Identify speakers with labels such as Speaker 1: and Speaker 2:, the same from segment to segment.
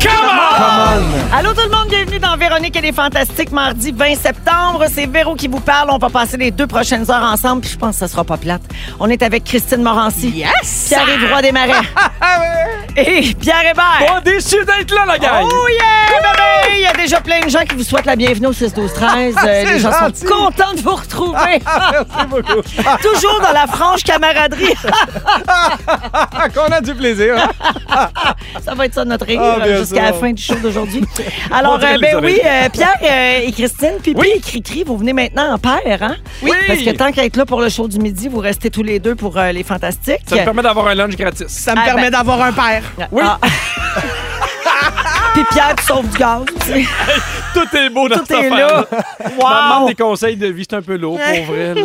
Speaker 1: Come on!
Speaker 2: Allô tout le monde, bienvenue dans Véronique et les Fantastiques, mardi 20 septembre. C'est Véro qui vous parle. On va passer les deux prochaines heures ensemble, puis je pense que ça sera pas plate. On est avec Christine Morancy. Yes! Pierre-Yves Roy des Marais.
Speaker 1: Ah
Speaker 2: et Pierre Hébert.
Speaker 1: On déçu d'être là, la gang!
Speaker 2: Oh yeah! bébé! Il y a déjà plein de gens qui vous souhaitent la bienvenue au 6-12-13. Euh,
Speaker 1: C'est
Speaker 2: les gens
Speaker 1: gentil.
Speaker 2: sont contents de vous retrouver.
Speaker 1: Ah, Merci beaucoup.
Speaker 2: Toujours dans la franche camaraderie.
Speaker 1: Ah, qu'on a du plaisir. hein?
Speaker 2: Ça va être ça notre rire
Speaker 1: Ah,
Speaker 2: euh,
Speaker 1: bien
Speaker 2: jusqu'à la
Speaker 1: sûr.
Speaker 2: fin du show d'aujourd'hui. Alors,
Speaker 1: On dirait
Speaker 2: euh, ben
Speaker 1: les
Speaker 2: oui,
Speaker 1: oreilles.
Speaker 2: euh, Pierre euh, et Christine, Pipi
Speaker 1: Oui.
Speaker 2: et Cricri, vous venez maintenant en paire, hein?
Speaker 1: Oui.
Speaker 2: Parce que tant qu'à être là pour le show du midi, vous restez tous les deux pour euh, les Fantastiques.
Speaker 3: Ça me permet d'avoir un lunch gratis.
Speaker 4: Ça me
Speaker 1: Eh
Speaker 2: Ah,
Speaker 4: permet
Speaker 2: ben-
Speaker 4: d'avoir un père.
Speaker 2: Oui. Puis Pierre, tu sauves du gaz. tu sais.
Speaker 3: Tout est beau dans
Speaker 2: Tout est là.
Speaker 3: On
Speaker 2: Wow!
Speaker 3: demande des conseils de vie, c'est un peu lourd, pour vrai. là.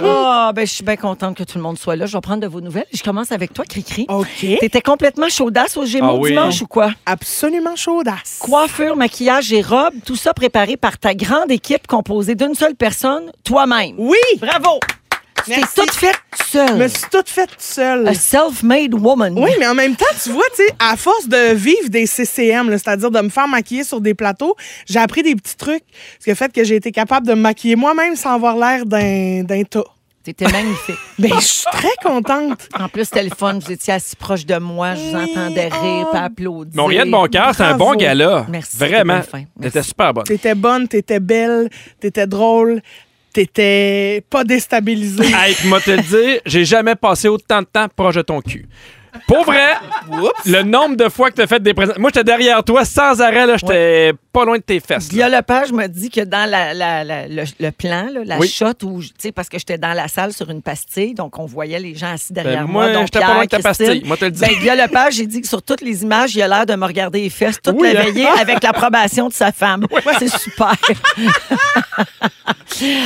Speaker 2: Ah, ben, je suis bien contente que tout le monde soit là. Je vais prendre de vos nouvelles. Je commence avec toi, Cricri.
Speaker 4: OK.
Speaker 2: T'étais complètement chaudasse au Gémeaux
Speaker 3: Ah oui.
Speaker 2: dimanche ou quoi?
Speaker 4: Absolument chaudasse.
Speaker 2: Coiffure, maquillage et robe, tout ça préparé par ta grande équipe composée d'une seule personne, toi-même.
Speaker 4: Oui!
Speaker 2: Bravo! Tu t'es
Speaker 4: Merci.
Speaker 2: toute faite
Speaker 4: Je
Speaker 2: seule.
Speaker 4: me suis toute faite seule.
Speaker 2: A self-made woman.
Speaker 4: Oui, mais en même temps, tu vois, tu sais, à force de vivre des CCM, là, c'est-à-dire de me faire maquiller sur des plateaux, j'ai appris des petits trucs. Ce qui a fait que j'ai été capable de me maquiller moi-même sans avoir l'air d'un d'un tas.
Speaker 2: T'étais magnifique.
Speaker 4: Ben, je suis très contente.
Speaker 2: en plus, c'était le fun. Vous étiez assis proche de moi. Je vous
Speaker 4: Oui,
Speaker 2: entendais rire,
Speaker 4: oh.
Speaker 2: pas applaudir.
Speaker 3: Mais on rien de bon cœur, c'est un
Speaker 4: Bravo.
Speaker 3: bon gala.
Speaker 2: Merci,
Speaker 3: Vraiment.
Speaker 2: t'es bien fin. Merci.
Speaker 3: C'était super bon.
Speaker 4: T'étais bonne, t'étais belle, t'étais drôle, t'étais pas déstabilisée.
Speaker 2: Ah.
Speaker 3: Hey, puis moi te le dire, j'ai jamais passé autant de temps proche de ton cul. Pour vrai, le nombre de fois que t'as fait des présentations. Moi, j'étais derrière toi sans arrêt, là, j'étais pas loin de tes fesses. là.
Speaker 2: Guillaume Lepage me dit que dans la- la- la- le, le plan, là, la
Speaker 3: Oui.
Speaker 2: shot, où, je- tu sais, parce que j'étais dans la salle sur une pastille, donc on voyait les gens assis
Speaker 3: Ben,
Speaker 2: derrière moi.
Speaker 3: moi,
Speaker 2: donc
Speaker 3: j'étais pas loin de ta
Speaker 2: Pierre, Christine.
Speaker 3: pastille. Moi, te le dis.
Speaker 2: Ben, Guillaume Lepage, j'ai dit que sur toutes les images, il a l'air de me regarder les fesses toute
Speaker 3: Oui,
Speaker 2: la
Speaker 3: hein?
Speaker 2: veillée avec l'approbation de sa femme. C'est super.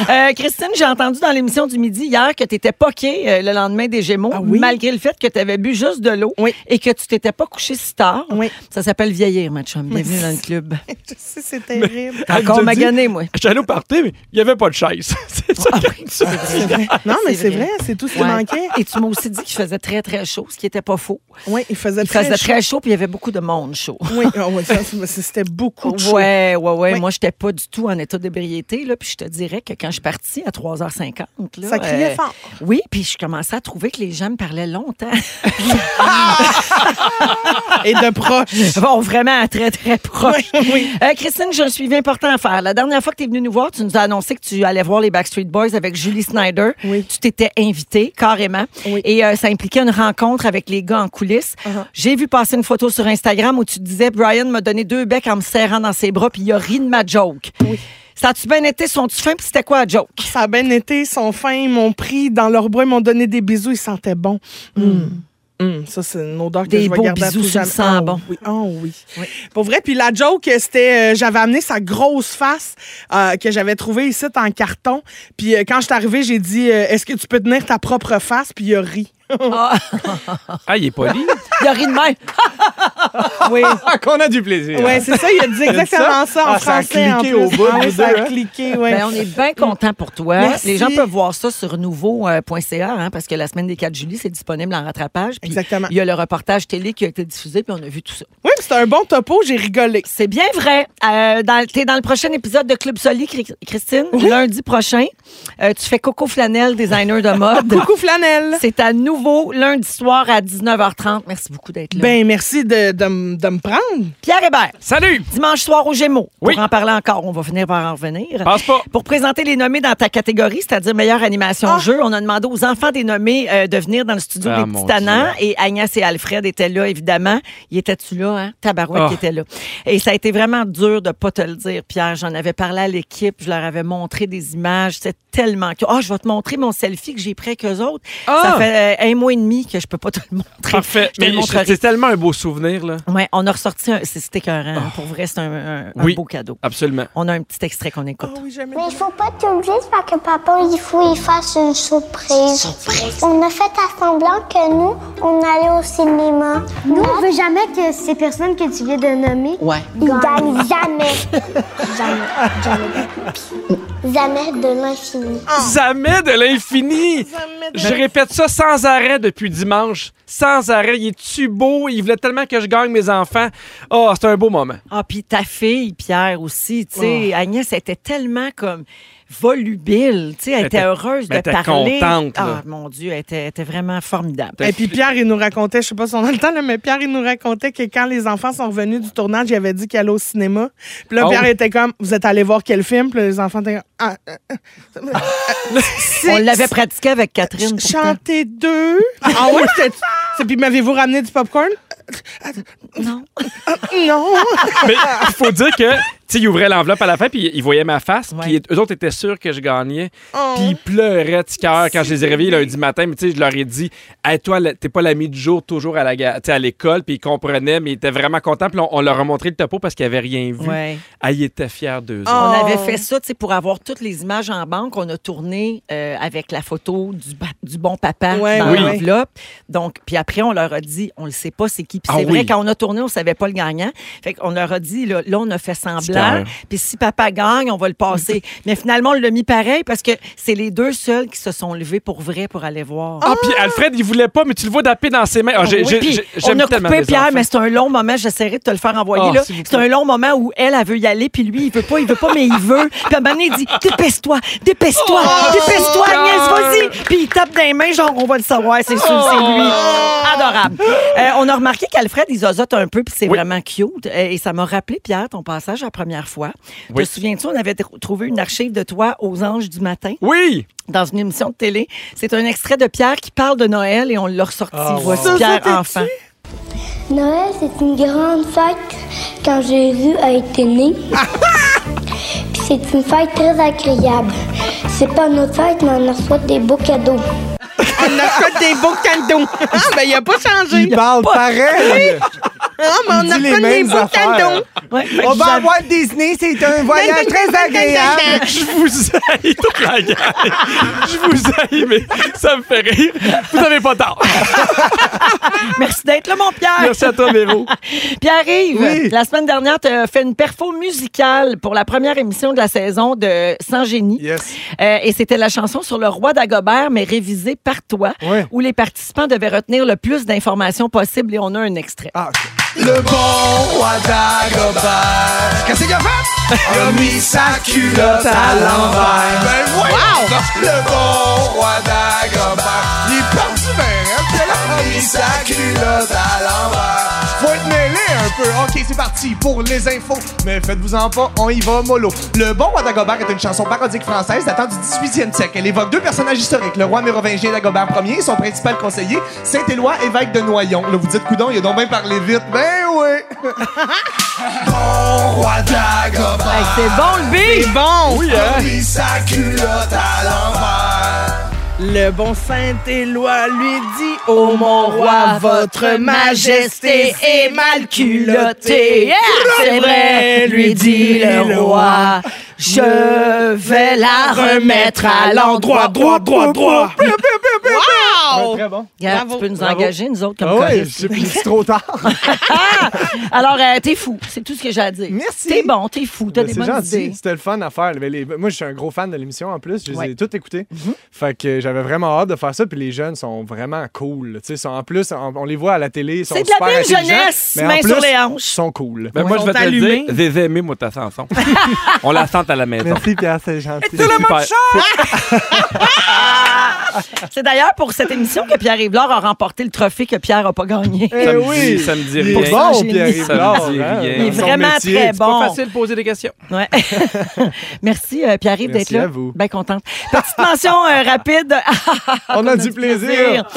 Speaker 2: Euh, Christine, j'ai entendu dans l'émission du midi hier que tu étais poquée euh, le lendemain des Gémeaux,
Speaker 4: Ah oui?
Speaker 2: malgré le fait que tu avais bu juste de l'eau
Speaker 4: Oui.
Speaker 2: et que tu t'étais pas couché si tard.
Speaker 4: Oui.
Speaker 2: Ça s'appelle vieillir, ma chum. Bienvenue dans le club.
Speaker 4: je sais, c'est terrible.
Speaker 3: Elle nous
Speaker 2: Encore
Speaker 3: a
Speaker 2: magané, moi. Ah
Speaker 3: J'étais allé au party, mais il n'y avait pas de chaise. c'est ça qu'elle nous a dit.
Speaker 4: Non, mais
Speaker 2: C'est
Speaker 4: c'est
Speaker 2: vrai.
Speaker 4: vrai, c'est tout ce qui
Speaker 2: Ouais. Ah,
Speaker 4: manquait.
Speaker 2: Et tu m'as aussi dit qu'il faisait très, très chaud, ce qui n'était pas faux.
Speaker 4: Oui, il faisait
Speaker 2: Il
Speaker 4: très
Speaker 2: faisait
Speaker 4: chaud.
Speaker 2: très chaud, puis il y avait beaucoup de monde chaud.
Speaker 4: Oui, ah ouais, ça, c'est- c'était beaucoup de chaud.
Speaker 2: Ouais, ouais, ouais.
Speaker 4: Oui.
Speaker 2: Moi, j'étais pas du tout en état d'ébriété, là. Puis je te dirais que quand je suis partie à 3h50, là, euh,
Speaker 4: Ça criait fort.
Speaker 2: Oui, puis je commençais à trouver que les gens me parlaient longtemps.
Speaker 4: Et de proche.
Speaker 2: bon, vraiment très, très proche.
Speaker 4: Oui, oui.
Speaker 2: Euh, Christine, j'ai un suivi important à faire. La dernière fois que tu es venue nous voir, tu nous as annoncé que tu allais voir les Backstreet Boys avec Julie Snyder.
Speaker 4: Oui.
Speaker 2: Tu t'étais invitée, carrément.
Speaker 4: Oui.
Speaker 2: Et euh, ça impliquait une rencontre avec les gars en coulisses.
Speaker 4: Uh-huh.
Speaker 2: J'ai vu passer une photo sur Instagram où tu disais Brian m'a donné deux becs en me serrant dans ses bras, puis il a ri de ma joke. Ça a-tu bien été? Sont-tu fin? Puis c'était quoi la joke?
Speaker 4: Ça a bien été, ils sont fins, ils m'ont pris dans leurs bras, ils m'ont donné des bisous, ils sentaient bon. Mm. Mm, Ça, c'est une odeur que
Speaker 2: Des
Speaker 4: je vais
Speaker 2: beaux
Speaker 4: garder à
Speaker 2: bisous
Speaker 4: tout
Speaker 2: sur le
Speaker 4: jamais.
Speaker 2: sang
Speaker 4: Oh,
Speaker 2: bon.
Speaker 4: Oui, oh oui. Pour vrai, puis la joke, c'était, euh, j'avais amené sa grosse face euh, que j'avais trouvée ici en carton. Puis euh, quand je suis arrivée, j'ai dit, euh, est-ce que tu peux tenir ta propre face? Puis il a ri.
Speaker 3: Ah, il est poli.
Speaker 2: Il a ri de même.
Speaker 4: Oui,
Speaker 1: Ah, qu'on a du plaisir.
Speaker 4: ouais, c'est ça, il a dit exactement ça, en
Speaker 1: Ah, ça a
Speaker 4: français. en
Speaker 1: cliqué
Speaker 4: plus.
Speaker 1: au bout
Speaker 4: Ah,
Speaker 1: des
Speaker 4: oui, ça
Speaker 1: deux,
Speaker 4: a
Speaker 1: hein?
Speaker 4: cliqué, ouais.
Speaker 2: Ben, on est bien content pour toi.
Speaker 4: Mm. Merci.
Speaker 2: Les gens peuvent voir ça sur nouveau.ca hein, parce que la semaine des 4 juillet, c'est disponible en rattrapage. Puis
Speaker 4: Exactement.
Speaker 2: Il y a le reportage télé qui a été diffusé, puis on a vu tout ça.
Speaker 4: Oui, puis c'était un bon topo, j'ai rigolé.
Speaker 2: C'est bien vrai. Euh, dans, t'es dans le prochain épisode de Club Soli, Cri- Christine, lundi prochain. Euh, tu fais Coco Flanelle, designer de mode.
Speaker 4: Coucou Flanelle.
Speaker 2: C'est à nouveau lundi soir à 19h30. Merci beaucoup d'être là.
Speaker 4: Ben, merci de, de, m- de me prendre.
Speaker 2: Pierre Hébert,
Speaker 3: Salut!
Speaker 2: dimanche soir aux Gémeaux.
Speaker 3: Oui.
Speaker 2: Pour en parler encore, on va finir par en revenir.
Speaker 3: Passe pas.
Speaker 2: Pour présenter les nommés dans ta catégorie, c'est-à-dire meilleure animation
Speaker 4: Ah.
Speaker 2: jeu, on a demandé aux enfants des nommés euh, de venir dans le studio
Speaker 3: Ah,
Speaker 2: des
Speaker 3: mon
Speaker 2: petits tannants. Et Agnès et Alfred étaient là, évidemment. Ils étaient-tu là, hein? Tabarouette
Speaker 3: Ah.
Speaker 2: qui était là. Et ça a été vraiment dur de pas te le dire, Pierre. J'en avais parlé à l'équipe, je leur avais montré des images. C'était tellement... Ah, je vais te montrer mon selfie que j'ai pris avec eux autres. Ça
Speaker 3: Ah.
Speaker 2: fait euh, un mois et demi que je peux pas te le montrer.
Speaker 3: Parfait.
Speaker 2: Je te
Speaker 3: Mais
Speaker 2: le montrerai.
Speaker 3: c'est tellement un beau souvenir. souvenir, là.
Speaker 2: Ouais, on a ressorti un. C'est c'est écœurant. hein. Pour vrai, c'est un, un- un
Speaker 3: Oh. Oui. Ah
Speaker 2: beau cadeau.
Speaker 3: Absolument.
Speaker 2: On a un petit extrait qu'on écoute.
Speaker 4: oui, j'aimais
Speaker 5: Mais il faut pas être obligé parce que papa, il faut qu'il fasse une surprise. On a fait à semblant que nous, on allait au cinéma. Nous, on veut jamais que ces personnes que tu viens de nommer,
Speaker 2: Ouais.
Speaker 5: ils gagnent jamais. jamais, jamais. Jamais de l'infini.
Speaker 2: Ah.
Speaker 3: Jamais de l'infini! Je répète ça sans arrêt depuis dimanche. Sans arrêt. Il est-tu beau? Il voulait tellement que je gagne mes enfants. Oh, c'est un beau moment.
Speaker 2: Ah, puis ta fille, Pierre, aussi. Tu
Speaker 3: Oh.
Speaker 2: sais, Agnès, elle était tellement comme volubile. Tu sais, elle
Speaker 3: Elle
Speaker 2: était
Speaker 3: était-
Speaker 2: heureuse
Speaker 3: mais
Speaker 2: de
Speaker 3: elle était
Speaker 2: parler.
Speaker 3: contente,
Speaker 2: ah,
Speaker 3: là.
Speaker 2: mon Dieu, elle était, elle était vraiment formidable.
Speaker 1: Ben,
Speaker 3: T'as-
Speaker 4: Et puis Pierre, il nous racontait, je sais pas si on a le temps, là, mais Pierre, il nous racontait que quand les enfants sont revenus du tournage, il avait dit qu'il allait au cinéma. Puis là,
Speaker 3: Ah
Speaker 4: Pierre
Speaker 3: oui.
Speaker 4: était comme, vous êtes allés voir quel film? Puis là, les enfants étaient comme, Ah, euh, euh, euh, c'est-
Speaker 2: On l'avait pratiqué avec Catherine.
Speaker 4: Ch-
Speaker 2: pourtant.
Speaker 4: Chanter deux. Ah ouais? c'est- c'est- Puis m'avez-vous ramené du popcorn?
Speaker 2: Non.
Speaker 4: Non.
Speaker 3: Mais il faut dire que, tu sais, il ouvrait l'enveloppe à la fin, puis il voyait ma face,
Speaker 2: Ouais.
Speaker 3: puis eux autres étaient sûrs que je gagnais.
Speaker 4: Oh.
Speaker 3: Puis ils pleuraient de cœur quand je les ai réveillés lundi matin. Mais tu sais, je leur ai dit, hey, toi, la- t'es pas l'ami du jour, toujours à la ga- tu sais, à l'école. Puis ils comprenaient, mais ils étaient vraiment contents. Puis on, on leur a montré le topo parce qu'ils avaient rien vu.
Speaker 2: Ouais.
Speaker 3: Ah, ils étaient fiers d'eux.
Speaker 4: Oh.
Speaker 3: autres.
Speaker 2: On avait fait ça tu sais, pour avoir toutes les images en banque. On a tourné euh, avec la photo du, ba- du bon papa
Speaker 4: Ouais,
Speaker 2: dans
Speaker 3: oui.
Speaker 2: l'enveloppe. Donc, puis après, on leur a dit, on le sait pas, c'est qui. Puis
Speaker 3: Ah
Speaker 2: c'est vrai,
Speaker 3: oui.
Speaker 2: quand on a tourné, on savait pas le gagnant. Fait qu'on leur a dit, là, là, on a fait semblant.
Speaker 3: Star.
Speaker 2: Puis si papa gagne, on va le passer. Mais finalement, on l'a mis pareil parce que c'est les deux seuls qui se sont levés pour vrai pour aller voir.
Speaker 3: Ah, puis Alfred, il voulait pas, mais tu le vois taper dans ses mains. Ah, j'ai-
Speaker 2: Oui,
Speaker 3: j'ai-
Speaker 2: puis
Speaker 3: j'ai-
Speaker 2: on
Speaker 3: J'aime
Speaker 2: a
Speaker 3: tellement
Speaker 2: coupé
Speaker 3: les
Speaker 2: Pierre,
Speaker 3: enfants.
Speaker 2: mais c'est un long moment. J'essaierai de te le faire envoyer.
Speaker 3: Oh,
Speaker 2: là.
Speaker 3: s'il vous
Speaker 2: C'est un long moment où elle, elle veut y aller, puis lui, il veut pas, il veut pas, mais il veut. Puis à un moment donné, il dit Dépêche-toi, dépêche-toi,
Speaker 3: Oh,
Speaker 2: dépêche-toi,
Speaker 3: Pierre!
Speaker 2: Agnès, vas-y. Puis il tape dans les mains, genre, on va le savoir, c'est sûr, c'est lui.
Speaker 3: Oh!
Speaker 2: Adorable. Euh, on a remarqué qu'Alfred, il zozote un peu, puis c'est
Speaker 3: Oui.
Speaker 2: vraiment cute. Euh, Et ça m'a rappelé, Pierre, ton passage la première fois.
Speaker 3: Oui.
Speaker 2: Te souviens-tu, on avait tr- trouvé une archive de toi aux Anges du matin
Speaker 3: Oui!
Speaker 2: dans une émission de télé. C'est un extrait de Pierre qui parle de Noël et on l'a ressorti.
Speaker 1: Ah,
Speaker 2: Voici
Speaker 4: Ça, ça,
Speaker 2: Pierre
Speaker 4: t'es-tu?
Speaker 2: enfant.
Speaker 5: Noël, c'est une grande fête quand Jésus a été né. Puis c'est une fête très agréable. C'est pas notre fête, mais on reçoit des beaux cadeaux.
Speaker 4: On a fait des beaux cadeaux. Ah, ben, il a pas changé.
Speaker 1: Il parle pareil.
Speaker 4: Ah, mais on a
Speaker 1: dit les
Speaker 4: fait des
Speaker 1: mêmes
Speaker 4: beaux
Speaker 1: affaires.
Speaker 4: cadeaux.
Speaker 2: Ouais, fait
Speaker 1: On
Speaker 2: que
Speaker 1: va à
Speaker 2: j'avais-
Speaker 1: Walt Disney, c'est un voyage très agréable.
Speaker 3: Je vous haïs toute la gang. Je vous haïs, mais ça me fait rire. Vous avez pas tort.
Speaker 2: Merci d'être là, mon Pierre.
Speaker 3: Merci à toi, Véro.
Speaker 2: Pierre-Yves,
Speaker 1: Oui.
Speaker 2: la semaine dernière, tu as fait une perfo musicale pour la première émission de la saison de Sans Génie.
Speaker 1: Yes.
Speaker 2: Euh, et c'était la chanson sur le roi d'Agobert, mais révisée par toi,
Speaker 1: Ouais.
Speaker 2: où les participants devaient retenir le plus d'informations possible. Et on a un extrait.
Speaker 1: Ah, ok. Le bon roi d'Agobert. Qu'est-ce qu'il a fait? Il a mis sa culotte à l'envers. Ben oui! Le bon roi d'Agobert. Il est parti vers Il a mis sa culotte à l'envers. Faut être mêlé un peu. Ok, c'est parti pour les infos. Mais faites-vous-en pas, on y va mollo. Le bon roi d'Agobert est une chanson parodique française datant du 18e siècle. Elle évoque deux personnages historiques, le roi mérovingien d'Agobert Ier et son principal conseiller, Saint-Éloi, évêque de Noyon. Là, vous dites, coudon, il a donc bien parlé vite. Ben oui! bon roi d'Agobert.
Speaker 2: Hey, c'est bon, le beat!
Speaker 4: C'est bon.
Speaker 6: Hein?
Speaker 3: Oui,
Speaker 1: a mis Ah sa culotte à l'envers.
Speaker 4: Le bon Saint-Éloi lui dit Ô mon roi, votre majesté est mal culottée.
Speaker 2: Yeah, C'est vrai, lui dit le roi. Je vais la remettre à l'endroit droit, droit, droit.
Speaker 4: Wow!
Speaker 1: Très bon.
Speaker 2: Regarde,
Speaker 4: Bravo.
Speaker 2: tu peux nous
Speaker 4: Bravo.
Speaker 2: engager, nous autres, comme
Speaker 1: Ah ouais,
Speaker 2: choristes.
Speaker 1: je sais plus, c'est trop tard.
Speaker 2: Ah! Alors, euh, t'es fou. C'est tout ce que j'ai à dire.
Speaker 1: Merci.
Speaker 2: T'es bon, t'es fou. T'as
Speaker 1: Ben,
Speaker 2: des
Speaker 1: C'est
Speaker 2: bonnes idées.
Speaker 1: gentil, c'était le fun à faire. Mais les- Moi, je suis un gros fan de l'émission en plus. Je les
Speaker 2: Ouais. Mhm.
Speaker 1: ai toutes écoutées. Fait que j'avais vraiment hâte de faire ça. Puis les jeunes sont vraiment cool. Tu sais, sont- en plus, on, on les voit à la télé. ils sont
Speaker 2: C'est de la
Speaker 1: super
Speaker 2: belle
Speaker 1: intelligents,
Speaker 2: jeunesse,
Speaker 1: mais en
Speaker 2: main
Speaker 1: plus,
Speaker 2: sur les hanches.
Speaker 1: Ils sont cool.
Speaker 3: Ben, moi, je vais te le
Speaker 4: allumés.
Speaker 3: dire, j'ai aimé, moi, ta chanson. On la sent à la maison.
Speaker 1: Merci Pierre, c'est gentil.
Speaker 3: Super.
Speaker 2: C'est d'ailleurs pour cette émission que Pierre Yvelard a remporté le trophée que Pierre n'a pas gagné.
Speaker 1: Eh
Speaker 3: Ça me
Speaker 1: oui.
Speaker 3: dit- ça me dit
Speaker 1: Il est
Speaker 3: rien.
Speaker 1: bon,
Speaker 2: Ça me
Speaker 1: Pierre
Speaker 2: dit
Speaker 1: Yvelard,
Speaker 3: rien.
Speaker 1: hein,
Speaker 3: Il est
Speaker 1: dans son
Speaker 2: vraiment
Speaker 1: métier.
Speaker 2: très
Speaker 1: C'est
Speaker 2: bon.
Speaker 3: Pas facile de poser des questions.
Speaker 2: Ouais. Merci, euh, Pierre-Yves, d'être
Speaker 1: Merci
Speaker 2: là.
Speaker 1: à vous.
Speaker 2: Bien contente. Petite mention euh, rapide.
Speaker 1: On a du plaisir.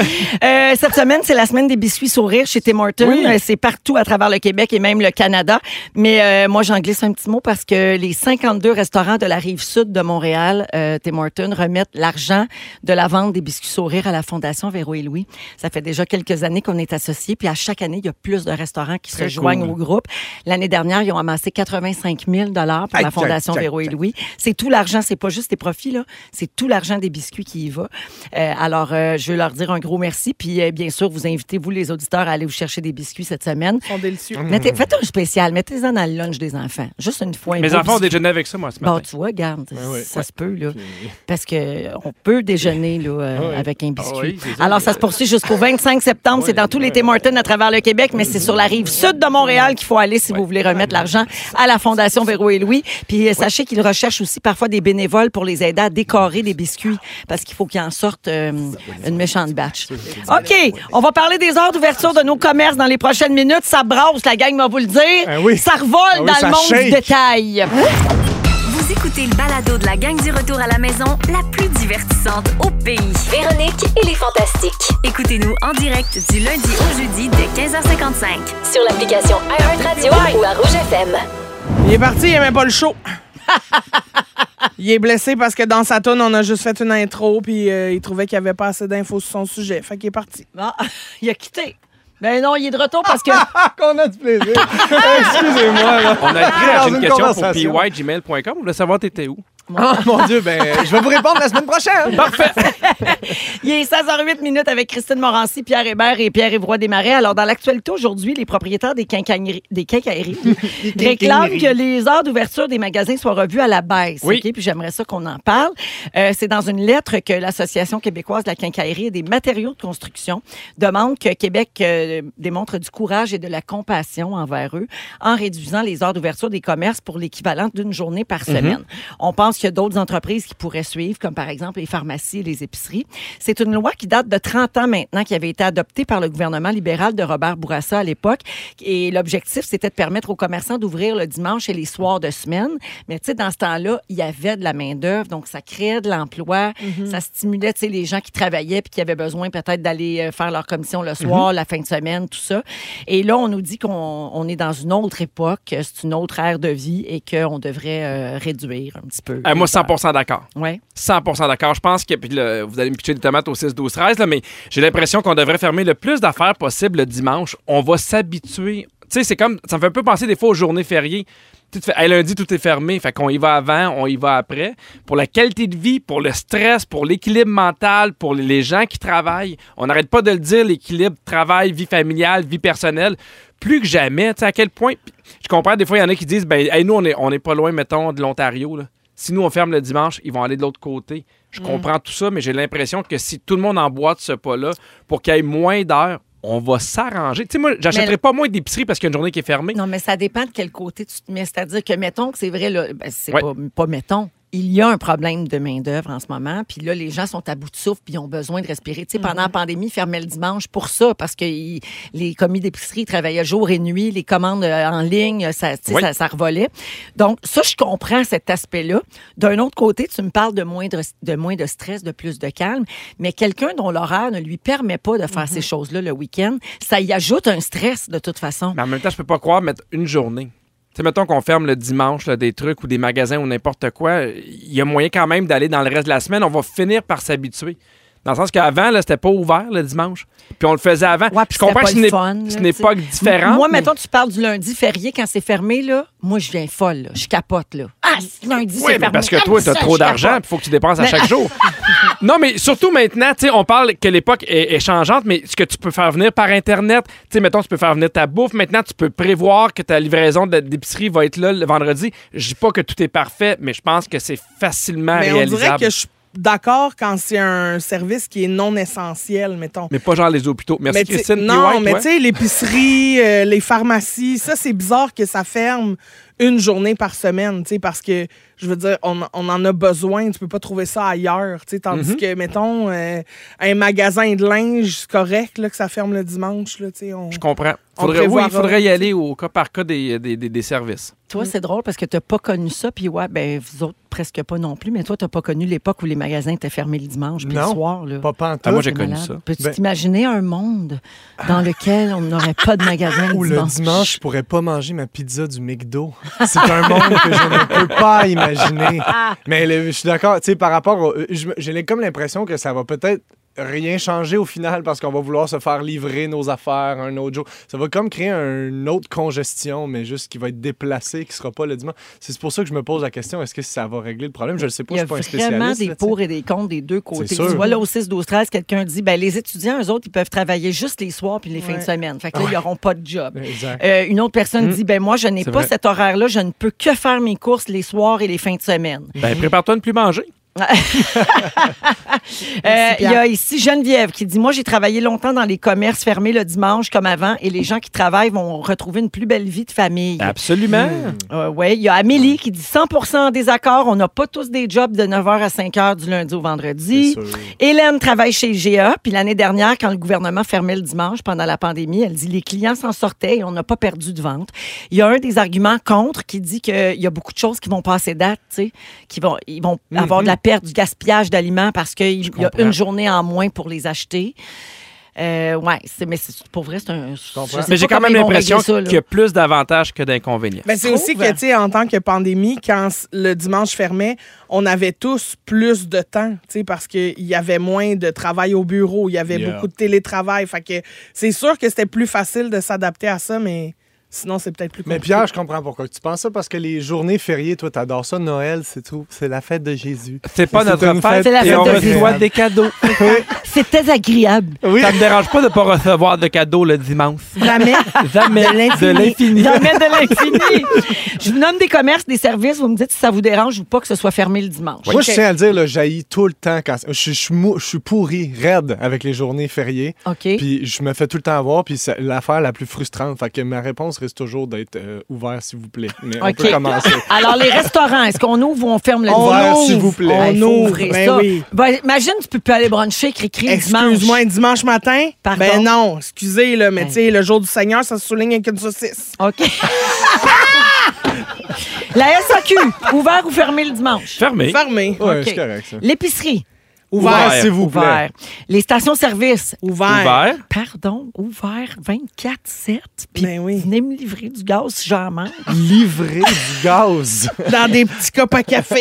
Speaker 2: Euh, cette semaine, c'est la semaine des biscuits sourires chez Tim Hortons.
Speaker 3: Oui.
Speaker 2: Euh, C'est partout à travers le Québec et même le Canada. Mais euh, moi, j'en glisse un petit mot parce que les 52 restaurants de la rive sud de Montréal, euh, Tim Hortons, remettent l'argent de la vente vendre des biscuits sourires à la Fondation Véro et Louis. Ça fait déjà quelques années qu'on est associés. Puis à chaque année, il y a plus de restaurants qui se joignent au groupe. L'année dernière, ils ont amassé 85 000 pour
Speaker 1: Aïe,
Speaker 2: la Fondation
Speaker 1: aïe, aïe,
Speaker 2: Véro et
Speaker 1: aïe.
Speaker 2: Louis. C'est tout l'argent. C'est pas juste des profits, là. C'est tout l'argent des biscuits qui y va. Euh, alors, euh, je veux leur dire un gros merci. Puis, euh, bien sûr, vous invitez, vous, les auditeurs, à aller vous chercher des biscuits cette semaine.
Speaker 4: Ils sont délicieux.
Speaker 2: Mettez- faites un spécial. Mettez-en dans le lunch des enfants. Juste une fois. un
Speaker 3: Mes
Speaker 2: beau
Speaker 3: enfants ont
Speaker 2: biscuit.
Speaker 3: déjeuné avec ça, moi, ce
Speaker 2: Bon,
Speaker 3: matin.
Speaker 2: tu vois, garde,
Speaker 3: oui.
Speaker 2: ça se peut, là. Parce qu'on peut déjeuner là, euh, avec un biscuit.
Speaker 3: Ah oui, c'est ça.
Speaker 2: Alors, ça se poursuit jusqu'au 25 septembre. c'est dans tous les Tim Hortons à travers le Québec, mais c'est sur la rive sud de Montréal qu'il faut aller si vous voulez remettre l'argent à la Fondation Véro et Louis. Puis, euh, sachez qu'ils recherchent aussi parfois des bénévoles pour les aider à décorer des biscuits parce qu'il faut qu'ils en sortent euh, une méchante batch. OK, on va parler des heures d'ouverture de nos commerces dans les prochaines minutes. Ça brasse, la gang va vous le dire.
Speaker 3: Ben
Speaker 1: oui.
Speaker 2: Ça revole
Speaker 1: Ah oui,
Speaker 2: dans
Speaker 1: ça
Speaker 2: le monde du
Speaker 1: shake.
Speaker 2: détail.
Speaker 7: Vous écoutez le balado de la gang du retour à la maison, la plus divertissante au pays.
Speaker 8: Véronique et les Fantastiques.
Speaker 7: Écoutez-nous en direct du lundi au jeudi dès 15h55.
Speaker 8: Sur l'application iHeartRadio ou à Rouge FM.
Speaker 4: Il est parti, il aimait pas le show. il est blessé parce que dans sa toune, on a juste fait une intro, puis euh, il trouvait qu'il n'y avait pas assez d'infos sur son sujet. Fait qu'il est parti.
Speaker 2: Ah, il a quitté. Ben non, il est de retour parce que.
Speaker 1: Qu'on a du plaisir. Excusez-moi. là.
Speaker 3: On a écrit à
Speaker 1: Dans
Speaker 3: une
Speaker 1: une
Speaker 3: question pour
Speaker 1: conversation.
Speaker 3: pygmail.com. On voulait savoir t'étais où.
Speaker 1: Ah, mon Dieu, ben, je vais vous répondre la semaine prochaine.
Speaker 2: Il est 16h08 minutes avec Christine Morancy, Pierre Hébert et pierre Évroy Desmarais. Alors, dans l'actualité aujourd'hui, les propriétaires des quincailleries, des quincailleries réclament que les heures d'ouverture des magasins soient revues à la baisse.
Speaker 3: Oui.
Speaker 2: OK? Puis j'aimerais ça qu'on en parle. Euh, C'est dans une lettre que l'Association québécoise de la quincaillerie et des matériaux de construction demande que Québec euh, démontre du courage et de la compassion envers eux en réduisant les heures d'ouverture des commerces pour l'équivalent d'une journée par semaine. On pense qu'il y a d'autres entreprises qui pourraient suivre, comme par exemple les pharmacies et les épiceries. C'est une loi qui date de 30 ans maintenant, qui avait été adoptée par le gouvernement libéral de Robert Bourassa à l'époque. Et l'objectif, c'était de permettre aux commerçants d'ouvrir le dimanche et les soirs de semaine. Mais tu sais, dans ce temps-là, il y avait de la main-d'œuvre, donc ça créait de l'emploi, ça stimulait tu sais, les gens qui travaillaient puis qui avaient besoin peut-être d'aller euh, faire leur commission le soir, la fin de semaine, tout ça. Et là, on nous dit qu'on on est dans une autre époque, que c'est une autre ère de vie et qu'on devrait euh, réduire un petit peu.
Speaker 3: Euh, moi, 100 d'accord.
Speaker 2: Ouais.
Speaker 3: 100 d'accord. Je pense que puis là, vous allez me pitcher des tomates au 6, 12, 13, là, mais j'ai l'impression qu'on devrait fermer le plus d'affaires possible le dimanche. On va s'habituer. Tu sais, c'est comme. Ça me fait un peu penser des fois aux journées fériées. Tu sais, tu fais, Hey, lundi, tout est fermé. Fait qu'on y va avant, on y va après. Pour la qualité de vie, pour le stress, pour l'équilibre mental, pour les gens qui travaillent, on n'arrête pas de le dire l'équilibre travail, vie familiale, vie personnelle. Plus que jamais, tu sais, à quel point. puis Je comprends, des fois, il y en a qui disent ben, hey, nous, on est, on est pas loin, mettons, de l'Ontario. là. Si nous, on ferme le dimanche, ils vont aller de l'autre côté. Je comprends tout ça, mais j'ai l'impression que si tout le monde emboîte ce pas-là pour qu'il y ait moins d'heures, on va s'arranger. Tu sais, moi, j'achèterai
Speaker 2: Mais-
Speaker 3: pas moins d'épicerie parce qu'il y a une journée qui est fermée.
Speaker 2: Non, mais ça dépend de quel côté tu te mets. C'est-à-dire que, mettons que c'est vrai, là, ben, c'est
Speaker 3: Ouais.
Speaker 2: pas, pas mettons. Il y a un problème de main-d'œuvre en ce moment. Puis là, les gens sont à bout de souffle puis ils ont besoin de respirer. Tu sais, pendant la pandémie, ils fermaient le dimanche pour ça, parce que ils- les commis d'épicerie ils travaillaient jour et nuit, les commandes euh, en ligne, ça, tu sais,
Speaker 3: Oui.
Speaker 2: ça, ça revolait. Donc, ça, je comprends cet aspect-là. D'un autre côté, tu me parles de moins de, de moins de stress, de plus de calme, mais quelqu'un dont l'horaire ne lui permet pas de faire ces choses-là le week-end, ça y ajoute un stress de toute façon.
Speaker 3: Mais en même temps, je peux pas croire mettre une journée. Tu sais, mettons qu'on ferme le dimanche là, des trucs ou des magasins ou n'importe quoi, il y a moyen quand même d'aller dans le reste de la semaine. On va finir par s'habituer. Dans le sens qu'avant, là, c'était pas ouvert le dimanche. Puis on le faisait avant.
Speaker 2: Ouais, puis
Speaker 3: je comprends
Speaker 2: c'était
Speaker 3: que
Speaker 2: pas
Speaker 3: ce
Speaker 2: le
Speaker 3: n'est
Speaker 2: fun,
Speaker 3: ce
Speaker 2: là,
Speaker 3: n'est
Speaker 2: tu sais.
Speaker 3: pas différent.
Speaker 2: Moi,
Speaker 3: mais-
Speaker 2: mettons, tu parles du lundi férié quand c'est fermé, là. Moi, je viens folle, là. Je capote, là. Ah, c'est lundi,
Speaker 3: Oui,
Speaker 2: c'est
Speaker 3: mais
Speaker 2: fermé.
Speaker 3: parce que
Speaker 2: Ah,
Speaker 3: toi,
Speaker 2: ça,
Speaker 3: t'as trop
Speaker 2: je
Speaker 3: d'argent,
Speaker 2: capote.
Speaker 3: il faut que tu dépenses à chaque jour. non, mais surtout maintenant, tu sais, on parle que l'époque est, est changeante, mais ce que tu peux faire venir par Internet, tu sais, mettons, tu peux faire venir ta bouffe. Maintenant, tu peux prévoir que ta livraison de- d'épicerie va être là le vendredi. Je dis pas que tout est parfait, mais je pense que c'est facilement
Speaker 4: Mais on
Speaker 3: réalisable.
Speaker 4: dirait que je suis d'accord quand c'est un service qui est non essentiel, mettons.
Speaker 3: Mais pas genre les hôpitaux. Merci,
Speaker 4: Mais tu-
Speaker 3: Christine. Puis
Speaker 4: non,
Speaker 3: ouais,
Speaker 4: mais
Speaker 3: toi?
Speaker 4: tu sais, l'épicerie, euh, les pharmacies, ça, c'est bizarre que ça ferme une journée par semaine, tu sais, parce que, je veux dire, on, on en a besoin, tu peux pas trouver ça ailleurs, tu sais,
Speaker 3: Mhm.
Speaker 4: tandis que, mettons, euh, un magasin de linge, c'est correct, là, que ça ferme le dimanche, là, tu sais, on...
Speaker 3: Je comprends.
Speaker 4: On
Speaker 3: Faudrait, oui,
Speaker 4: prévoira.
Speaker 3: il faudrait y aller au cas par cas des, des, des- des services.
Speaker 2: Toi, c'est drôle parce que t'as pas connu ça, puis ouais, ben, vous autres, presque pas non plus, mais toi, t'as pas connu l'époque où les magasins étaient fermés le dimanche, puis le
Speaker 1: Non.
Speaker 2: soir, là.
Speaker 1: Pas pantoute.
Speaker 3: Ah, moi, j'ai
Speaker 2: C'est
Speaker 3: connu
Speaker 2: malade.
Speaker 3: ça.
Speaker 2: Peux-tu
Speaker 1: Ben-
Speaker 2: t'imaginer un monde dans lequel on n'aurait pas de magasin le
Speaker 1: Ou le
Speaker 2: Ah, dimanche?
Speaker 1: dimanche, je pourrais pas manger ma pizza du McDo.
Speaker 6: C'est un monde que je ne peux pas imaginer. Mais le- je suis d'accord, tu sais, par rapport au- je me- J'ai comme l'impression que ça va peut-être rien changer au final parce qu'on va vouloir se faire livrer nos affaires un autre jour. Ça va comme créer une autre congestion, mais juste qui va être déplacée, qui sera pas le dimanche. C'est pour ça que je me pose la question, est-ce que ça va régler le problème? Je ne sais pas,
Speaker 2: Il y
Speaker 6: je
Speaker 2: a
Speaker 6: suis pas un
Speaker 2: vraiment
Speaker 6: spécialiste.
Speaker 2: des
Speaker 6: là, tu sais.
Speaker 2: pour et des contre des deux côtés.
Speaker 6: C'est
Speaker 2: Tu
Speaker 6: sûr.
Speaker 2: vois, là, au 6, 12, 13, quelqu'un dit ben, les étudiants, eux autres, ils peuvent travailler juste les soirs puis les fins de semaine. Fait que là, ils n'auront pas de job.
Speaker 6: Exact.
Speaker 2: Euh, une autre personne
Speaker 6: Hum.
Speaker 2: dit ben moi, je n'ai
Speaker 3: C'est
Speaker 2: pas
Speaker 3: vrai.
Speaker 2: cet horaire-là, je ne peux que faire mes courses les soirs et les fins de semaine.
Speaker 4: Mm-hmm.
Speaker 3: Ben, prépare-toi à ne plus manger.
Speaker 2: Euh, Il y a ici Geneviève qui dit Moi, j'ai travaillé longtemps dans les commerces fermés le dimanche comme avant et les gens qui travaillent vont retrouver une plus belle vie de famille.
Speaker 4: Mm-hmm.
Speaker 6: Ah.
Speaker 3: Absolument.
Speaker 2: Euh, ouais, il y a Amélie qui dit 100 en désaccord. On n'a pas tous des jobs de 9h à 5h du lundi au vendredi.
Speaker 6: C'est sûr.
Speaker 2: Hélène travaille chez GA. Puis l'année dernière, quand le gouvernement fermait le dimanche pendant la pandémie, elle dit les clients s'en sortaient et on n'a pas perdu de vente. Il y a un des arguments contre qui dit qu'il y a beaucoup de choses qui vont passer date, tu sais, qui vont, ils vont avoir de la perte, du gaspillage d'aliments parce qu'il y a
Speaker 3: Mhm. comprends.
Speaker 2: une journée en moins pour les acheter. Euh, ouais, c'est- mais c'est- pour vrai, c'est un. je
Speaker 6: comprends.
Speaker 2: sais
Speaker 3: Mais j'ai
Speaker 2: pas
Speaker 3: quand même
Speaker 2: comment ils vont
Speaker 3: l'impression
Speaker 2: régler ça, là.
Speaker 3: qu'il y a plus d'avantages que d'inconvénients.
Speaker 4: Ben, c'est aussi
Speaker 2: trouves?
Speaker 4: que, tu sais, en tant que pandémie, quand s- le dimanche fermait, on avait tous plus de temps, tu sais, parce qu'il y avait moins de travail au bureau, il y avait
Speaker 6: Yeah.
Speaker 4: beaucoup de télétravail. Fait que c'est sûr que c'était plus facile de s'adapter à ça, mais sinon, c'est peut-être plus
Speaker 6: Mais
Speaker 4: compliqué.
Speaker 6: Pierre, je comprends pourquoi tu penses ça, parce que les journées fériées, toi, t'adores ça, Noël, c'est tout, c'est la fête de Jésus.
Speaker 3: C'est pas
Speaker 6: C'est
Speaker 3: notre
Speaker 6: une
Speaker 3: fête,
Speaker 6: fête
Speaker 2: C'est la
Speaker 3: et
Speaker 2: fête
Speaker 3: on
Speaker 2: de
Speaker 3: reçoit
Speaker 6: Jésus.
Speaker 3: des cadeaux.
Speaker 2: C'est très agréable.
Speaker 3: Ça me dérange pas de pas recevoir de cadeaux le dimanche.
Speaker 2: Jamais.
Speaker 3: Jamais de l'infini.
Speaker 2: Jamais de l'infini. Je vous nomme des commerces, des services. Vous me dites si ça vous dérange ou pas que ce soit fermé le dimanche.
Speaker 6: Moi, je tiens à le dire, là, jaillit tout le temps. Quand... Je, suis- je suis mou- je suis pourri, raide avec les journées fériées.
Speaker 2: OK.
Speaker 6: Puis je me fais tout le temps avoir, puis c'est l'affaire la plus frustrante. Fait que ma réponse reste toujours d'être euh, ouvert, s'il vous plaît. Mais on
Speaker 2: OK.
Speaker 6: peut commencer.
Speaker 2: Alors, les restaurants, est-ce qu'on ouvre ou on ferme le
Speaker 6: On
Speaker 2: dimanche?
Speaker 6: ouvre, s'il vous plaît.
Speaker 2: Ah, il faut
Speaker 4: On ouvre,
Speaker 2: ouvrir
Speaker 4: ben
Speaker 2: ça.
Speaker 4: oui.
Speaker 2: Ben, imagine, tu peux plus aller bruncher, cri-cri le dimanche.
Speaker 4: Excuse-moi, un dimanche matin?
Speaker 2: Pardon?
Speaker 4: Ben non, excusez, là, mais
Speaker 2: Ben.
Speaker 4: tu sais, le jour du Seigneur, ça se souligne avec une saucisse.
Speaker 2: OK. La SAQ, ouvert ou fermé le dimanche?
Speaker 3: Fermé.
Speaker 4: Fermé.
Speaker 6: Ouais,
Speaker 2: OK.
Speaker 6: c'est correct, ça.
Speaker 2: L'épicerie,
Speaker 6: Ouvert,
Speaker 3: Ouvert,
Speaker 6: s'il vous plaît.
Speaker 2: ouvert. Les stations-service,
Speaker 4: Ouvert.
Speaker 3: Ouvert.
Speaker 2: pardon, ouvert 24-7. Puis
Speaker 4: Ben oui.
Speaker 2: venez me livrer du gaz si j'en manque.
Speaker 6: Livrer du gaz.
Speaker 4: Dans des petits copes à café.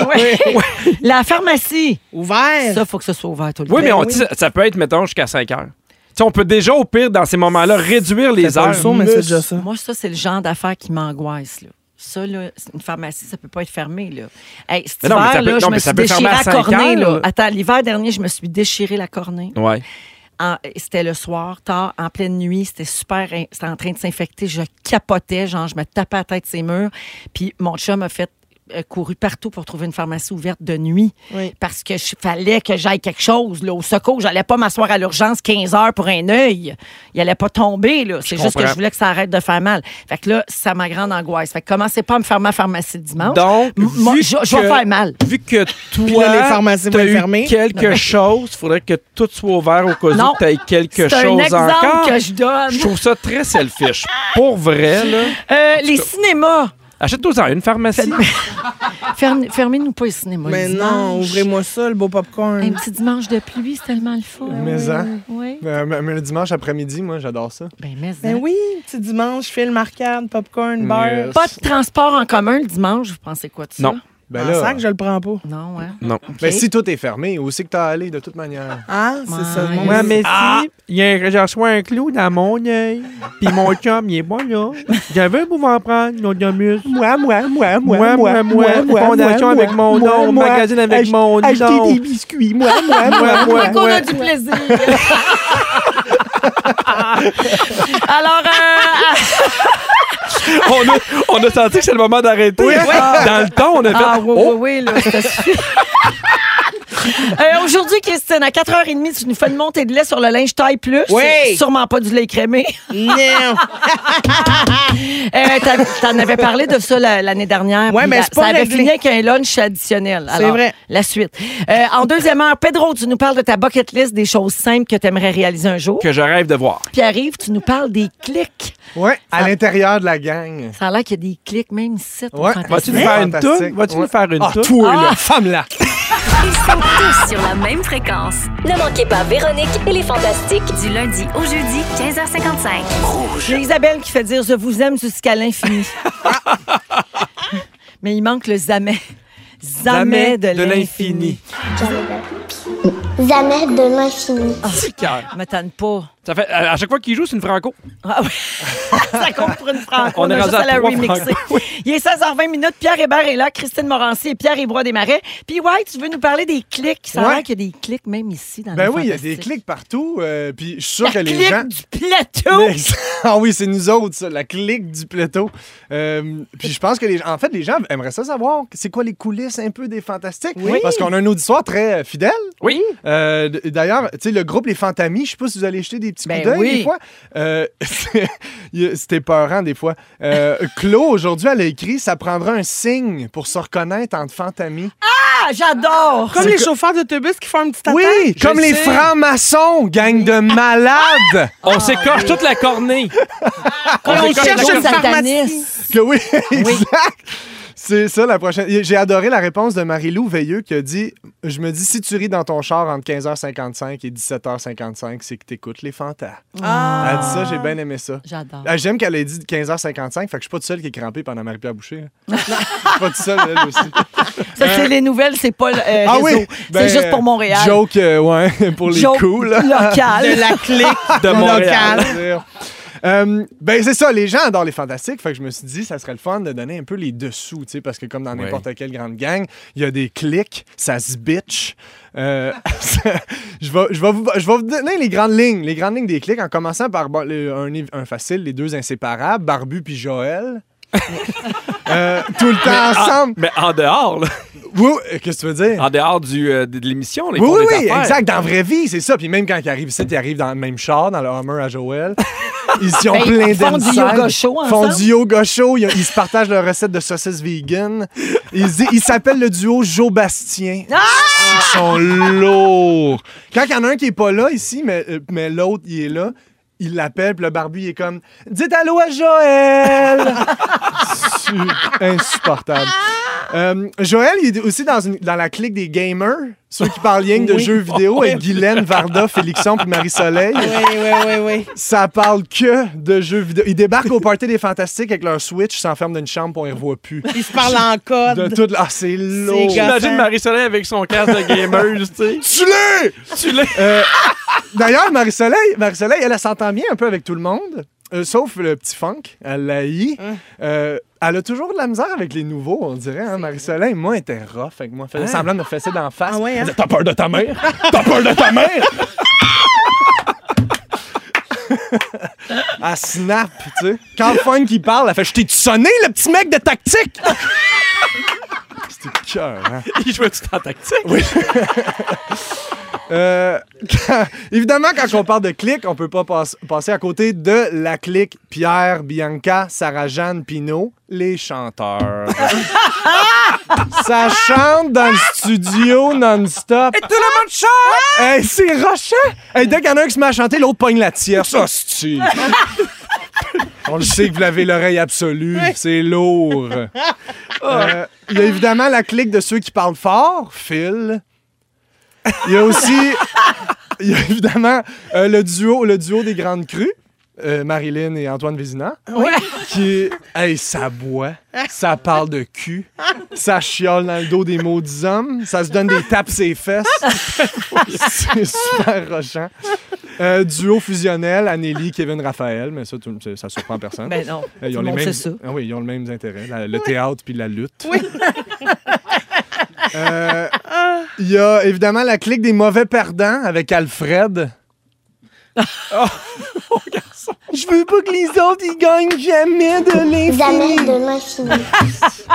Speaker 2: La pharmacie,
Speaker 4: Ouvert.
Speaker 2: ça, faut que ce soit ouvert tout le temps.
Speaker 3: Oui, mais on dit- ça peut être, mettons, jusqu'à 5 heures. Tu sais, on peut déjà, au pire, dans ces moments-là, réduire les
Speaker 4: Pas le
Speaker 3: heures.
Speaker 4: son, mais c'est déjà ça.
Speaker 2: Moi, ça, c'est le genre d'affaires qui m'angoisse. Là. Ça, là, c'est une pharmacie, ça peut pas être fermé. Là. Hey, cet
Speaker 3: Mais non, mais
Speaker 2: hiver,
Speaker 3: ça peut-
Speaker 2: là,
Speaker 3: non,
Speaker 2: je me
Speaker 3: mais
Speaker 2: suis
Speaker 3: ça peut
Speaker 2: déchiré
Speaker 3: fermer à
Speaker 2: la
Speaker 3: cinq
Speaker 2: cornée. là.
Speaker 3: heures, là.
Speaker 2: Attends, l'hiver dernier, je me suis déchiré la cornée.
Speaker 3: Ouais.
Speaker 2: En- c'était le soir, tard, en pleine nuit. C'était super. in- C'était en train de s'infecter. Je capotais. Genre, je me tapais la tête ces murs. Puis mon chum a fait euh, couru partout pour trouver une pharmacie ouverte de nuit
Speaker 4: Oui.
Speaker 2: parce que je fallait que j'aille quelque chose là, au secours j'allais pas m'asseoir à l'urgence 15 heures pour un œil il allait pas tomber là c'est juste que
Speaker 3: comprends.
Speaker 2: je voulais que ça arrête de faire mal fait que là ça ma grande angoisse fait que commencez pas à me faire ma pharmacie dimanche
Speaker 3: Donc,
Speaker 2: Ah M- moi,
Speaker 3: vu
Speaker 2: je, je vais
Speaker 3: que-
Speaker 2: faire mal
Speaker 3: Vu que
Speaker 4: là, les
Speaker 3: toi,
Speaker 4: pharmacies vont
Speaker 3: t'as
Speaker 4: être
Speaker 3: eu
Speaker 4: fermées.
Speaker 3: quelque chose, il faudrait que tout soit ouvert au cas
Speaker 2: Non.
Speaker 3: où t'aies quelque
Speaker 2: c'est un
Speaker 3: chose
Speaker 2: exemple
Speaker 3: encore.
Speaker 2: que je donne
Speaker 3: Je trouve ça très selfish. Pour vrai, là.
Speaker 2: Euh, les cinémas
Speaker 3: Achète-toi-en une pharmacie.
Speaker 2: Ferme- Fermez-nous pas les cinémas.
Speaker 4: Mais
Speaker 2: le
Speaker 4: Ben non,
Speaker 2: dimanche.
Speaker 4: ouvrez-moi ça, le beau popcorn. Ben
Speaker 2: Un petit dimanche de pluie, c'est tellement le fun.
Speaker 6: Mais, hein.
Speaker 2: Oui.
Speaker 6: Euh, mais mais le dimanche après-midi, moi, j'adore ça.
Speaker 2: Ben, mais,
Speaker 4: Ben
Speaker 2: hein.
Speaker 4: oui, petit dimanche, film arcade, popcorn, beurre.
Speaker 6: Yes.
Speaker 2: euh, Pas de transport en commun le dimanche, vous pensez quoi de ça?
Speaker 3: Non.
Speaker 6: Ben
Speaker 4: En
Speaker 6: là.
Speaker 4: sac, Ah, je le prends pas.
Speaker 2: Non, hein?
Speaker 3: Non.
Speaker 6: Mais Ben, si tout est fermé, où c'est que t'as allé, de toute manière?
Speaker 4: Ah, c'est ça.
Speaker 2: Ouais.
Speaker 4: Mon-
Speaker 2: Ouais,
Speaker 3: mais si, il y a, j'en reçois un clou dans mon œil, puis mon chum, il est bon là. J'avais un pouvoir en prendre, non de muscle.
Speaker 6: Moi, moi, moi,
Speaker 3: Moi, moi, moi, fondation avec mon nom, magazine avec mon nom.
Speaker 6: biscuits, moi, moi,
Speaker 3: moi, moi.
Speaker 2: Qu'on a du plaisir. Alors, euh,
Speaker 3: on, a, on a senti que c'est le moment d'arrêter. Dans le temps, on a fait.
Speaker 2: ah, oui, oui,
Speaker 3: oh,
Speaker 2: oui, là, ça suffit. Euh, Aujourd'hui, Christine, à 4h30, tu nous fais une montée de lait sur le linge taille plus.
Speaker 4: Oui.
Speaker 2: C'est Sûrement pas du lait crémé.
Speaker 4: Non.
Speaker 2: Euh, t'a- T'en avais parlé de ça la- l'année dernière.
Speaker 4: Ouais,
Speaker 2: puis
Speaker 4: mais
Speaker 2: la-
Speaker 4: c'est pas
Speaker 2: Ça avait
Speaker 4: réglé.
Speaker 2: fini avec un lunch additionnel.
Speaker 4: C'est
Speaker 2: Alors,
Speaker 4: vrai.
Speaker 2: La suite. Euh, en deuxième heure, Pedro, tu nous parles de ta bucket list des choses simples que tu aimerais réaliser un jour.
Speaker 3: que je rêve de voir.
Speaker 2: Puis arrive, tu nous parles des clics.
Speaker 6: Ouais,
Speaker 2: Ah.
Speaker 6: à l'intérieur de la gang.
Speaker 2: Ça a l'air qu'il y a des clics, même ici. au
Speaker 6: Ouais.
Speaker 2: Fantastique.
Speaker 3: Vas-tu nous faire une
Speaker 6: Fantastique.
Speaker 3: toune? Vas-tu nous
Speaker 6: Ouais.
Speaker 3: faire une
Speaker 6: Ah,
Speaker 3: toune?
Speaker 6: toi, là, femme là.
Speaker 7: Ils sont tous sur la même fréquence.
Speaker 8: Ne manquez pas Véronique et les Fantastiques.
Speaker 7: Du lundi au jeudi, 15h55.
Speaker 2: J'ai Isabelle qui fait dire Je vous aime jusqu'à l'infini. mais il manque le zamet. Zamet de, l'infini.
Speaker 5: Jamais de l'infini.
Speaker 3: Petit cœur.
Speaker 2: Je Ah, me tanne pas.
Speaker 3: Ça fait, à à chaque fois qu'il joue, c'est une franco.
Speaker 2: Ah oui. ça compte pour une franco.
Speaker 3: On
Speaker 2: On,
Speaker 3: est
Speaker 2: a
Speaker 3: rendu
Speaker 2: juste
Speaker 3: à
Speaker 2: à la
Speaker 3: trois
Speaker 2: remixer.
Speaker 3: francos, oui.
Speaker 2: Il est 16h20 minutes. Pierre Hébert est là, Christine Morancy et Pierre Hébrois des Marais. Puis ouais, tu veux nous parler des clics. Ça a
Speaker 6: Ouais.
Speaker 2: l'air qu'il y a des clics même ici dans
Speaker 6: Ben
Speaker 2: les
Speaker 6: oui, il y a des
Speaker 2: Fantastiques.
Speaker 6: clics partout. euh, puis je suis sûr
Speaker 2: La
Speaker 6: que les
Speaker 2: clique
Speaker 6: gens.
Speaker 2: du plateau.
Speaker 6: ah oui, c'est nous autres, ça, la clique du plateau. Euh, puis je pense que les gens, en fait, les gens aimeraient ça savoir. C'est quoi les coulisses un peu des fantastiques? Parce qu'on a un auditoire très euh, fidèle.
Speaker 3: Oui.
Speaker 6: Euh, d- D'ailleurs, tu sais, le groupe Les Fantamis, je sais pas si vous allez jeter des petits
Speaker 2: Ben
Speaker 6: coups d'œil
Speaker 2: oui.
Speaker 6: des fois. Euh, il- C'était peurant des fois. Euh, Claude, aujourd'hui, elle a écrit Ça prendra un signe pour se reconnaître entre Fantamis.
Speaker 2: Ah, j'adore.
Speaker 4: Comme les chauffeurs d'autobus qui font un petit
Speaker 6: oui,
Speaker 4: attaque.
Speaker 6: comme
Speaker 3: je
Speaker 6: les
Speaker 3: sais.
Speaker 6: francs-maçons, gang de malades.
Speaker 3: On s'écorche toute la cornée.
Speaker 2: Quand
Speaker 3: Ah! On
Speaker 2: on
Speaker 3: écoute
Speaker 2: cherche
Speaker 3: les
Speaker 2: un
Speaker 4: autres
Speaker 2: sataniste.
Speaker 6: Que oui, exact. C'est ça la prochaine. J'ai adoré la réponse de Marie-Lou Veilleux qui a dit Je me dis, si tu ris dans ton char entre 15h55 et 17h55, c'est que t'écoutes les fantas. Elle dit ça, j'ai bien aimé ça.
Speaker 2: Ah, J'adore.
Speaker 6: Ah, J'aime qu'elle ait dit 15h55, fait que je suis pas tout seul qui est crampé pendant Marie-Pierre Boucher. là. Je suis pas tout seul, elle aussi.
Speaker 2: Ça, c'est les nouvelles, c'est pas le euh,
Speaker 6: Ben- Ah oui!
Speaker 2: réseau.
Speaker 6: ben,
Speaker 2: c'est juste pour Montréal.
Speaker 6: Joke, euh, ouais, pour les
Speaker 2: Joke
Speaker 6: coups, là.
Speaker 2: local.
Speaker 3: de Montréal.
Speaker 6: Euh, ben c'est ça, les gens adorent les fantastiques, fait que je me suis dit ça serait le fun de donner un peu les dessous, tu sais, parce que comme dans
Speaker 3: Ouais.
Speaker 6: n'importe quelle grande gang, il y a des clics, ça se bitch. Euh, je, vais, je, vais vous, je vais vous donner les grandes lignes, les grandes lignes des clics en commençant par bon, le- un, un facile, les deux inséparables, Barbu puis Joël. Euh, tout le temps ensemble.
Speaker 3: Mais ah. en dehors, là.
Speaker 6: Oui, oui, qu'est-ce que tu veux dire?
Speaker 3: en dehors du, euh, de de l'émission. là, ils
Speaker 6: Oui,
Speaker 3: font
Speaker 6: oui,
Speaker 3: des
Speaker 6: oui,
Speaker 3: affaires.
Speaker 6: exact. Dans la vraie vie, c'est ça. Puis même quand ils arrivent ici, ils arrivent dans le même char, dans le Hummer à Joël. Ils y ont
Speaker 2: Ben,
Speaker 6: plein
Speaker 2: ils font du
Speaker 6: d'insides.
Speaker 2: yoga show
Speaker 6: Ils font
Speaker 2: ensemble.
Speaker 6: du yoga show. Ils, ils se partagent leur recette de saucisses vegan. Ils se disent- ils s'appellent le duo Joe Bastien. Ils sont lourds. Quand il y en a un qui est pas là ici, mais, euh, mais l'autre, il est là, il l'appelle, puis le barbu, il est comme Dites allô à Joël! Su- Insupportable. Euh, Joël, il est aussi dans, une- dans la clique des gamers, ceux qui parlent rien que de jeux vidéo, avec Guylaine, Varda, Félixon puis Marie-Soleil.
Speaker 4: Eh Oui, oui, oui, oui.
Speaker 6: Ça parle que de jeux vidéo. Ils débarquent au party des Fantastiques avec leur Switch, s'enferment dans une chambre, pour on les revoit plus.
Speaker 4: Ils se parlent en
Speaker 6: De
Speaker 4: code.
Speaker 6: toute la- Ah, c'est lourd.
Speaker 4: gars.
Speaker 3: J'imagine Marie-Soleil avec son casque de gamer, tu sais.
Speaker 6: Tu l'es!
Speaker 3: Tu l'as.
Speaker 6: Euh, D'ailleurs, Marie-Soleil, Marie-Soleil, elle, elle s'entend bien un peu avec tout le monde, euh, sauf le petit funk, elle l'a
Speaker 4: Hein.
Speaker 6: Euh, elle a toujours de la misère avec les nouveaux, on dirait. Hein? Marie-Soleil, moi, elle était rough avec moi. Elle faisait semblant de me fesser d'en face.
Speaker 4: Hein? Ah ouais, hein?
Speaker 6: Elle disait, T'as peur de ta mère? T'as peur de ta mère? elle snap, tu sais. Quand le funk, il parle, elle fait « Je t'ai sonné, le petit mec de tactique! » C'était cœur, hein?
Speaker 3: Il jouait tout en tactique.
Speaker 6: Euh, quand- évidemment, quand on parle de clique, on peut pas passe- passer à côté de la clique Pierre, Bianca, Sarah-Jeanne, Pinault, les chanteurs. Ça chante dans le studio non-stop. Et tout le monde chante! Hey, c'est rochant! Hey, dès qu'il y en a un qui se met à chanter, l'autre pogne la tierce. Ça, c'est-tu. On le sait que vous l'avez l'oreille absolue. C'est lourd. Euh, Il y a évidemment la clique de ceux qui parlent fort. Phil, il y a aussi, il y a évidemment euh, le, duo, le duo des Grandes Crues, euh, Marilyn et Antoine Vézina, qui est, hey, ça boit, ça parle de cul, ça chiole dans le dos des maudits hommes, ça se donne des tapes ses fesses. C'est super rochant. Euh, duo fusionnel, Anélie, Kevin, Raphaël, mais ça, tout- ça- ça surprend personne.
Speaker 2: Ben non.
Speaker 6: Euh, ils,
Speaker 2: tout
Speaker 6: ont
Speaker 2: le
Speaker 6: les
Speaker 2: monde
Speaker 6: mêmes,
Speaker 2: sait ça.
Speaker 6: Ah oui, ils ont le même intérêt, la- le théâtre puis la lutte. Euh, Il y a évidemment la clique des mauvais perdants avec Alfred.
Speaker 2: Ah.
Speaker 6: Je veux pas que les autres ils gagnent jamais de
Speaker 5: Jamais de l'infini.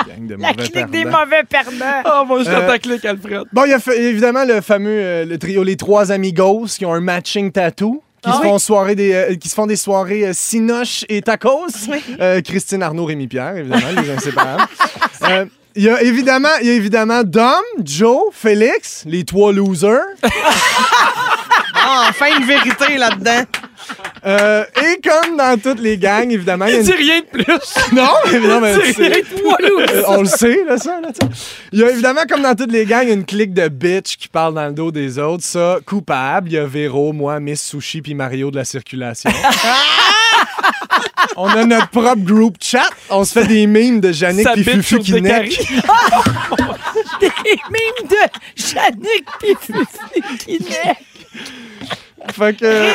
Speaker 6: Gang de
Speaker 2: La
Speaker 6: mauvais
Speaker 2: clique des
Speaker 6: perdants.
Speaker 2: mauvais perdants.
Speaker 3: Oh, moi, je
Speaker 6: Euh,
Speaker 3: ta clique, Alfred.
Speaker 6: Bon, il y a fa- évidemment le fameux euh, le trio les trois amigos qui ont un matching tattoo. Qui, se font soirée des, euh, qui se font des soirées euh, Cinoche et Tacos. Euh, Christine Arnaud, Rémi Pierre, évidemment, les inséparables. Euh, Il y a évidemment, il y a évidemment Dom, Joe, Félix, les trois losers.
Speaker 4: Ah, enfin une vérité là-dedans.
Speaker 6: Euh, et comme dans toutes les gangs, évidemment, il y a
Speaker 3: Dis
Speaker 6: une...
Speaker 3: rien de plus.
Speaker 6: Non, mais non, mais
Speaker 3: Dis rien
Speaker 6: c'est-
Speaker 3: de poilou.
Speaker 6: euh, on le sait, là, ça. Là, ça. il y a évidemment, comme dans toutes les gangs, il y a une clique de bitch qui parle dans le dos des autres. Ça, coupable. Il y a Véro, moi, Miss Sushi, puis Mario de la circulation. On a notre propre group chat. On se fait des mimes de Yannick
Speaker 3: Ça
Speaker 6: et
Speaker 3: bite
Speaker 6: Fufu
Speaker 3: sur
Speaker 6: qui
Speaker 3: des
Speaker 6: neck.
Speaker 3: caries.
Speaker 2: Des mimes de Jannick pis Fufu qui naît.
Speaker 6: Fait que.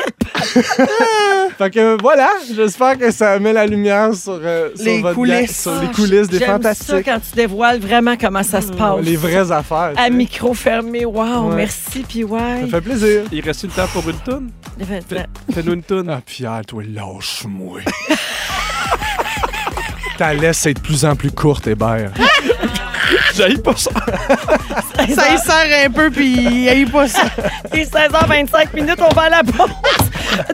Speaker 6: fait que voilà, j'espère que ça met la lumière sur, euh, sur
Speaker 4: Les
Speaker 6: votre
Speaker 4: coulisses.
Speaker 6: gang- sur les coulisses des
Speaker 2: Ah, J'aime ça
Speaker 6: fantastiques. Hmm.
Speaker 2: quand tu dévoiles vraiment comment ça se passe.
Speaker 6: Les vraies affaires.
Speaker 2: À
Speaker 6: tu sais.
Speaker 2: micro fermé, wow,
Speaker 6: Ouais.
Speaker 2: merci, puis ouais.
Speaker 6: Ça fait plaisir.
Speaker 3: Il reste le temps pour une toune.
Speaker 2: Fait-
Speaker 3: Fais-nous une toune.
Speaker 6: Ah, Pierre, toi, lâche-moi. Ta laisse est de plus en plus courte, Hébert.
Speaker 3: J'aille pas ça.
Speaker 4: Ça y sert un peu, puis il aille pas ça.
Speaker 2: Il est 16h25 minutes, on va à la pause.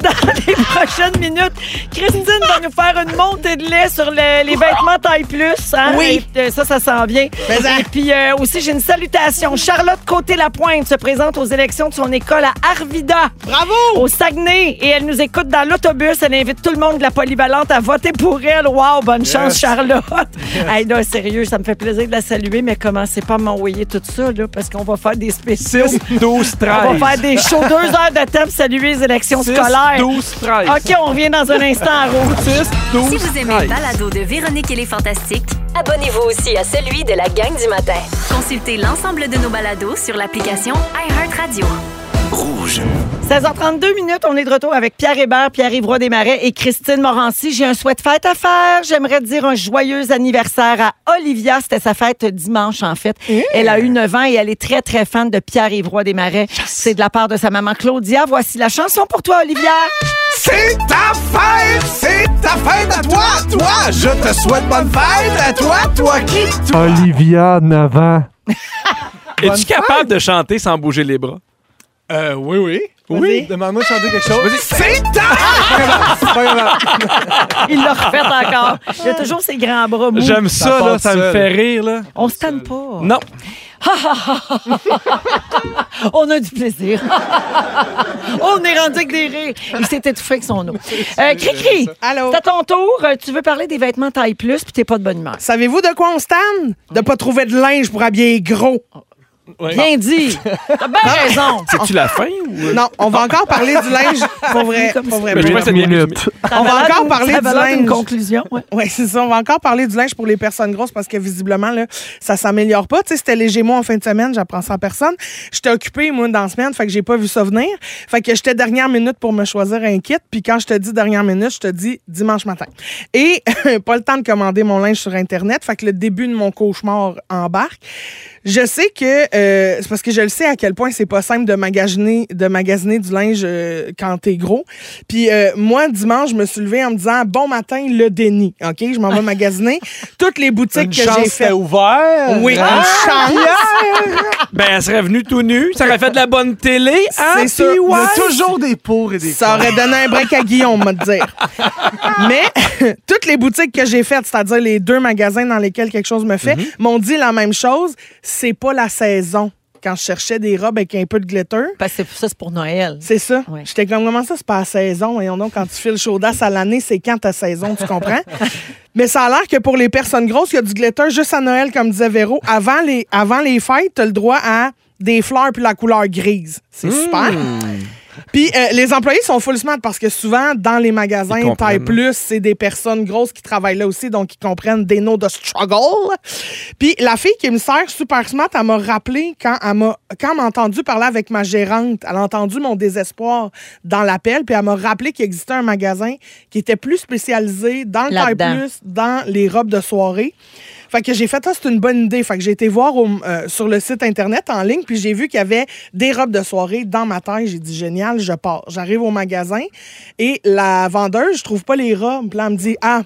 Speaker 2: Dans les prochaines minutes, Christine va nous faire une montée de lait sur le- les vêtements taille plus. hein.
Speaker 4: Oui.
Speaker 2: Et, euh, ça, ça s'en vient. Et puis euh, aussi, j'ai une salutation. Charlotte Côté-Lapointe se présente aux élections de son école à Arvida,
Speaker 4: Bravo!
Speaker 2: au Saguenay. Et elle nous écoute dans l'autobus. Elle invite tout le monde de la polyvalente à voter pour elle. Wow, bonne chance, Charlotte. Hey, non, sérieux, ça me fait plaisir de la saluer, mais commencez pas à m'envoyer tout ça, là, parce qu'on va faire des spéciaux.
Speaker 3: 6, 12, 13.
Speaker 2: On va faire des shows deux heures de temps pour saluer les élections scolaires.
Speaker 3: 12, 13.
Speaker 2: OK, on revient dans un instant à Rouge.
Speaker 3: 6, 12,
Speaker 7: Si vous aimez le balado de Véronique et les Fantastiques,
Speaker 8: Abonnez-vous aussi à celui de la gang du matin.
Speaker 7: consultez l'ensemble de nos balados sur l'application iHeartRadio.
Speaker 2: 16h32 minutes, on est de retour avec Pierre Hébert, Pierre Ivroy Desmarais et Christine Morancy. J'ai un souhait de fête à faire. J'aimerais dire un joyeux anniversaire à Olivia. C'était sa fête dimanche, en fait. Elle a eu 9 ans et elle est très, très fan de Pierre Ivroy Desmarais. C'est de la part de sa maman Claudia. Voici la chanson pour toi, Olivia.
Speaker 1: C'est ta fête, c'est ta fête à toi, toi. Je te souhaite bonne fête à toi, toi qui, toi.
Speaker 6: Olivia Navant.
Speaker 3: Es-tu capable de chanter sans bouger les bras?
Speaker 6: Euh, oui, oui. Oui. Demande-moi de chanter quelque chose.
Speaker 1: C'est ta
Speaker 6: C'est pas grave.
Speaker 2: Il l'a refaite encore. Il a toujours ses grands bras mous.
Speaker 3: J'aime
Speaker 6: Ça
Speaker 3: ça,
Speaker 6: part
Speaker 3: là, ça me
Speaker 6: seul.
Speaker 3: fait rire, là.
Speaker 2: On se tanne pas.
Speaker 3: Non.
Speaker 2: On a du plaisir. On est rendu avec des rires. Il s'est étouffé avec son eau. Euh, Cri-cri,
Speaker 4: Allô?
Speaker 2: c'est à ton tour. Euh, Tu veux parler des vêtements taille plus, puis t'es pas de bonne humeur.
Speaker 4: Savez-vous de quoi on se tanne? De pas trouver de linge pour habiller gros.
Speaker 2: Bien dit. T'as bien raison.
Speaker 3: C'est-tu la fin ou.
Speaker 4: Non, on va encore parler du linge. Pour vrai, pour vrai.
Speaker 3: Mais je
Speaker 4: pour
Speaker 3: crois
Speaker 4: vrai.
Speaker 3: que c'est bien résumé.
Speaker 2: Ça
Speaker 4: On
Speaker 2: avait
Speaker 4: va
Speaker 2: l'air
Speaker 4: encore
Speaker 2: d'une-
Speaker 4: parler
Speaker 2: ça avait
Speaker 4: du
Speaker 2: l'air d'une
Speaker 4: linge.
Speaker 2: conclusion. ouais.
Speaker 4: Oui, c'est ça. On va encore parler du linge pour les personnes grosses parce que visiblement, là, ça s'améliore pas. Tu sais, c'était léger moi en fin de semaine, j'apprends ça en personne. J'étais occupée, moi, dans la semaine, fait que j'ai pas vu ça venir. Fait que j'étais dernière minute pour me choisir un kit. Puis quand je te dis dernière minute, je te dis dimanche matin. Et pas le temps de commander mon linge sur Internet. Fait que le début de mon cauchemar embarque. Je sais que euh, c'est parce que je le sais à quel point c'est pas simple de magasiner, de magasiner du linge euh, quand t'es gros. Puis euh, moi dimanche, je me suis levée en me disant bon matin le déni. Ok, je m'en vais magasiner toutes les boutiques
Speaker 6: Une
Speaker 4: que j'ai
Speaker 6: chance
Speaker 4: faites.
Speaker 6: c'était ouvert.
Speaker 4: Oui,
Speaker 6: Ah!
Speaker 4: une chance.
Speaker 3: Ben, elle serait venue tout nue. Ça aurait fait de la bonne télé. Hein?
Speaker 4: C'est
Speaker 3: Puis
Speaker 4: sûr.
Speaker 3: ouais.
Speaker 6: Il y a toujours des pour et des
Speaker 4: Ah, Ça aurait donné un break à Guillaume, me dire. Mais toutes les boutiques que j'ai faites, c'est-à-dire les deux magasins dans lesquels quelque chose me fait, m'ont dit la même chose. C'est pas la saison. Quand je cherchais des robes avec un peu de glitter,
Speaker 2: Parce que ça, c'est pour Noël.
Speaker 4: C'est ça.
Speaker 2: Ouais.
Speaker 4: J'étais comme, comment ça, c'est pas la saison? Et donc, quand tu files chaudasse à l'année, c'est quand ta saison, tu comprends? Mais ça a l'air que pour les personnes grosses, il y a du glitter juste à Noël, comme disait Véro. Avant les, avant les fêtes, t'as le droit à des fleurs puis la couleur grise. C'est super. Puis euh, les employés sont full smart parce que souvent, dans les
Speaker 3: Ils
Speaker 4: magasins
Speaker 3: comprennent.
Speaker 4: taille plus, c'est des personnes grosses qui travaillent là aussi, donc ils comprennent des noms de struggle. Puis la fille qui me sert super smart, elle m'a rappelé quand elle m'a, quand elle m'a entendu parler avec ma gérante. Elle a entendu mon désespoir dans l'appel, puis elle m'a rappelé qu'il existait un magasin qui était plus spécialisé dans le taille
Speaker 2: Là-dedans.
Speaker 4: plus, dans les robes de soirée. Fait que j'ai fait ça, c'est une bonne idée. Fait que j'ai été voir au- euh, sur le site internet en ligne, puis j'ai vu qu'il y avait des robes de soirée dans ma taille. J'ai dit génial, je pars. J'arrive au magasin et la vendeuse, je trouve pas les robes. Puis là, elle me dit ah,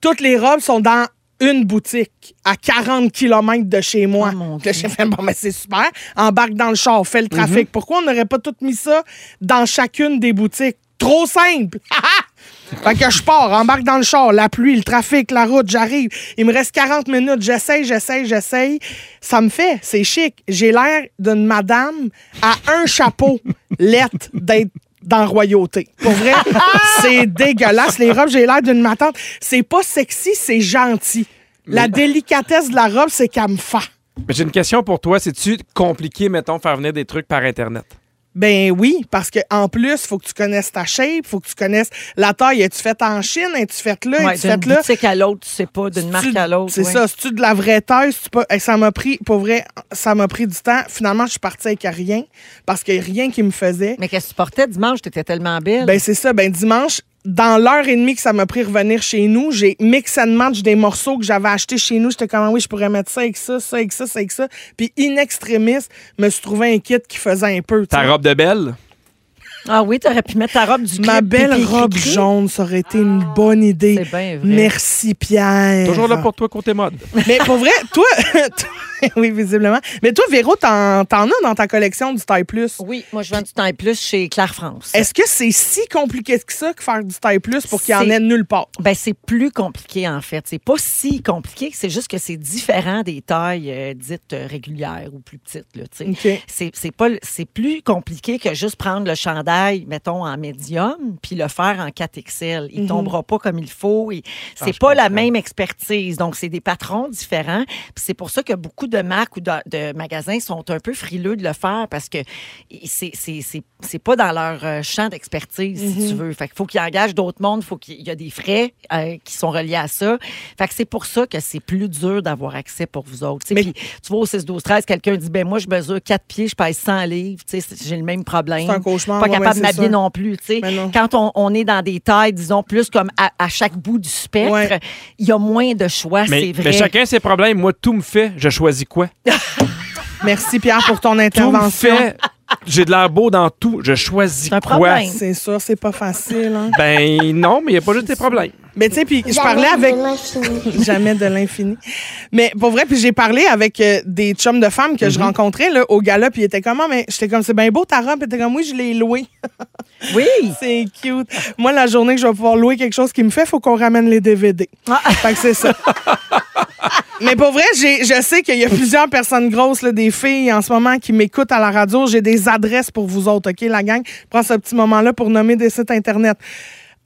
Speaker 4: toutes les robes sont dans une boutique à 40 km de chez moi.
Speaker 2: Oh, mon
Speaker 4: Puis là, j'ai fait, bon, mais c'est super. Embarque dans le char, fais le trafic. Pourquoi on n'aurait pas tout mis ça dans chacune des boutiques? Trop simple! Fait que je pars, embarque dans le char, la pluie, le trafic, la route, j'arrive. Il me reste 40 minutes, j'essaye, j'essaye, j'essaye. Ça me fait, c'est chic. J'ai l'air d'une madame à un chapeau lettre d'être dans royauté. Pour vrai, c'est dégueulasse. Les robes, j'ai l'air d'une matante. C'est pas sexy, c'est gentil. La délicatesse de la robe, c'est qu'elle me fait.
Speaker 3: Mais J'ai une question pour toi. C'est-tu compliqué, mettons, faire venir des trucs par Internet?
Speaker 4: Ben oui, parce que en plus, faut que tu connaisses ta shape, faut que tu connaisses la taille. Es-tu faite en Chine? Es-tu faite là?
Speaker 2: Ouais,
Speaker 4: Es-tu
Speaker 2: d'une
Speaker 4: faite là?
Speaker 2: boutique à l'autre, tu sais pas, d'une marque
Speaker 4: Tu-
Speaker 2: à l'autre.
Speaker 4: C'est
Speaker 2: ouais.
Speaker 4: ça. C'est-tu de la vraie taille? C'est-tu pas- Hey, ça m'a pris, pour vrai, ça m'a pris du temps. Finalement, je suis partie avec rien parce qu'il y a rien qui me faisait.
Speaker 2: Mais qu'est-ce que tu portais dimanche? T'étais tellement belle.
Speaker 4: Ben c'est ça. Ben dimanche, dans l'heure et demie que ça m'a pris revenir chez nous, j'ai mix and match des morceaux que j'avais achetés chez nous. J'étais comme Ah oui, je pourrais mettre ça avec ça, ça avec ça, ça avec ça. Puis in extremis, me suis trouvé un kit qui faisait un peu. tu sais.
Speaker 3: Ta robe de belle?
Speaker 2: ah oui, t'aurais pu mettre ta robe du
Speaker 4: Ma
Speaker 2: clip,
Speaker 4: belle
Speaker 2: pipi,
Speaker 4: robe
Speaker 2: cri-cri.
Speaker 4: jaune, ça aurait été une bonne idée.
Speaker 2: C'est bien vrai.
Speaker 4: Merci Pierre.
Speaker 3: Toujours là pour toi, côté mode.
Speaker 4: Mais pour vrai, toi, toi- oui, visiblement. Mais toi, Véro, t'en t'en as dans ta collection du taille plus.
Speaker 2: Oui, moi, je vends du temps et plus chez Claire France.
Speaker 4: Est-ce que c'est si compliqué que ça que faire du taille plus pour qu'il y en
Speaker 2: C'est-
Speaker 4: ait nulle part?
Speaker 2: Ben, c'est plus compliqué, en fait. C'est pas si compliqué, c'est juste que c'est différent des tailles euh, dites euh, régulières ou plus petites. Là, tu sais.
Speaker 4: OK.
Speaker 2: c'est, c'est, pas, le- c'est plus compliqué que juste prendre le chandail, mettons, en médium, puis le faire en 4XL. Il tombera pas comme il faut. et c'est pas la même expertise. Donc, c'est des patrons différents. Puis c'est pour ça que beaucoup de marques ou de, de magasins sont un peu frileux de le faire parce que c'est, c'est, c'est, c'est pas dans leur euh, champ d'expertise, si tu
Speaker 4: Mhm.
Speaker 2: veux. Fait qu'il faut qu'ils engagent d'autres mondes. Faut qu'il il y a des frais euh, qui sont reliés à ça. Fait que c'est pour ça que c'est plus dur d'avoir accès pour vous autres. tu sais.
Speaker 4: Mais-
Speaker 2: Puis tu vois, au 6, 12, 13, quelqu'un dit ben moi, je mesure 4 pieds, je pèse 100 livres. Tu sais, j'ai le même problème.
Speaker 4: C'est un cauchemar,
Speaker 2: Pas
Speaker 4: ouais,
Speaker 2: capable de
Speaker 4: ouais, c'est
Speaker 2: m'habiller
Speaker 4: sûr.
Speaker 2: non plus. tu sais.
Speaker 4: Mais non.
Speaker 2: Quand on, on est dans des tailles, disons, plus comme à, à chaque bout du spectre,
Speaker 4: Ouais.
Speaker 2: il y a moins de choix, c'est
Speaker 3: Mais,
Speaker 2: vrai.
Speaker 3: mais chacun ses problèmes. Moi, tout me fait. Je choisis quoi?
Speaker 4: Merci Pierre pour ton
Speaker 3: Tout me
Speaker 4: intervention.
Speaker 3: fait. J'ai de l'air beau dans tout. Je choisis
Speaker 2: C'est un
Speaker 3: quoi?
Speaker 2: problème.
Speaker 4: C'est sûr, c'est pas facile. hein.
Speaker 3: Ben non, mais il n'y a pas juste des problèmes.
Speaker 4: Mais tu sais, puis je
Speaker 5: Jamais
Speaker 4: parlais avec
Speaker 5: de l'infini.
Speaker 4: jamais de l'infini. Mais pour vrai, puis j'ai parlé avec euh, des chums de femmes que je rencontrais là, au gala, puis ils étaient comme, Ah, mais j'étais comme, c'est bien beau ta robe, Ils étaient comme, oui, je l'ai louée.
Speaker 2: Oui.
Speaker 4: C'est cute. Moi, la journée que je vais pouvoir louer quelque chose qui me fait, faut qu'on ramène les DVD. Fait que c'est ça. Mais pour vrai, j'ai- je sais qu'il y a plusieurs personnes grosses, là, des filles en ce moment qui m'écoutent à la radio. J'ai des adresses pour vous autres, OK, la gang? Je prends ce petit moment-là pour nommer des sites Internet.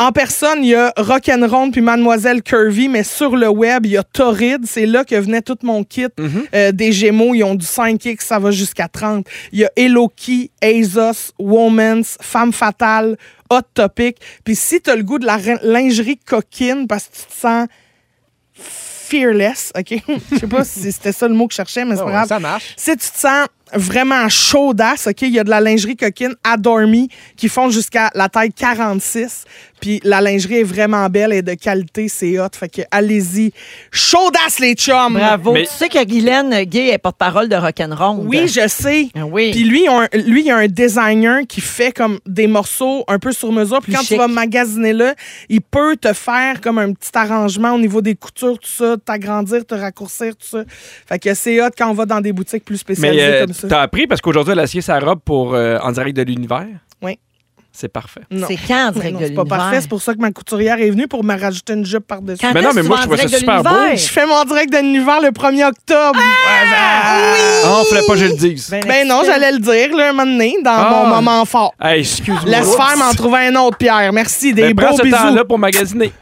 Speaker 4: En personne, il y a Rock'n'Ronde puis Mademoiselle Curvy, mais sur le web, il y a Torrid. C'est là que venait tout mon kit euh, des Gémeaux. Ils ont du 5X, ça va jusqu'à 30. Il y a Eloki, Azos, Woman's, Femme Fatale, Hot Topic. Puis si t'as le goût de la rin- lingerie coquine parce que tu te sens fearless, OK? Je sais pas si c'était ça le mot que je cherchais, mais c'est pas
Speaker 6: Ouais,
Speaker 4: grave.
Speaker 6: ça marche.
Speaker 4: Si tu te sens vraiment chaudasse, OK, il y a de la lingerie coquine Adormi qui font jusqu'à la taille 46. Puis la lingerie est vraiment belle et de qualité, c'est hot. Fait que allez-y. Chaudasse, les chums!
Speaker 2: Bravo.
Speaker 3: Mais-
Speaker 2: Tu sais que Guylaine Gay est porte-parole de Rock'n'Roll.
Speaker 4: Oui, je sais.
Speaker 2: Ah oui.
Speaker 4: Puis lui, il a un- lui, il y a un designer qui fait comme des morceaux un peu sur mesure.
Speaker 2: Plus
Speaker 4: Puis quand
Speaker 2: chic.
Speaker 4: tu vas magasiner là, il peut te faire comme un petit arrangement au niveau des coutures, tout ça, t'agrandir, te raccourcir, tout ça. Fait que c'est hot quand on va dans des boutiques plus
Speaker 3: Mais
Speaker 4: spécialisées
Speaker 3: euh,
Speaker 4: comme ça.
Speaker 3: t'as appris parce qu'aujourd'hui, elle a scié sa robe pour euh, En direct de l'univers.
Speaker 4: Oui.
Speaker 3: C'est parfait.
Speaker 4: Non.
Speaker 2: C'est quand, en
Speaker 4: Mais
Speaker 2: direct
Speaker 4: non,
Speaker 2: de
Speaker 4: C'est pas
Speaker 2: l'univers?
Speaker 4: parfait, c'est pour ça que ma couturière est venue pour me rajouter une jupe par-dessus.
Speaker 2: Quand
Speaker 3: Mais non,
Speaker 2: est-ce
Speaker 3: mais
Speaker 2: que
Speaker 3: moi,
Speaker 2: tu
Speaker 3: je
Speaker 2: vas en
Speaker 3: trouvais ça
Speaker 2: direct de
Speaker 3: super beau.
Speaker 2: l'univers?
Speaker 4: Je fais mon direct de l'univers le 1er octobre.
Speaker 3: Ah, fallait pas que je le dise.
Speaker 4: Ben non, j'allais le dire là, un moment donné, dans
Speaker 3: Ah.
Speaker 4: mon moment fort.
Speaker 3: Hey, excuse-moi.
Speaker 4: Laisse faire m'en trouver un autre, Pierre. Merci, des
Speaker 3: Ben,
Speaker 4: beaux
Speaker 3: prends ce
Speaker 4: bisous.
Speaker 3: temps-là pour magasiner.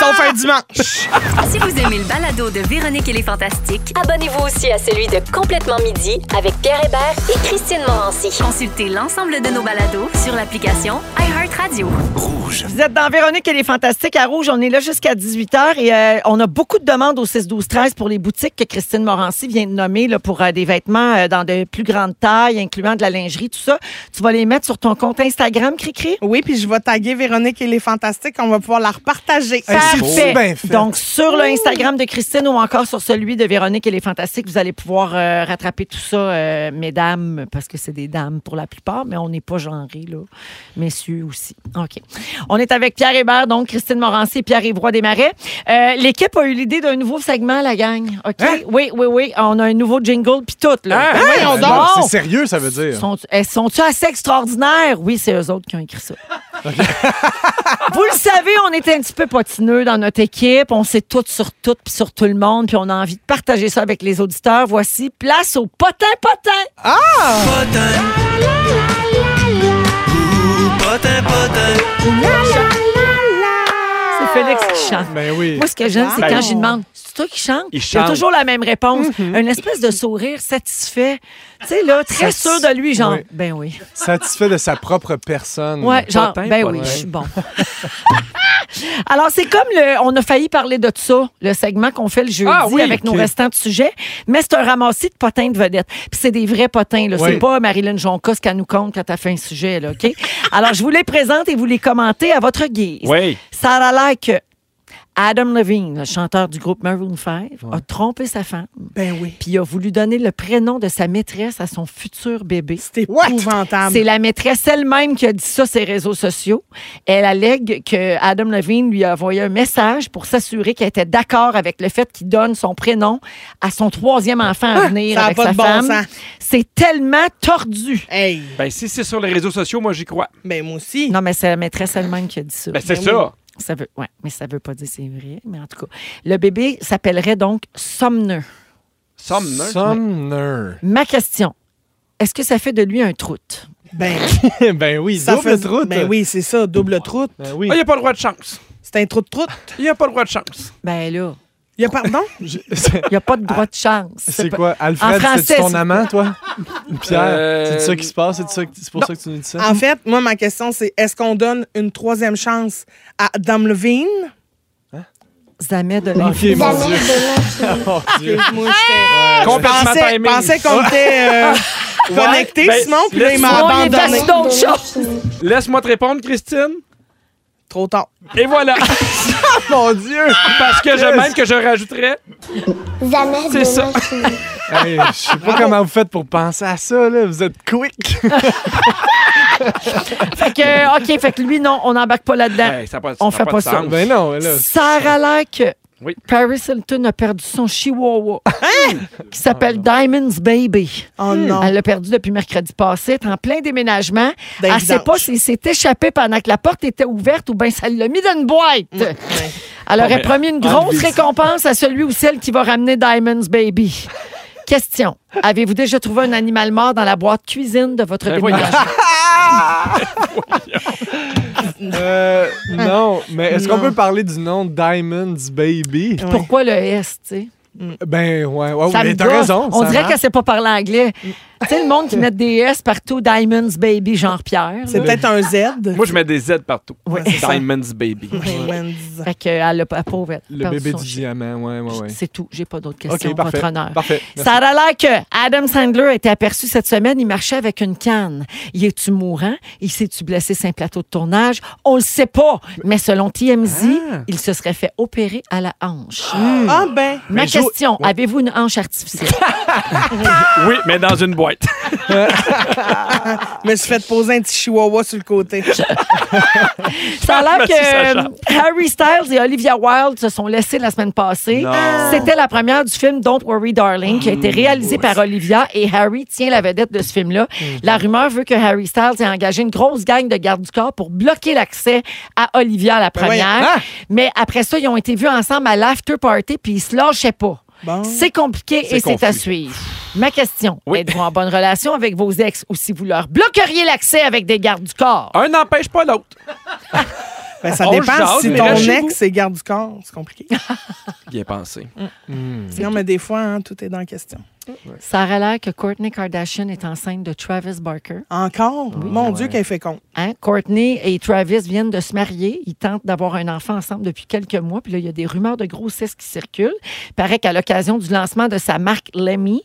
Speaker 4: Sauf un dimanche.
Speaker 7: Si vous aimez le balado de Véronique et les Fantastiques,
Speaker 8: Abonnez-vous aussi à celui de Complètement Midi avec Pierre Hébert et Christine Morancy.
Speaker 7: consultez l'ensemble de nos balados sur l'application iHeartRadio.
Speaker 2: Vous êtes dans Véronique et les Fantastiques à Rouge. On est là jusqu'à 18h et euh, on a beaucoup de demandes au 6-12-13 pour les boutiques que Christine Morancy vient de nommer là, pour euh, des vêtements euh, dans de plus grandes tailles, incluant de la lingerie, tout ça. Tu vas les mettre sur ton compte Instagram, Cricri?
Speaker 4: Oui, puis je vais taguer Véronique et les Fantastiques. On va pouvoir la repartager.
Speaker 2: Eh
Speaker 6: c'est
Speaker 2: Parfait.
Speaker 6: bien fait.
Speaker 2: Donc, sur le Instagram de Christine ou encore sur celui de Véronique et les Fantastiques, vous allez pouvoir euh, rattraper tout ça, euh, mesdames, parce que c'est des dames pour la plupart, mais on n'est pas genrés, là. Messieurs aussi. OK. On est avec Pierre Hébert, donc Christine Morancy et Pierre Évroy Desmarais. Euh, L'équipe a eu l'idée d'un nouveau segment, la gang. OK?
Speaker 6: Hein?
Speaker 2: Oui, oui, oui. On a un nouveau jingle, puis tout, là.
Speaker 3: Hein?
Speaker 6: Ben
Speaker 2: Voyons
Speaker 6: non,
Speaker 2: donc.
Speaker 6: C'est sérieux, ça veut dire.
Speaker 2: Sont, elles sont-tu assez extraordinaires? Oui, c'est eux autres qui ont écrit ça. Vous le savez, on est un petit peu potineux dans notre équipe. On sait tout sur tout puis sur tout le monde. Puis on a envie de partager ça avec les auditeurs. Voici Place au potin-potin. C'est Félix qui chante.
Speaker 6: Ben oui.
Speaker 2: Moi, ce que j'aime, c'est
Speaker 3: Ben,
Speaker 2: quand je lui demande, c'est toi qui chante?
Speaker 3: Il
Speaker 2: a
Speaker 3: chante.
Speaker 2: toujours la même réponse. Une espèce de sourire satisfait. Tu sais, là, très
Speaker 6: Satis-
Speaker 2: sûr de lui, genre,
Speaker 6: Oui.
Speaker 2: ben oui.
Speaker 6: Satisfait de sa propre
Speaker 3: Mm.
Speaker 6: personne.
Speaker 2: Ouais, genre,
Speaker 3: Potin,
Speaker 2: ben
Speaker 3: potin.
Speaker 2: oui, je suis bon. Alors, c'est comme le. On a failli parler de ça, le segment qu'on fait le jeudi
Speaker 3: Ah oui,
Speaker 2: avec nos
Speaker 3: ok.
Speaker 2: restants de sujets, mais c'est un ramassis de potins de vedettes. Puis c'est des vrais potins, là.
Speaker 6: Oui.
Speaker 2: C'est pas Marilyn Jonca ce qu'elle nous compte quand elle fait un sujet, là, OK? Alors, je vous les présente et vous les commentez à votre guise.
Speaker 3: Oui.
Speaker 2: Ça a l'air que Adam Levine, le chanteur du groupe Maroon 5, a trompé sa femme,
Speaker 4: Ben oui.
Speaker 2: puis il a voulu donner le prénom de sa maîtresse à son futur bébé.
Speaker 4: C'est épouvantable.
Speaker 2: C'est la maîtresse elle-même qui a dit ça sur ses réseaux sociaux. Elle allègue que Adam Levine lui a envoyé un message pour s'assurer qu'elle était d'accord avec le fait qu'il donne son prénom à son troisième enfant à venir
Speaker 4: Ah, ça a
Speaker 2: avec
Speaker 4: pas
Speaker 2: sa
Speaker 4: de bon
Speaker 2: femme.
Speaker 4: sens.
Speaker 2: C'est tellement tordu.
Speaker 4: Hey,
Speaker 3: Ben, si c'est sur les réseaux sociaux, moi, j'y crois.
Speaker 4: ben moi aussi.
Speaker 2: Non, mais c'est la maîtresse elle-même qui a dit ça.
Speaker 3: Ben, c'est
Speaker 4: Ben
Speaker 3: ça.
Speaker 4: oui.
Speaker 2: Ça veut, ouais, mais ça veut pas dire c'est vrai. Mais en tout cas, le bébé s'appellerait donc Somneux.
Speaker 3: Somneux.
Speaker 6: Somneur.
Speaker 2: Ma question, est-ce que ça fait de lui un troute?
Speaker 4: Ben,
Speaker 6: ben oui,
Speaker 4: ça
Speaker 6: double
Speaker 4: faisait-
Speaker 6: troute.
Speaker 4: Ben oui, c'est ça, double troute.
Speaker 6: Ben oui.
Speaker 3: Ah, il n'y a pas le droit de chance.
Speaker 4: C'est un trou de troute.
Speaker 3: Il n'y a pas le droit de chance.
Speaker 2: Ben là,
Speaker 4: Il y a pardon?
Speaker 6: Je- c'est-
Speaker 2: il n'y a pas de droit de chance.
Speaker 6: C'est
Speaker 2: pas-
Speaker 6: quoi, Alfred,
Speaker 2: français,
Speaker 6: c'est ton
Speaker 2: c'est-
Speaker 6: amant, toi? Pierre,
Speaker 3: Euh,
Speaker 6: c'est ça qui se passe? C'est ça que- c'est pour
Speaker 3: non.
Speaker 6: ça que tu nous dis ça?
Speaker 4: En fait, moi, ma question, c'est est-ce qu'on donne une troisième chance à Adam Levine?
Speaker 2: Jamais de
Speaker 6: Ok, mon
Speaker 5: Jamais
Speaker 6: Dieu.
Speaker 5: de la-
Speaker 6: Oh, Dieu.
Speaker 4: Moi, j'étais. Je
Speaker 3: Complètement
Speaker 4: pensais,
Speaker 3: timing.
Speaker 4: pensais qu'on était euh, connectés,
Speaker 3: ben,
Speaker 4: sinon, puis là, il m'a
Speaker 3: laisse-moi
Speaker 2: Oh, il est
Speaker 4: abandonné.
Speaker 2: facile d'autres
Speaker 5: de la-
Speaker 2: choses.
Speaker 3: Laisse-moi te répondre, Christine.
Speaker 4: Trop tard.
Speaker 3: Et voilà.
Speaker 6: Mon Dieu!
Speaker 3: Parce que je même que je rajouterais.
Speaker 5: Jamais de
Speaker 3: C'est ça.
Speaker 5: la chimie.
Speaker 6: Hey, je sais pas comment vous faites pour penser à ça, là. Vous êtes quick.
Speaker 2: Fait que, OK, fait que lui, non, on n'embarque pas là-dedans.
Speaker 3: Hey, ça a pas-
Speaker 2: Ah. On
Speaker 3: ça a
Speaker 2: fait
Speaker 3: de
Speaker 2: pas ça.
Speaker 3: sens.
Speaker 6: ben non, là.
Speaker 2: Sarah Lake.
Speaker 3: Oui.
Speaker 2: Paris Hilton a perdu son chihuahua qui s'appelle Diamond's Baby.
Speaker 4: Oh non.
Speaker 2: Elle l'a perdu depuis mercredi passé, elle est en plein déménagement.
Speaker 4: D'un
Speaker 2: elle ne sait
Speaker 4: vidange.
Speaker 2: pas si s'est échappé pendant que la porte était ouverte ou bien ça l'a mis dans une boîte. Elle aurait
Speaker 3: mais
Speaker 2: promis une grosse récompense à celui ou celle qui va ramener Diamond's Baby. Question. Avez-vous déjà trouvé un animal mort dans la boîte cuisine de votre
Speaker 3: Ben voyons.
Speaker 2: déménagement?
Speaker 6: Euh, non, mais est-ce qu'on peut parler du nom Diamond's Baby?
Speaker 4: Ouais.
Speaker 2: Pourquoi le S, tu sais?
Speaker 6: Ben ouais, ouais,
Speaker 2: Ça
Speaker 6: mais
Speaker 2: me
Speaker 6: t'as
Speaker 2: gosse.
Speaker 6: raison.
Speaker 2: On
Speaker 6: ça
Speaker 2: dirait
Speaker 6: marche.
Speaker 2: qu'elle sait pas parler anglais. tu sais, le monde qui met des S partout, Diamonds, Baby, Jean-Pierre.
Speaker 4: C'est peut-être un Z. Ben,
Speaker 3: Moi, je mets des Z partout. Diamond's Baby.
Speaker 4: Wendy's.
Speaker 2: Fait que, elle a pas pauvre. elle a
Speaker 6: Le
Speaker 2: perdu
Speaker 6: bébé
Speaker 2: son
Speaker 6: du
Speaker 2: chien.
Speaker 6: diamant, ouais, ouais, ouais.
Speaker 2: C'est tout. J'ai pas d'autres questions.
Speaker 6: Ok, parfait.
Speaker 2: Votre honneur.
Speaker 6: Parfait.
Speaker 2: Ça a l'air que Adam Sandler a été aperçu cette semaine. Il marchait avec une canne. Il est-tu mourant? Il s'est-tu blessé sur un plateau de tournage? On le sait pas. Mais selon TMZ,
Speaker 6: Ah.
Speaker 2: il se serait fait opérer à la hanche.
Speaker 4: Ah ben,
Speaker 2: Ma
Speaker 6: Mais Jo-
Speaker 2: question, avez-vous une hanche artificielle?
Speaker 3: Oui, mais dans une boîte.
Speaker 4: je me suis fait poser un petit chihuahua sur le côté.
Speaker 2: Ça a l'air
Speaker 3: Merci, Sacha.
Speaker 2: que euh, Harry Styles et Olivia Wilde se sont laissés la semaine passée. C'était la première du film Don't Worry Darling qui a été réalisé par Olivia et Harry tient la vedette de ce film-là. La rumeur veut que Harry Styles ait engagé une grosse gang de gardes du corps pour bloquer l'accès à Olivia la première.
Speaker 4: voyons.
Speaker 2: Mais après ça, ils ont été vus ensemble à l'after party puis ils se lâchaient pas.
Speaker 4: Bon.
Speaker 2: C'est compliqué et c'est à suivre. Ma question,
Speaker 3: Oui.
Speaker 2: êtes-vous en bonne relation avec vos ex ou si vous leur bloqueriez l'accès avec des gardes du corps?
Speaker 3: Un n'empêche pas l'autre.
Speaker 4: Ben, ça
Speaker 3: On
Speaker 4: dépend
Speaker 3: jase,
Speaker 4: si
Speaker 3: mais
Speaker 4: ton
Speaker 3: reste chez
Speaker 4: ex est garde du corps. C'est compliqué.
Speaker 3: Bien pensé.
Speaker 4: Sinon, mais des fois, hein, tout est dans la question.
Speaker 2: Ça aurait l'air que Courtney Kardashian est enceinte de Travis Barker.
Speaker 4: Encore? Mon Dieu, qu'elle fait con.
Speaker 2: Hein? Courtney et Travis viennent de se marier. Ils tentent d'avoir un enfant ensemble depuis quelques mois. Puis là, il y a des rumeurs de grossesse qui circulent. Paraît qu'à l'occasion du lancement de sa marque Lemmy,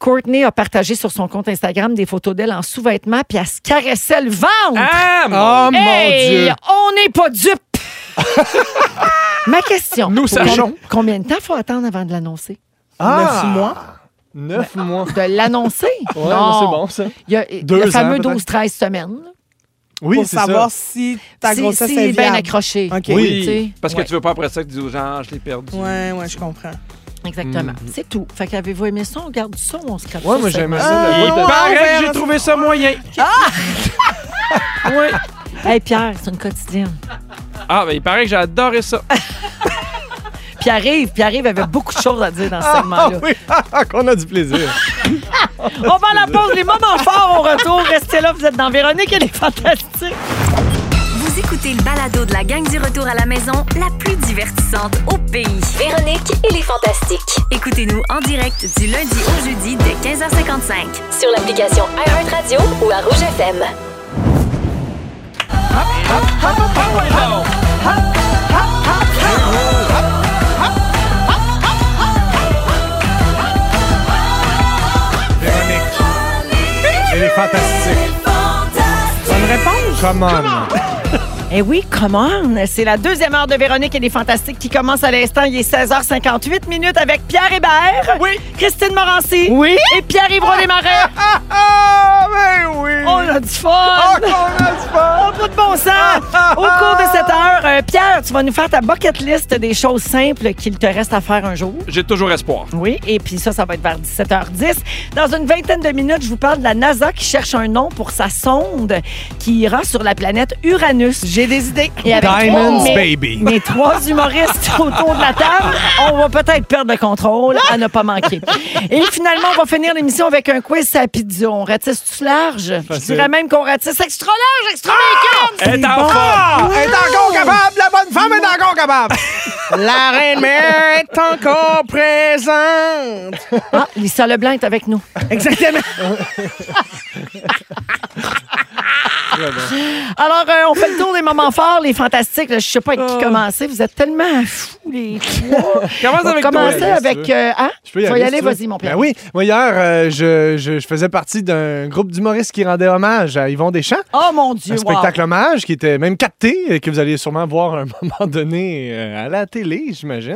Speaker 2: Courtney a partagé sur son compte Instagram des photos d'elle en sous-vêtements, puis elle se caressait le ventre.
Speaker 3: Ah, mon-
Speaker 6: Oh
Speaker 2: Hey,
Speaker 6: mon Dieu!
Speaker 2: on n'est pas dupes! Ma question.
Speaker 3: Nous sachons.
Speaker 2: Combien de temps faut attendre avant de l'annoncer?
Speaker 6: Ah!
Speaker 4: Neuf mois.
Speaker 6: Neuf mois.
Speaker 2: De l'annoncer?
Speaker 6: Ouais,
Speaker 2: Non.
Speaker 6: c'est bon, ça.
Speaker 2: Il y a euh,
Speaker 6: Deux
Speaker 2: le fameux
Speaker 6: ans, peut-être.
Speaker 2: 12-13 semaines. là.
Speaker 6: Oui,
Speaker 4: pour
Speaker 6: c'est
Speaker 4: savoir
Speaker 6: ça.
Speaker 4: si ta
Speaker 2: Si-
Speaker 4: grossesse
Speaker 2: si
Speaker 4: est
Speaker 2: il est bien
Speaker 4: viable.
Speaker 2: accroché.
Speaker 4: OK.
Speaker 6: Oui.
Speaker 2: Tu sais,
Speaker 3: Parce que
Speaker 2: ouais.
Speaker 3: tu veux pas après ça que tu dis aux gens, ah, je l'ai perdu.
Speaker 4: Ouais, ouais, je comprends.
Speaker 2: Exactement. C'est tout. Fait qu'avez-vous aimé ça? On garde ça ou on se crache
Speaker 6: Mm. Ouais, moi
Speaker 2: ça?
Speaker 6: j'aimais ça. le
Speaker 3: Ah, Il
Speaker 6: bout de-
Speaker 3: paraît
Speaker 4: ouais,
Speaker 3: que
Speaker 4: ouais,
Speaker 3: j'ai trouvé ça moyen.
Speaker 2: Ouais. Hey, Pierre, c'est une quotidienne.
Speaker 3: Ah, ben il paraît que j'ai adoré ça.
Speaker 2: Puis arrive, puis arrive avait beaucoup de choses à dire dans ce
Speaker 6: Ah
Speaker 2: segment-là.
Speaker 6: oui, ah, qu'on a du plaisir.
Speaker 2: On va à la pause, les moments forts au retour. Restez là, vous êtes dans Véronique, elle est fantastique.
Speaker 7: Vous écoutez écouté le balado de la gang du retour à la maison, la plus divertissante au pays.
Speaker 8: Véronique et les Fantastiques.
Speaker 7: Écoutez-nous en direct du lundi au jeudi dès 15h55.
Speaker 8: Sur l'application iHeartRadio ou à Rouge FM.
Speaker 6: Elle est fantastique.
Speaker 4: Bonne réponse.
Speaker 6: Come on.
Speaker 2: Eh oui, comment? C'est la deuxième heure de Véronique et les Fantastiques qui commence à l'instant. Il est 16h58 minutes avec Pierre Hébert. Oui. Christine Morancy. Oui. Et Pierre-Yves Desmarais.
Speaker 6: Ah, ah, ben oui.
Speaker 2: On a du fun.
Speaker 6: Ah, qu'on a du fun.
Speaker 2: Oh, pas de bon sens! Au cours de cette heure, euh, Pierre, tu vas nous faire ta bucket list des choses simples qu'il te reste à faire un jour.
Speaker 3: J'ai toujours espoir.
Speaker 2: Oui, et puis ça, ça va être vers 17h10. Dans une vingtaine de minutes, je vous parle de la NASA qui cherche un nom pour sa sonde qui ira sur la planète Uranus. J'ai des idées. Et avec
Speaker 6: Diamonds,
Speaker 2: mes-
Speaker 6: baby.
Speaker 2: Mes trois humoristes autour de la table, on va peut-être perdre le contrôle à ne pas manquer. Et finalement, on va finir l'émission avec un quiz à pizza. On ratisse tout large. Je dirais même qu'on ratisse extra large, extra
Speaker 6: Ah!
Speaker 2: bacon.
Speaker 3: Elle est en
Speaker 2: bon.
Speaker 3: forme.
Speaker 6: Elle est encore capable. La bonne femme est encore capable.
Speaker 4: La reine mère est encore présente.
Speaker 2: Ah, Lisa Leblanc est avec nous.
Speaker 4: Exactement.
Speaker 2: Alors, euh, on fait le tour des moments forts, les fantastiques. là. je sais pas avec
Speaker 6: Ah.
Speaker 2: qui commencer. Vous êtes tellement fous, les trois.
Speaker 3: Commence
Speaker 2: On va
Speaker 3: avec toi.
Speaker 2: commencer
Speaker 6: Alex,
Speaker 2: avec...
Speaker 6: tu veux?
Speaker 2: euh, hein?
Speaker 6: Je peux y
Speaker 2: Tu vas
Speaker 6: aller.
Speaker 2: y
Speaker 6: si
Speaker 2: aller,
Speaker 6: tu veux.
Speaker 2: vas-y, mon Pierre.
Speaker 6: Ben oui. Moi, hier, euh, je, je- je faisais partie d'un groupe d'humoristes qui rendait hommage à Yvon Deschamps.
Speaker 2: Oh, mon Dieu,
Speaker 6: Un
Speaker 2: wow.
Speaker 6: spectacle hommage qui était même capté, et que vous allez sûrement voir à un moment donné euh, à la télé, j'imagine.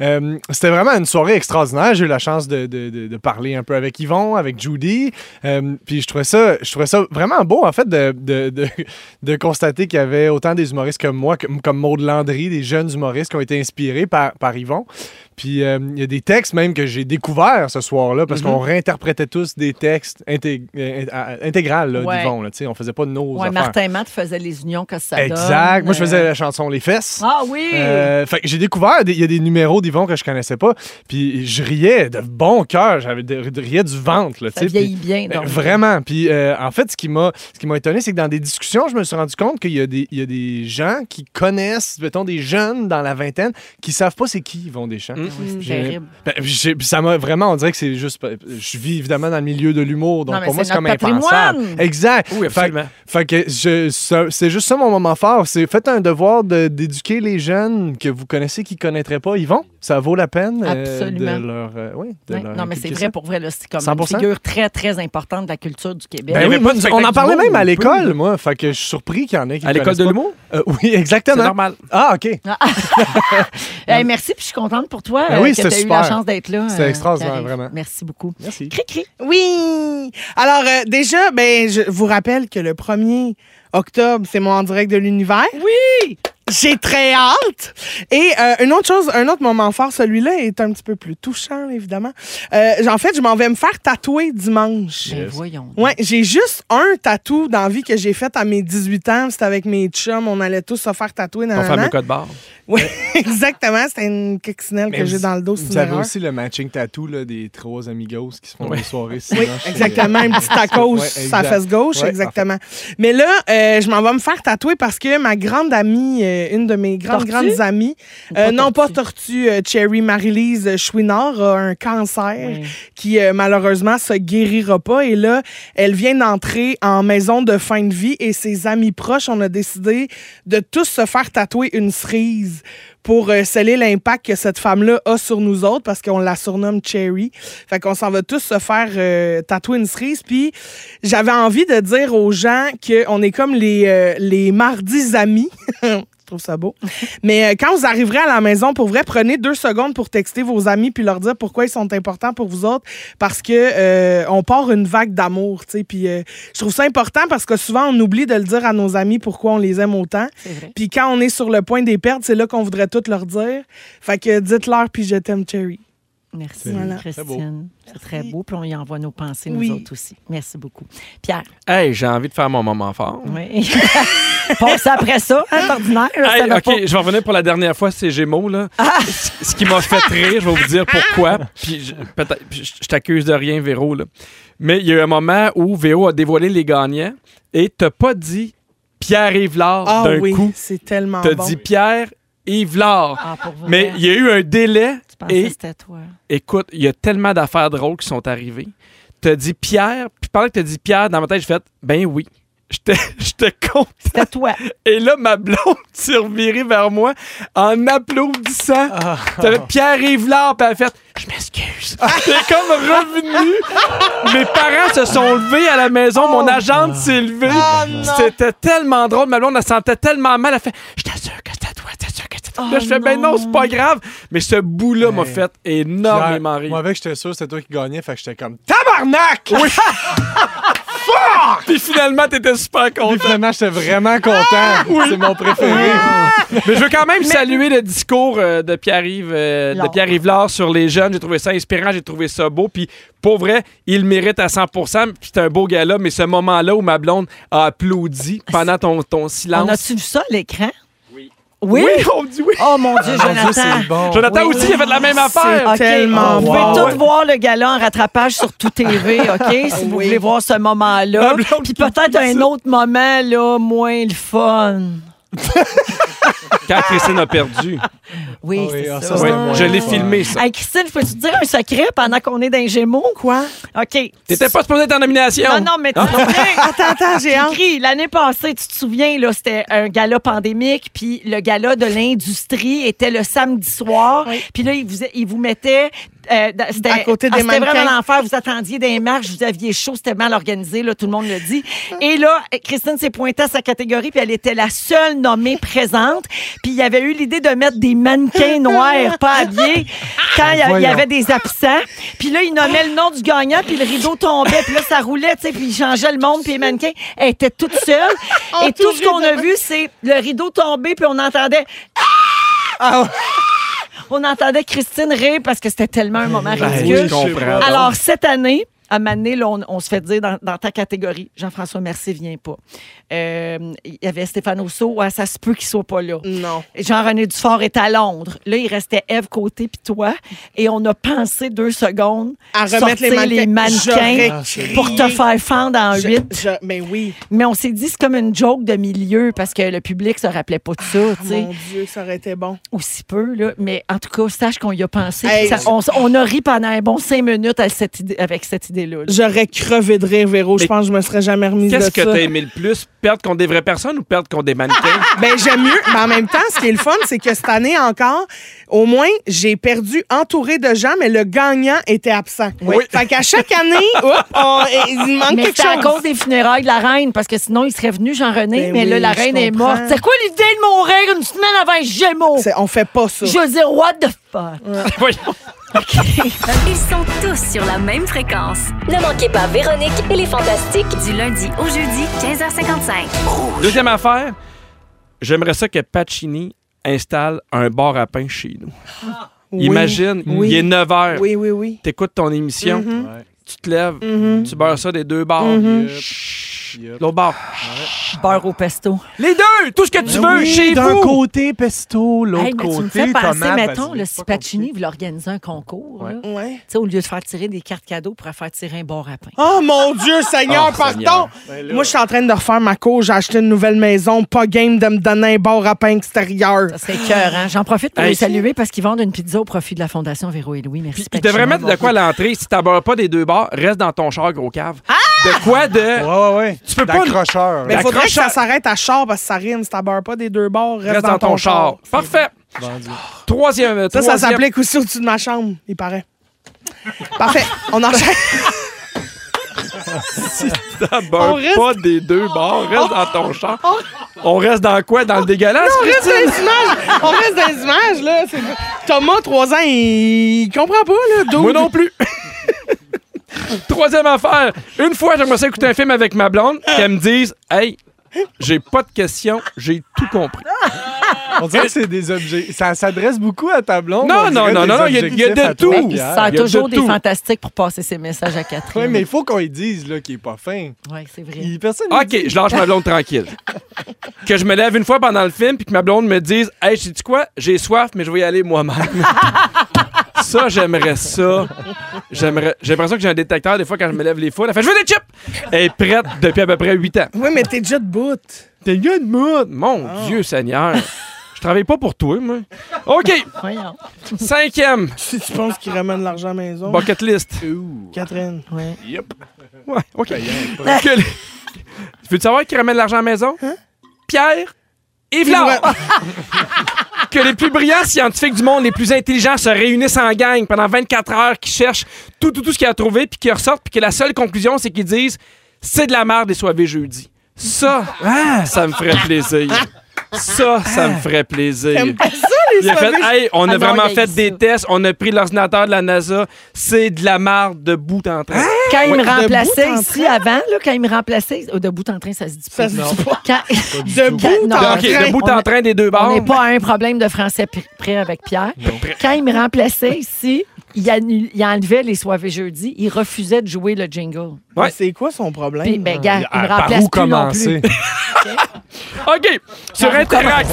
Speaker 6: Euh, C'était vraiment une soirée extraordinaire. J'ai eu la chance de, de- de- de parler un peu avec Yvon, avec Judy. Euh, puis je trouvais, ça, je trouvais ça vraiment beau, en fait, de, de- de- de constater qu'il y avait autant des humoristes comme moi, comme, comme Maud Landry, des jeunes humoristes qui ont été inspirés par, par Yvon. Puis euh, il y a des textes même que j'ai découverts ce soir-là
Speaker 2: Mhm.
Speaker 6: parce qu'on réinterprétait tous des textes intég- euh, int- à- intégrales là,
Speaker 2: Ouais.
Speaker 6: d'Yvon. là, tu sais, on faisait pas nos
Speaker 2: Ouais,
Speaker 6: affaires.
Speaker 2: Martin Matt faisait les unions que ça donne.
Speaker 6: Exact. Moi, je faisais
Speaker 2: Euh,
Speaker 6: la chanson Les Fesses.
Speaker 2: Ah oui!
Speaker 6: Euh, fait que j'ai découvert, des- il y a des numéros d'Yvon que je connaissais pas, puis je riais de bon cœur, j'avais de, de- riais du ventre. Là,
Speaker 2: ça
Speaker 6: tu sais,
Speaker 2: vieillit
Speaker 6: puis-
Speaker 2: bien,
Speaker 6: ben,
Speaker 2: donc.
Speaker 6: Vraiment. Puis euh, en fait, ce qui m'a ce qui m'a étonné, c'est que dans des discussions, je me suis rendu compte qu'il y, a des- il y a des gens qui connaissent, mettons, des jeunes dans la vingtaine qui savent pas c'est qui Yvon Deschamps.
Speaker 2: C'est
Speaker 6: J'ai-
Speaker 2: terrible.
Speaker 6: Ben, j'ai- puis ça m'a vraiment, on dirait que c'est juste. Je vis évidemment dans le milieu de l'humour, donc
Speaker 2: Non, mais
Speaker 6: pour moi,
Speaker 2: c'est
Speaker 6: c'est comme
Speaker 2: notre
Speaker 6: impensable.
Speaker 2: patrimoine.
Speaker 6: Exact.
Speaker 3: Oui, absolument.
Speaker 6: Fait, fait que je- ça- c'est juste ça mon moment fort. C'est faites un devoir de- d'éduquer les jeunes que vous connaissez qui ne connaîtraient pas. Ils vont. Ça vaut la peine euh,
Speaker 2: Absolument.
Speaker 6: de leur. euh, oui, de
Speaker 2: Ouais,
Speaker 6: leur
Speaker 2: Non, mais c'est
Speaker 6: inculquer
Speaker 2: vrai
Speaker 6: ça.
Speaker 2: pour vrai. là, C'est comme une
Speaker 6: 100%.
Speaker 2: figure très, très importante de la culture du Québec.
Speaker 3: Il y
Speaker 6: Ben
Speaker 3: avait
Speaker 6: oui,
Speaker 3: pas de
Speaker 6: on
Speaker 3: spectacle
Speaker 6: en parlait
Speaker 3: d'humour,
Speaker 6: même à
Speaker 3: peu.
Speaker 6: l'école, moi. Fait que je suis surpris qu'il y en ait qui
Speaker 3: À l'école de
Speaker 6: connaissent
Speaker 3: l'humour?
Speaker 6: pas. Euh, oui, exactement.
Speaker 3: C'est normal.
Speaker 6: Ah, OK.
Speaker 2: Hey, merci, puis je suis contente pour toi
Speaker 6: Ben
Speaker 2: euh,
Speaker 6: oui,
Speaker 2: que tu
Speaker 6: c'était
Speaker 2: eu la
Speaker 6: super.
Speaker 2: chance d'être là.
Speaker 6: C'était
Speaker 2: euh,
Speaker 6: extraordinaire,
Speaker 2: Pierre-Yves.
Speaker 6: vraiment.
Speaker 2: Merci beaucoup.
Speaker 6: Merci.
Speaker 2: Cri-cri.
Speaker 4: Oui. Alors, euh, déjà, ben, je vous rappelle que le 1er octobre, c'est mon en direct de l'univers. Oui. J'ai très hâte. Et euh, une autre chose, un autre moment fort, celui-là est un petit peu plus touchant, évidemment. Euh, en fait, je m'en vais me faire tatouer dimanche.
Speaker 2: Ben voyons.
Speaker 4: Ouais, j'ai juste un tatou d'envie que j'ai fait à mes 18 ans. C'était avec mes chums. On allait tous se faire tatouer.
Speaker 3: Ton
Speaker 4: nanana.
Speaker 3: fameux code barre.
Speaker 4: Oui, exactement. C'était une coccinelle que j'ai dans le dos. c'est
Speaker 6: Vous
Speaker 4: une
Speaker 6: avez
Speaker 4: erreur.
Speaker 6: aussi le matching tattoo là, des trois amigos qui se font des soirées.
Speaker 4: Oui, exactement. Un petit tacos
Speaker 6: Ouais,
Speaker 4: sa
Speaker 6: exact.
Speaker 4: fesse gauche,
Speaker 6: Ouais,
Speaker 4: exactement. Mais là, euh, je m'en vais me faire tatouer parce que ma grande amie, euh, une de mes grandes,
Speaker 2: Tortue?
Speaker 4: grandes amies,
Speaker 2: Pas
Speaker 4: euh, non pas
Speaker 2: tortue.
Speaker 4: tortue, euh, Cherry Marie-Lise Chouinard, a un cancer qui euh, malheureusement se guérira pas. Et là, elle vient d'entrer en maison de fin de vie et ses amis proches, on a décidé de tous se faire tatouer une cerise pour euh, sceller l'impact que cette femme-là a sur nous autres parce qu'on la surnomme Cherry. Fait qu'on s'en va tous se faire euh, tatouer une cerise. Puis j'avais envie de dire aux gens qu'on est comme les, euh, les mardis amis. Je trouve ça beau. Mais euh, quand vous arriverez à la maison, pour vrai, prenez deux secondes pour texter vos amis puis leur dire pourquoi ils sont importants pour vous autres. Parce que euh, on part une vague d'amour, tu sais. Puis euh, je trouve ça important parce que souvent, on oublie de le dire à nos amis pourquoi on les aime autant.
Speaker 2: vrai.
Speaker 4: Puis quand on est sur le point des pertes, c'est là qu'on voudrait tout leur dire. Fait que dites-leur puis je t'aime, Cherry.
Speaker 2: Merci,
Speaker 4: Voilà.
Speaker 2: Christine. C'est très beau. Puis on y envoie nos pensées,
Speaker 4: Oui.
Speaker 2: nous autres aussi. Merci beaucoup. Pierre.
Speaker 3: Hey, j'ai envie de faire mon moment fort.
Speaker 2: Oui. Passe après ça, hein, c'est ordinaire. là, ça
Speaker 3: Hey,
Speaker 2: va Ah!
Speaker 3: ok, je vais revenir pour la dernière fois, c'est Gémeaux, là. Ce ce qui m'a fait rire, je vais vous dire pourquoi. Puis je, peut-être- puis je- je t'accuse de rien, Véro, là. Mais il y a eu un moment où Véro a dévoilé les gagnants et t'as pas dit Pierre
Speaker 2: Oh.
Speaker 3: Yvelard
Speaker 4: Ah
Speaker 3: d'un
Speaker 4: oui,
Speaker 3: coup.
Speaker 4: c'est tellement
Speaker 3: T'as
Speaker 4: bon.
Speaker 3: dit Pierre Yvelard.
Speaker 2: Ah, pour vrai.
Speaker 3: Mais il y a eu un délai
Speaker 2: Tu pensais
Speaker 3: et
Speaker 2: que c'était toi.
Speaker 3: écoute, il y a tellement d'affaires drôles qui sont arrivées. T'as dit Pierre, puis pendant que t'as dit Pierre, dans ma tête, j'ai fait ben oui. J'étais j'étais content.
Speaker 2: C'était toi.
Speaker 3: Et là, ma blonde s'est revirée vers moi en applaudissant.
Speaker 6: Ah.
Speaker 3: T'avais Pierre Yvelard, puis elle a fait Je m'excuse. T'es comme revenu. Mes parents se sont levés à la maison, mon
Speaker 6: Oh.
Speaker 3: agente s'est levée.
Speaker 6: Ah,
Speaker 3: c'était tellement drôle. Ma blonde, elle sentait tellement mal. Elle fait Je t'assure que c'était toi, je t'assure que c'était toi. là, je fais Ben non, c'est pas grave. Mais ce bout-là m'a
Speaker 6: Oh, Hey.
Speaker 3: fait
Speaker 6: Pierre,
Speaker 3: énormément rire.
Speaker 6: Moi, avec, j'étais sûr que c'était toi qui gagnais, fait que j'étais comme Tabarnak! Oui!
Speaker 3: Puis finalement, t'étais super
Speaker 6: Puis
Speaker 3: content.
Speaker 6: finalement, j'étais
Speaker 3: Ah!
Speaker 6: vraiment content. C'est mon préféré.
Speaker 3: Mais je veux quand même saluer le discours euh, de Pierre-Yves euh, de
Speaker 2: Lard.
Speaker 3: Pierre-Yves Lard sur les jeunes. J'ai trouvé ça inspirant, j'ai trouvé ça beau. Puis pour vrai, il le mérite à 100 Puis c'est un beau gars-là. Mais ce moment-là où ma blonde a applaudi pendant ton, ton
Speaker 2: Ah, On
Speaker 3: silence.
Speaker 2: a-tu vu ça, à l'écran?
Speaker 3: oui?
Speaker 2: Oui.
Speaker 3: on dit oui.
Speaker 2: Oh mon Dieu,
Speaker 6: Ah, Mon Dieu,
Speaker 2: Jonathan.
Speaker 6: c'est bon.
Speaker 3: Jonathan
Speaker 2: Oh, oui.
Speaker 3: aussi, il a fait la même affaire.
Speaker 2: OK.
Speaker 4: tellement
Speaker 2: Vous
Speaker 6: bon.
Speaker 2: pouvez
Speaker 6: Wow,
Speaker 2: tout
Speaker 6: ouais.
Speaker 2: voir le gala en rattrapage sur Tout TV, OK? Si vous voulez voir ce
Speaker 3: La
Speaker 2: moment-là.
Speaker 3: blonde
Speaker 2: Puis
Speaker 3: qui
Speaker 2: peut-être un autre moment, là, moins le fun.
Speaker 3: Quand Christine a perdu,
Speaker 2: Oui,
Speaker 6: Ah oui,
Speaker 2: c'est
Speaker 6: ah,
Speaker 2: ça.
Speaker 6: ça, c'est
Speaker 3: Ouais,
Speaker 6: le moins
Speaker 3: je l'ai
Speaker 6: fun.
Speaker 3: filmé, ça.
Speaker 2: Hey, Christine, je peux te dire un secret pendant qu'on est dans les Gémeaux?
Speaker 4: Quoi?
Speaker 2: OK.
Speaker 3: T'étais pas supposé être en nomination.
Speaker 2: Non, non, mais tu te souviens-
Speaker 4: Attends, attends, j'ai hâte.
Speaker 2: écrit l'année passée, tu te souviens, là, c'était un gala pandémique, puis le gala de l'industrie était le samedi soir, puis là, ils vous, ils vous mettaient... euh, dans- c'était,
Speaker 4: À côté des
Speaker 2: ah, c'était vraiment
Speaker 4: mannequins.
Speaker 2: l'enfer. Vous attendiez des marches, vous aviez chaud, c'était mal organisé, là, tout le monde le dit. Et là, Christine s'est pointée à sa catégorie, puis elle était la seule nommée présente. Puis il y avait eu l'idée de mettre des mannequins noirs, pas habillés, quand il y a- il y
Speaker 6: Voyons.
Speaker 2: avait des absents. Puis là, il nommait le nom du gagnant, puis le rideau tombait, puis là, ça roulait, tu sais, puis il changeait le monde, puis les mannequins elle était toute seule. Et tout ce qu'on a vu, c'est le rideau tomber, puis on entendait... Ah! On entendait Christine rire parce que c'était tellement un moment
Speaker 3: Ben,
Speaker 2: ridicule.
Speaker 3: je comprends.
Speaker 2: Alors, cette année, à un moment donné, là, on, on se fait dire dans, dans ta catégorie, Jean-François Mercier vient pas. Euh, Il y avait Stéphane Rousseau, ouais, ça se peut qu'il soit pas là.
Speaker 4: Non.
Speaker 2: Jean-René Dufort est à Londres. Là, il restait Eve Côté puis toi. Et on a pensé deux secondes
Speaker 4: À remettre les
Speaker 2: sortir les
Speaker 4: mannequins.
Speaker 3: Ah,
Speaker 2: mannequins
Speaker 4: J'aurais
Speaker 2: pour te
Speaker 4: crié.
Speaker 2: faire fendre en
Speaker 4: Je-
Speaker 2: huit.
Speaker 4: je- mais oui.
Speaker 2: Mais on s'est dit, c'est comme une joke de milieu parce que le public se rappelait pas de ça,
Speaker 4: Ah,
Speaker 2: tu sais,
Speaker 4: mon Dieu, ça aurait été bon.
Speaker 2: aussi peu. Là. Mais en tout cas, sache qu'on y a pensé.
Speaker 4: Hey,
Speaker 2: Ça- on, s- on a ri pendant un bon cinq minutes à cette idée- avec cette idée-là. là.
Speaker 4: J'aurais crevé de rire, Véro. Je
Speaker 3: Mais
Speaker 4: pense que je me serais jamais remise de
Speaker 3: Qu'est-ce
Speaker 4: ça.
Speaker 3: que t'as aimé le plus? Perdre contre des vraies personnes ou perdre contre des mannequins?
Speaker 4: Ben, j'aime mieux. Mais en même temps, ce qui est le fun, c'est que cette année encore, au moins, j'ai perdu entouré de gens, mais le gagnant était absent.
Speaker 3: Oui.
Speaker 4: Fait qu'à chaque année, hop, on- il manque
Speaker 2: Mais
Speaker 4: quelque
Speaker 2: c'est à
Speaker 4: chose.
Speaker 2: cause des funérailles de la reine, parce que sinon, il serait venu, Jean-René,
Speaker 4: Ben
Speaker 2: mais là,
Speaker 4: oui,
Speaker 2: la
Speaker 4: je
Speaker 2: reine est
Speaker 4: comprends.
Speaker 2: morte. C'est quoi l'idée de mourir une semaine avant les Gémeaux?
Speaker 4: C'est- On fait pas ça.
Speaker 2: Je veux dire, what the fuck?
Speaker 3: Voyons.
Speaker 7: Ils sont tous sur la même fréquence.
Speaker 8: Ne manquez pas Véronique et les Fantastiques.
Speaker 7: Du lundi au jeudi, 15h55.
Speaker 3: Deuxième affaire, j'aimerais ça que Pacini installe un bar à pain chez nous.
Speaker 4: Oui.
Speaker 3: Imagine,
Speaker 4: Oui.
Speaker 3: il est 9 h.
Speaker 4: Oui, oui, oui.
Speaker 3: T'écoutes ton émission,
Speaker 6: Ouais.
Speaker 3: tu te lèves, tu beurres ça des deux bars. Chut,
Speaker 6: Yep.
Speaker 3: L'autre bar.
Speaker 2: Beurre au pesto.
Speaker 3: Les deux, tout ce que tu veux
Speaker 6: Oui,
Speaker 3: chez
Speaker 6: D'un
Speaker 3: vous.
Speaker 6: côté pesto, l'autre
Speaker 2: Hey, mais tu me
Speaker 6: côté
Speaker 2: fais penser,
Speaker 6: tomate.
Speaker 2: mettons,
Speaker 6: Vas-y,
Speaker 2: le
Speaker 6: c'est
Speaker 2: si
Speaker 6: pas
Speaker 2: Pacini
Speaker 6: compliqué.
Speaker 2: voulait organiser un concours, là, tu
Speaker 4: Ouais.
Speaker 2: sais, au lieu de faire tirer des cartes cadeaux, pour faire tirer un bar à pain.
Speaker 4: Oh mon Dieu, Seigneur,
Speaker 3: Oh,
Speaker 4: pardon!
Speaker 3: Seigneur.
Speaker 6: Ben là.
Speaker 4: Moi, je suis en train de refaire ma cour, j'ai acheté une nouvelle maison, pas game de me donner un bar à pain extérieur.
Speaker 2: Ça serait écœurant.
Speaker 4: Ah!
Speaker 2: J'en profite pour
Speaker 3: Hey.
Speaker 2: les saluer parce qu'ils vendent une pizza au profit de la Fondation Véro et Louis. Merci,
Speaker 3: Puis ben, il devrait
Speaker 2: Pacini.
Speaker 3: mettre de quoi à l'entrée. Si t'abordes pas des deux bars, reste dans ton char, gros cave. De quoi de.
Speaker 6: Ah, Ouais, ouais, ouais.
Speaker 3: Tu peux pas-
Speaker 6: D'accrocheur.
Speaker 4: Mais
Speaker 3: La
Speaker 4: il faudrait que ça
Speaker 3: croche-
Speaker 4: s'arrête à char parce que ça rime. Si t'abarres pas des deux bars, reste,
Speaker 3: Reste dans ton char. Parfait.
Speaker 6: Vendu.
Speaker 3: Troisième.
Speaker 4: Ça, ça
Speaker 3: troisième-
Speaker 4: s'applique aussi au-dessus de ma chambre, il paraît. Parfait, on enchaîne.
Speaker 3: T'abordes
Speaker 4: reste-
Speaker 3: Ah, ben, pas des deux bars, reste dans ton char. On reste dans quoi? Dans le dégueulasse,
Speaker 4: On reste
Speaker 3: Christine?
Speaker 4: dans les images, on reste dans les images, là. C'est- Thomas, 3 ans, il, il comprend pas, là. d'où-
Speaker 3: Moi non plus. Troisième affaire. Une fois, j'aimerais ça écouter un film avec ma blonde, qu'elle me dise Hey, j'ai pas de questions, j'ai tout compris.
Speaker 6: On dirait que c'est des objets. Ça s'adresse beaucoup à ta blonde.
Speaker 3: Non,
Speaker 6: on dirait
Speaker 3: non, non,
Speaker 6: des
Speaker 3: non, il y a- il y a de
Speaker 6: objectifs à
Speaker 3: tout.
Speaker 6: toi,
Speaker 3: Mais
Speaker 2: Il se
Speaker 3: Il
Speaker 6: Pierre.
Speaker 3: y a
Speaker 2: sert
Speaker 3: de
Speaker 2: toujours des
Speaker 3: tout.
Speaker 2: fantastiques pour passer ses messages à Catherine.
Speaker 6: Ouais, mais il faut qu'on lui dise là, qu'il est pas fin.
Speaker 2: Ouais, c'est vrai.
Speaker 6: Il, personne lui dit.
Speaker 3: OK, je lâche ma blonde tranquille. Que je me lève une fois pendant le film, puis que ma blonde me dise Hey, sais tu quoi? J'ai soif, mais je vais y aller moi-même. Ça, j'aimerais ça. J'aimerais. J'ai l'impression que j'ai un détecteur des fois quand je me lève les foules. Elle fait Je veux des chips! Elle est prête depuis à peu près 8 ans.
Speaker 4: Oui, mais t'es déjà de bout.
Speaker 3: T'es le gars de mode. Mon Dieu Seigneur. Je travaille pas pour toi, moi. OK.
Speaker 2: Voyons.
Speaker 3: Cinquième.
Speaker 4: Si tu penses qu'il ramène l'argent à la maison,
Speaker 3: Bucket list.
Speaker 4: Catherine. Ouais.
Speaker 3: Ouais, OK. Que les- Veux-tu savoir qui ramène l'argent à la maison?
Speaker 9: Hein?
Speaker 3: Pierre et Vlad. que les plus brillants scientifiques du monde, les plus intelligents, se réunissent en gang pendant 24 heures, qui cherchent tout, tout, tout ce qu'ils ont trouvé, puis qui ressortent, puis que la seule conclusion, c'est qu'ils disent « C'est de la merde et soivez jeudi ». Ça,
Speaker 9: Ah!
Speaker 3: ça me ferait plaisir. Ça, ça me ferait plaisir. Il a fait, hey, on
Speaker 9: Ah
Speaker 3: a
Speaker 9: non,
Speaker 3: vraiment
Speaker 9: il a
Speaker 3: fait
Speaker 9: dit
Speaker 3: des
Speaker 9: ça.
Speaker 3: tests, on a pris l'ordinateur de la NASA, c'est de la marde de bout en
Speaker 9: Hein?
Speaker 3: train.
Speaker 2: Quand il me
Speaker 4: de
Speaker 2: remplaçait
Speaker 4: bout en
Speaker 2: ici avant, là, quand il me remplaçait, oh, de bout en train, ça se dit pas.
Speaker 4: Ça se dit pas.
Speaker 2: Quand- Quand-
Speaker 4: De bout
Speaker 2: non,
Speaker 4: en
Speaker 3: Ah, OK,
Speaker 4: train.
Speaker 3: de bout en train des deux
Speaker 2: On
Speaker 3: bords.
Speaker 2: n'est pas à un problème de français p- près avec Pierre. Quand il me remplaçait ici, il, annul- il enlevait les soirées jeudi. Il refusait de jouer le jingle.
Speaker 3: Ouais.
Speaker 4: Mais C'est quoi son problème?
Speaker 2: Puis, ben, gars, il me
Speaker 6: Ah,
Speaker 2: remplace
Speaker 6: par où
Speaker 2: plus non plus.
Speaker 6: commencer?
Speaker 3: OK, sur Interac.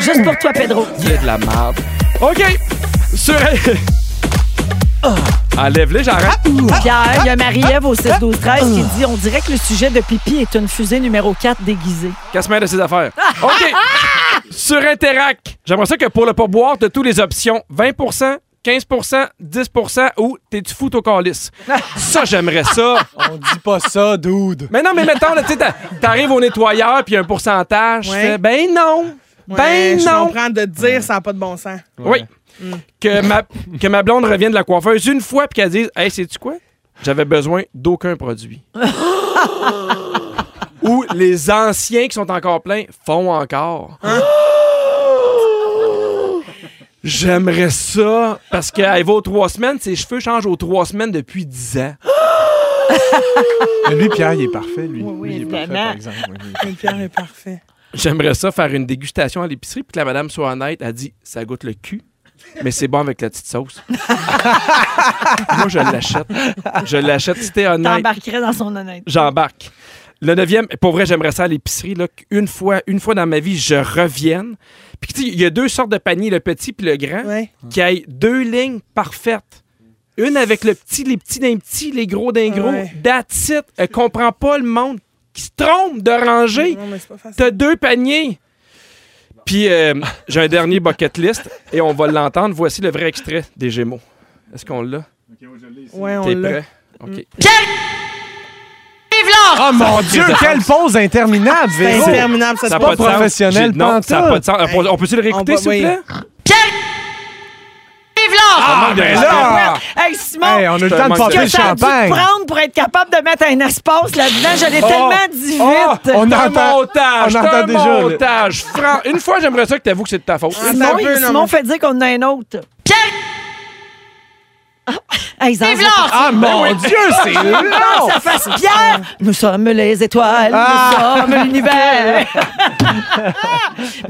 Speaker 2: Juste pour toi, Pedro.
Speaker 3: de la marde. OK, sur... Ah. Enlève-les, j'arrête.
Speaker 2: Pierre, il y a Marie-Ève au 6 12 13 qui dit on dirait que le sujet de pipi est une fusée numéro 4 déguisée.
Speaker 3: Casse-main de ses affaires.
Speaker 4: Ah,
Speaker 3: OK, sur Interac. J'aimerais ça que pour le pourboire de toutes les options, 20 15 10 ou t'es-tu fou au calice? Ça, j'aimerais ça.
Speaker 6: On dit pas ça, dude.
Speaker 3: Mais non, mais mettons, là, tu sais, t'a- t'arrives au nettoyeur, puis il y a un pourcentage.
Speaker 4: Ouais.
Speaker 3: tu fais, ben non!
Speaker 4: Ouais,
Speaker 3: Ben
Speaker 4: je
Speaker 3: non!
Speaker 4: comprends de dire ça n'a pas de bon sens.
Speaker 3: Oui. Que, ma, que ma blonde revienne de la coiffeuse une fois, puis qu'elle dise, hey, sais-tu quoi? J'avais besoin d'aucun produit. Ou les anciens qui sont encore pleins font encore. J'aimerais ça parce qu'elle va aux trois semaines, ses cheveux changent aux trois semaines depuis dix ans.
Speaker 6: Mais lui, Pierre, il est parfait, lui. Lui, il est parfait,
Speaker 2: évidemment.
Speaker 6: par exemple. Oui, oui.
Speaker 4: Mais Pierre est parfait.
Speaker 3: J'aimerais ça faire une dégustation à l'épicerie, puis que la madame soit honnête, elle dit ça goûte le cul, mais c'est bon avec la petite sauce. Moi, je l'achète. Je l'achète si t'es honnête.
Speaker 2: T'embarquerais dans son honnêteté.
Speaker 3: J'embarque. Le neuvième, pour vrai, j'aimerais ça à l'épicerie, là, qu'une fois, une fois dans ma vie, je revienne. Puis, tu sais, il y a deux sortes de paniers, le petit puis le grand,
Speaker 4: Ouais.
Speaker 3: qui aillent deux lignes parfaites. Une avec le petit, les petits d'un petit, les gros d'un gros.
Speaker 4: Ouais.
Speaker 3: That's it. Elle comprend pas le monde qui se trompe de rangée.
Speaker 4: Non, mais c'est pas facile.
Speaker 3: T'as deux paniers. Puis euh, j'ai un dernier bucket list et on va l'entendre. Voici le vrai extrait des Gémeaux. Est-ce qu'on l'a?
Speaker 4: Ouais, on
Speaker 3: T'es
Speaker 4: l'a.
Speaker 3: prêt? OK.
Speaker 6: Mm. Oh mon Dieu, quelle pause interminable,
Speaker 4: C'est
Speaker 6: Véro!
Speaker 4: interminable, ça,
Speaker 3: Ça
Speaker 4: se
Speaker 3: n'a
Speaker 6: Oh! pas
Speaker 3: pas de sens.
Speaker 6: professionnel,
Speaker 3: J'ai- Non,
Speaker 6: pantoute.
Speaker 3: ça n'a pas de sens. On peut- On peut-tu le
Speaker 4: On
Speaker 3: réécouter,
Speaker 4: va-
Speaker 3: s'il vous
Speaker 4: oui.
Speaker 3: plaît? Ah, manque de respect.
Speaker 6: là!
Speaker 2: Hey, Simon!
Speaker 6: Hey, on a eu le temps de
Speaker 3: manque
Speaker 6: popper
Speaker 3: de-
Speaker 6: le
Speaker 2: que ça a dû te
Speaker 6: champagne!
Speaker 2: prendre pour être capable de mettre un espace là-dedans. Je l'ai
Speaker 3: Oh,
Speaker 2: tellement dit
Speaker 6: oh,
Speaker 2: vite.
Speaker 6: on
Speaker 3: C'est un
Speaker 6: entend-
Speaker 3: montage,
Speaker 6: on
Speaker 3: c'est
Speaker 6: entend
Speaker 3: un
Speaker 6: déjà, là.
Speaker 3: montage. Fran- Une fois, j'aimerais ça que tu avoues que c'est de ta faute.
Speaker 6: Ah,
Speaker 4: Attends
Speaker 2: Simon,
Speaker 4: un peu, non,
Speaker 2: Simon
Speaker 4: mais-
Speaker 2: fait dire qu'on en a un autre. Pierre! Hey, Zaz,
Speaker 6: Ah mon Dieu, c'est long! Ah!
Speaker 2: ça fasse Pierre! Nous sommes les étoiles, nous sommes l'univers.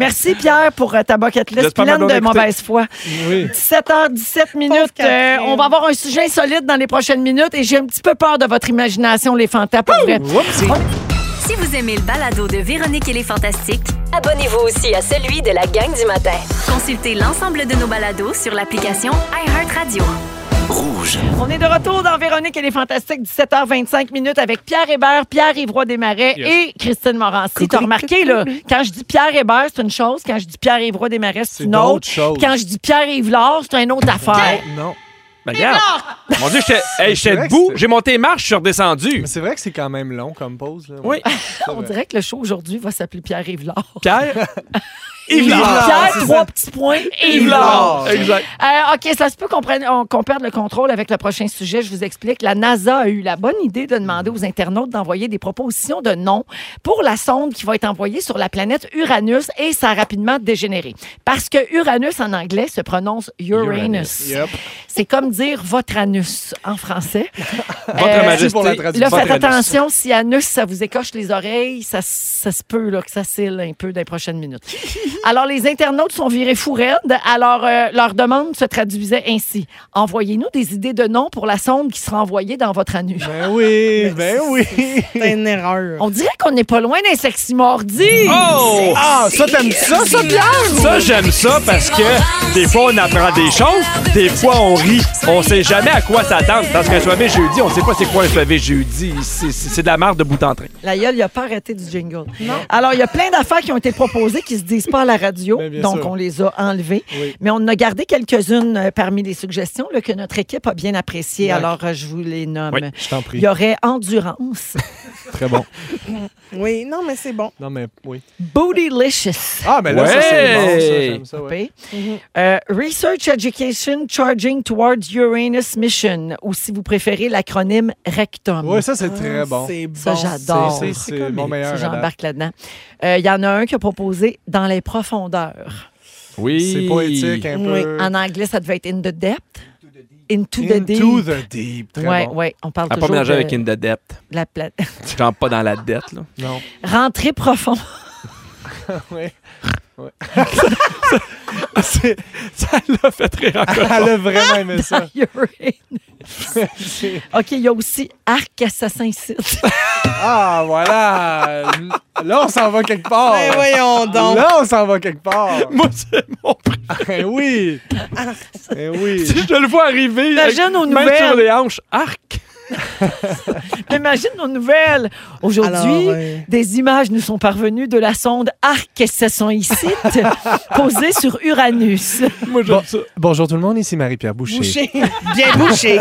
Speaker 2: Merci, Pierre, pour euh, ta bucket list
Speaker 3: J'espère
Speaker 2: pleine
Speaker 3: ma blonde
Speaker 2: de
Speaker 3: a
Speaker 2: mauvaise foi.
Speaker 6: Oui.
Speaker 2: 17h17 minutes.
Speaker 4: Catherine.
Speaker 2: Euh, on va avoir un sujet solide dans les prochaines minutes et j'ai un petit peu peur de votre imagination, les fantas, pour vrai.
Speaker 7: Si vous aimez le balado de Véronique et les Fantastiques,
Speaker 8: Abonnez-vous aussi à celui de la gang du matin.
Speaker 7: consultez l'ensemble de nos balados sur l'application iHeartRadio.
Speaker 2: On est de retour dans Véronique et les Fantastiques, 17h25 minutes avec Pierre Hébert, Pierre Ivroy Desmarais et Christine Morancy. T'as remarqué, là, quand je dis Pierre Hébert, c'est une chose. Quand je dis Pierre Ivroy Desmarais, c'est une
Speaker 6: d'autres
Speaker 2: autre.
Speaker 6: choses.
Speaker 2: Quand je dis Pierre Yvelard, c'est une autre affaire.
Speaker 6: Non.
Speaker 3: Ben, regarde. Mon Dieu, j'étais hey, j'étais
Speaker 6: C'est vrai que
Speaker 3: debout.
Speaker 6: c'est-
Speaker 3: J'ai monté les marches, je suis redescendu.
Speaker 6: Mais c'est vrai que c'est quand même long comme pause. Là.
Speaker 3: Oui.
Speaker 2: On dirait que le show aujourd'hui va s'appeler Pierre Yvelard.
Speaker 3: Pierre.
Speaker 6: Yvelard,
Speaker 2: Pierre,
Speaker 6: c'est ça.
Speaker 2: trois petits points. Yvelard.
Speaker 6: Yvelard.
Speaker 3: Exact.
Speaker 2: Euh, OK, ça se peut qu'on prenne- on- qu'on perde le contrôle avec le prochain sujet. Je vous explique. La NASA a eu la bonne idée de demander aux internautes d'envoyer des propositions de noms pour la sonde qui va être envoyée sur la planète Uranus et ça a rapidement dégénéré. Parce que Uranus en anglais se prononce Uranus.
Speaker 6: Yep.
Speaker 2: C'est comme dire votre anus en français.
Speaker 3: Votre
Speaker 2: Euh,
Speaker 3: Majesté.
Speaker 6: pour la traduction.
Speaker 2: Là,
Speaker 3: Votre
Speaker 2: faites
Speaker 3: Majesté.
Speaker 2: attention, si anus, ça vous écoche les oreilles, ça, ça se peut là, que ça cille un peu dans les prochaines minutes. Alors, les internautes sont virés fou raides. Alors, euh, leur demande se traduisait ainsi. Envoyez-nous des idées de noms pour la sonde qui sera envoyée dans votre anus.
Speaker 6: Ben oui, ben oui.
Speaker 4: C'est une erreur.
Speaker 2: On dirait qu'on n'est pas loin d'un sexy mordi.
Speaker 3: Oh!
Speaker 6: Ah, ça, t'aimes ça, ça, Pierre?
Speaker 9: Ça, j'aime ça parce que des fois, on apprend des choses, des fois, on rit. On sait jamais à quoi s'attendre. Parce qu'un soirée jeudi, on sait pas c'est quoi un soirée jeudi. C'est- C'est c'est de la merde de bout en train.
Speaker 2: La gueule, il a pas arrêté du jingle. Alors, il y a plein d'affaires qui ont été proposées qui se disent pas à la radio,
Speaker 6: Ben, bien
Speaker 2: donc
Speaker 6: sûr.
Speaker 2: on les a enlevées. Mais on en a gardé quelques-unes euh, parmi les suggestions là, que notre équipe a bien appréciées. Alors, euh, je vous les nomme.
Speaker 3: Oui,
Speaker 6: Je t'en prie.
Speaker 2: Il y aurait endurance,
Speaker 6: Très bon.
Speaker 4: Oui, non, mais c'est bon.
Speaker 6: Non, mais oui.
Speaker 2: bootylicious,
Speaker 6: Ah, mais là, ça, c'est bon, ça.
Speaker 3: Ouais.
Speaker 6: J'aime ça, Ah, ouais.
Speaker 2: Euh, research education charging towards Uranus mission, ou si vous préférez l'acronyme rectum.
Speaker 6: Ouais, ça, Ah, c'est très bon.
Speaker 4: C'est bon.
Speaker 2: Ça, j'adore.
Speaker 6: C'est-
Speaker 2: Ça,
Speaker 6: C'est mon meilleur. à date.
Speaker 2: J'embarque là-dedans. Euh, Il y en a un qui a proposé dans les profondeurs.
Speaker 3: Oui.
Speaker 6: C'est poétique hein. un
Speaker 4: Oui.
Speaker 6: peu.
Speaker 2: En anglais, ça devait être in the depth. Into the deep.
Speaker 6: Into the deep. Très
Speaker 2: ouais,
Speaker 6: bon.
Speaker 2: ouais, on parle
Speaker 3: À pas
Speaker 2: toujours
Speaker 3: mélanger
Speaker 2: de
Speaker 3: avec une de dette.
Speaker 2: de la plate.
Speaker 3: Tu rentres pas dans la dette, là.
Speaker 6: Non.
Speaker 2: Rentrée profonde.
Speaker 6: C'est-
Speaker 3: Ça l'a fait rire encore.
Speaker 6: Elle a vraiment aimé ça.
Speaker 2: Uranus. OK, il y a aussi arc assassin ici.
Speaker 6: Ah, voilà. Là, on s'en va quelque part.
Speaker 4: Ben voyons donc.
Speaker 6: Oh. Là, on s'en va quelque part.
Speaker 3: Moi, c'est mon prix.
Speaker 6: Eh oui. Eh oui.
Speaker 3: Si je le vois arriver,
Speaker 2: Imagine
Speaker 3: avec-
Speaker 2: aux
Speaker 3: même
Speaker 2: nouvelles.
Speaker 3: sur les hanches,
Speaker 9: Ah!
Speaker 3: arc.
Speaker 2: Imagine nos nouvelles. Aujourd'hui,
Speaker 4: Alors, euh,
Speaker 2: des images nous sont parvenues de la sonde arc assassin ici posée sur Uranus.
Speaker 3: Moi, j'aime ça.
Speaker 6: Bonjour tout le monde, ici Marie-Pierre Boucher.
Speaker 4: Bouché. Bien bouché.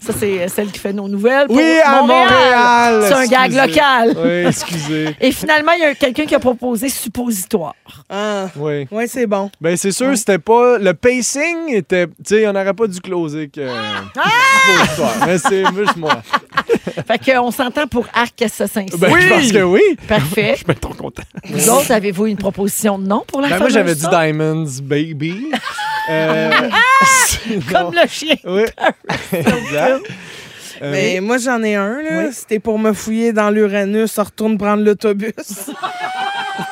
Speaker 2: Ça, c'est euh, celle qui fait nos nouvelles. pour
Speaker 6: Oui, à Montréal.
Speaker 2: C'est un gag
Speaker 6: Excusez.
Speaker 2: local.
Speaker 6: Oui, excusez.
Speaker 2: Et finalement, il y a quelqu'un qui a proposé suppositoire.
Speaker 4: Ah.
Speaker 6: Oui.
Speaker 4: Ouais, c'est bon.
Speaker 6: Ben, c'est sûr, c'était pas. Le pacing était. Tu sais, on n'aurait pas dû closer que.
Speaker 4: Ah!
Speaker 6: Beau soir. Mais c'est juste moi.
Speaker 2: Fait qu'on s'entend pour arc assassin ici.
Speaker 6: Ben,
Speaker 3: Oui!
Speaker 6: Je pense que oui.
Speaker 2: Parfait.
Speaker 3: Je suis bien trop content.
Speaker 2: Vous autres, avez-vous une proposition de nom pour la
Speaker 6: Ben, moi,
Speaker 2: fameuse
Speaker 6: j'avais dit
Speaker 2: sonde?
Speaker 6: Diamonds Baby. Euh,
Speaker 2: Comme le chien.
Speaker 6: oui. Exact. Euh,
Speaker 4: Mais moi, j'en ai un, là. C'était pour me fouiller dans l'Uranus, on retourne prendre l'autobus.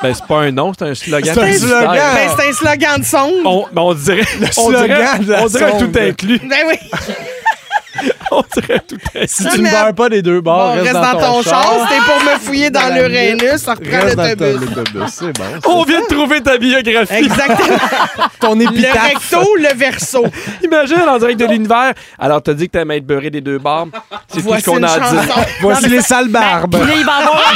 Speaker 3: Ben, c'est pas un nom, c'est un slogan.
Speaker 6: C'est un
Speaker 3: publicitaire.
Speaker 6: slogan.
Speaker 4: Ben, c'est un slogan de sonde.
Speaker 3: On, ben, on dirait. on
Speaker 6: slogan
Speaker 3: dirait,
Speaker 6: de la
Speaker 3: on dirait
Speaker 6: sonde.
Speaker 3: tout inclus.
Speaker 4: Ben oui.
Speaker 3: On dirait tout inclus.
Speaker 6: Si
Speaker 4: Non,
Speaker 6: tu
Speaker 4: mais-
Speaker 6: ne meurs pas des deux bords,
Speaker 4: Bon, reste dans ton char. C'était pour me fouiller dans
Speaker 6: Dans la
Speaker 4: l'Uranus, on reprend
Speaker 6: Reste dans ton
Speaker 4: l'autobus.
Speaker 6: autobus. C'est bon.
Speaker 3: On vient de trouver ta biographie.
Speaker 4: Exactement.
Speaker 6: Ton
Speaker 4: le
Speaker 6: épitaphe.
Speaker 4: recto, le verso.
Speaker 3: Imagine en direct de l'univers. Alors, t'as dit que t'aimais être beurré des deux barbes. C'est tout ce
Speaker 4: Voici
Speaker 3: qu'on
Speaker 4: une
Speaker 3: a à dire.
Speaker 4: chanson.
Speaker 6: Voici les sales barbes.
Speaker 2: Puis là, il va avoir...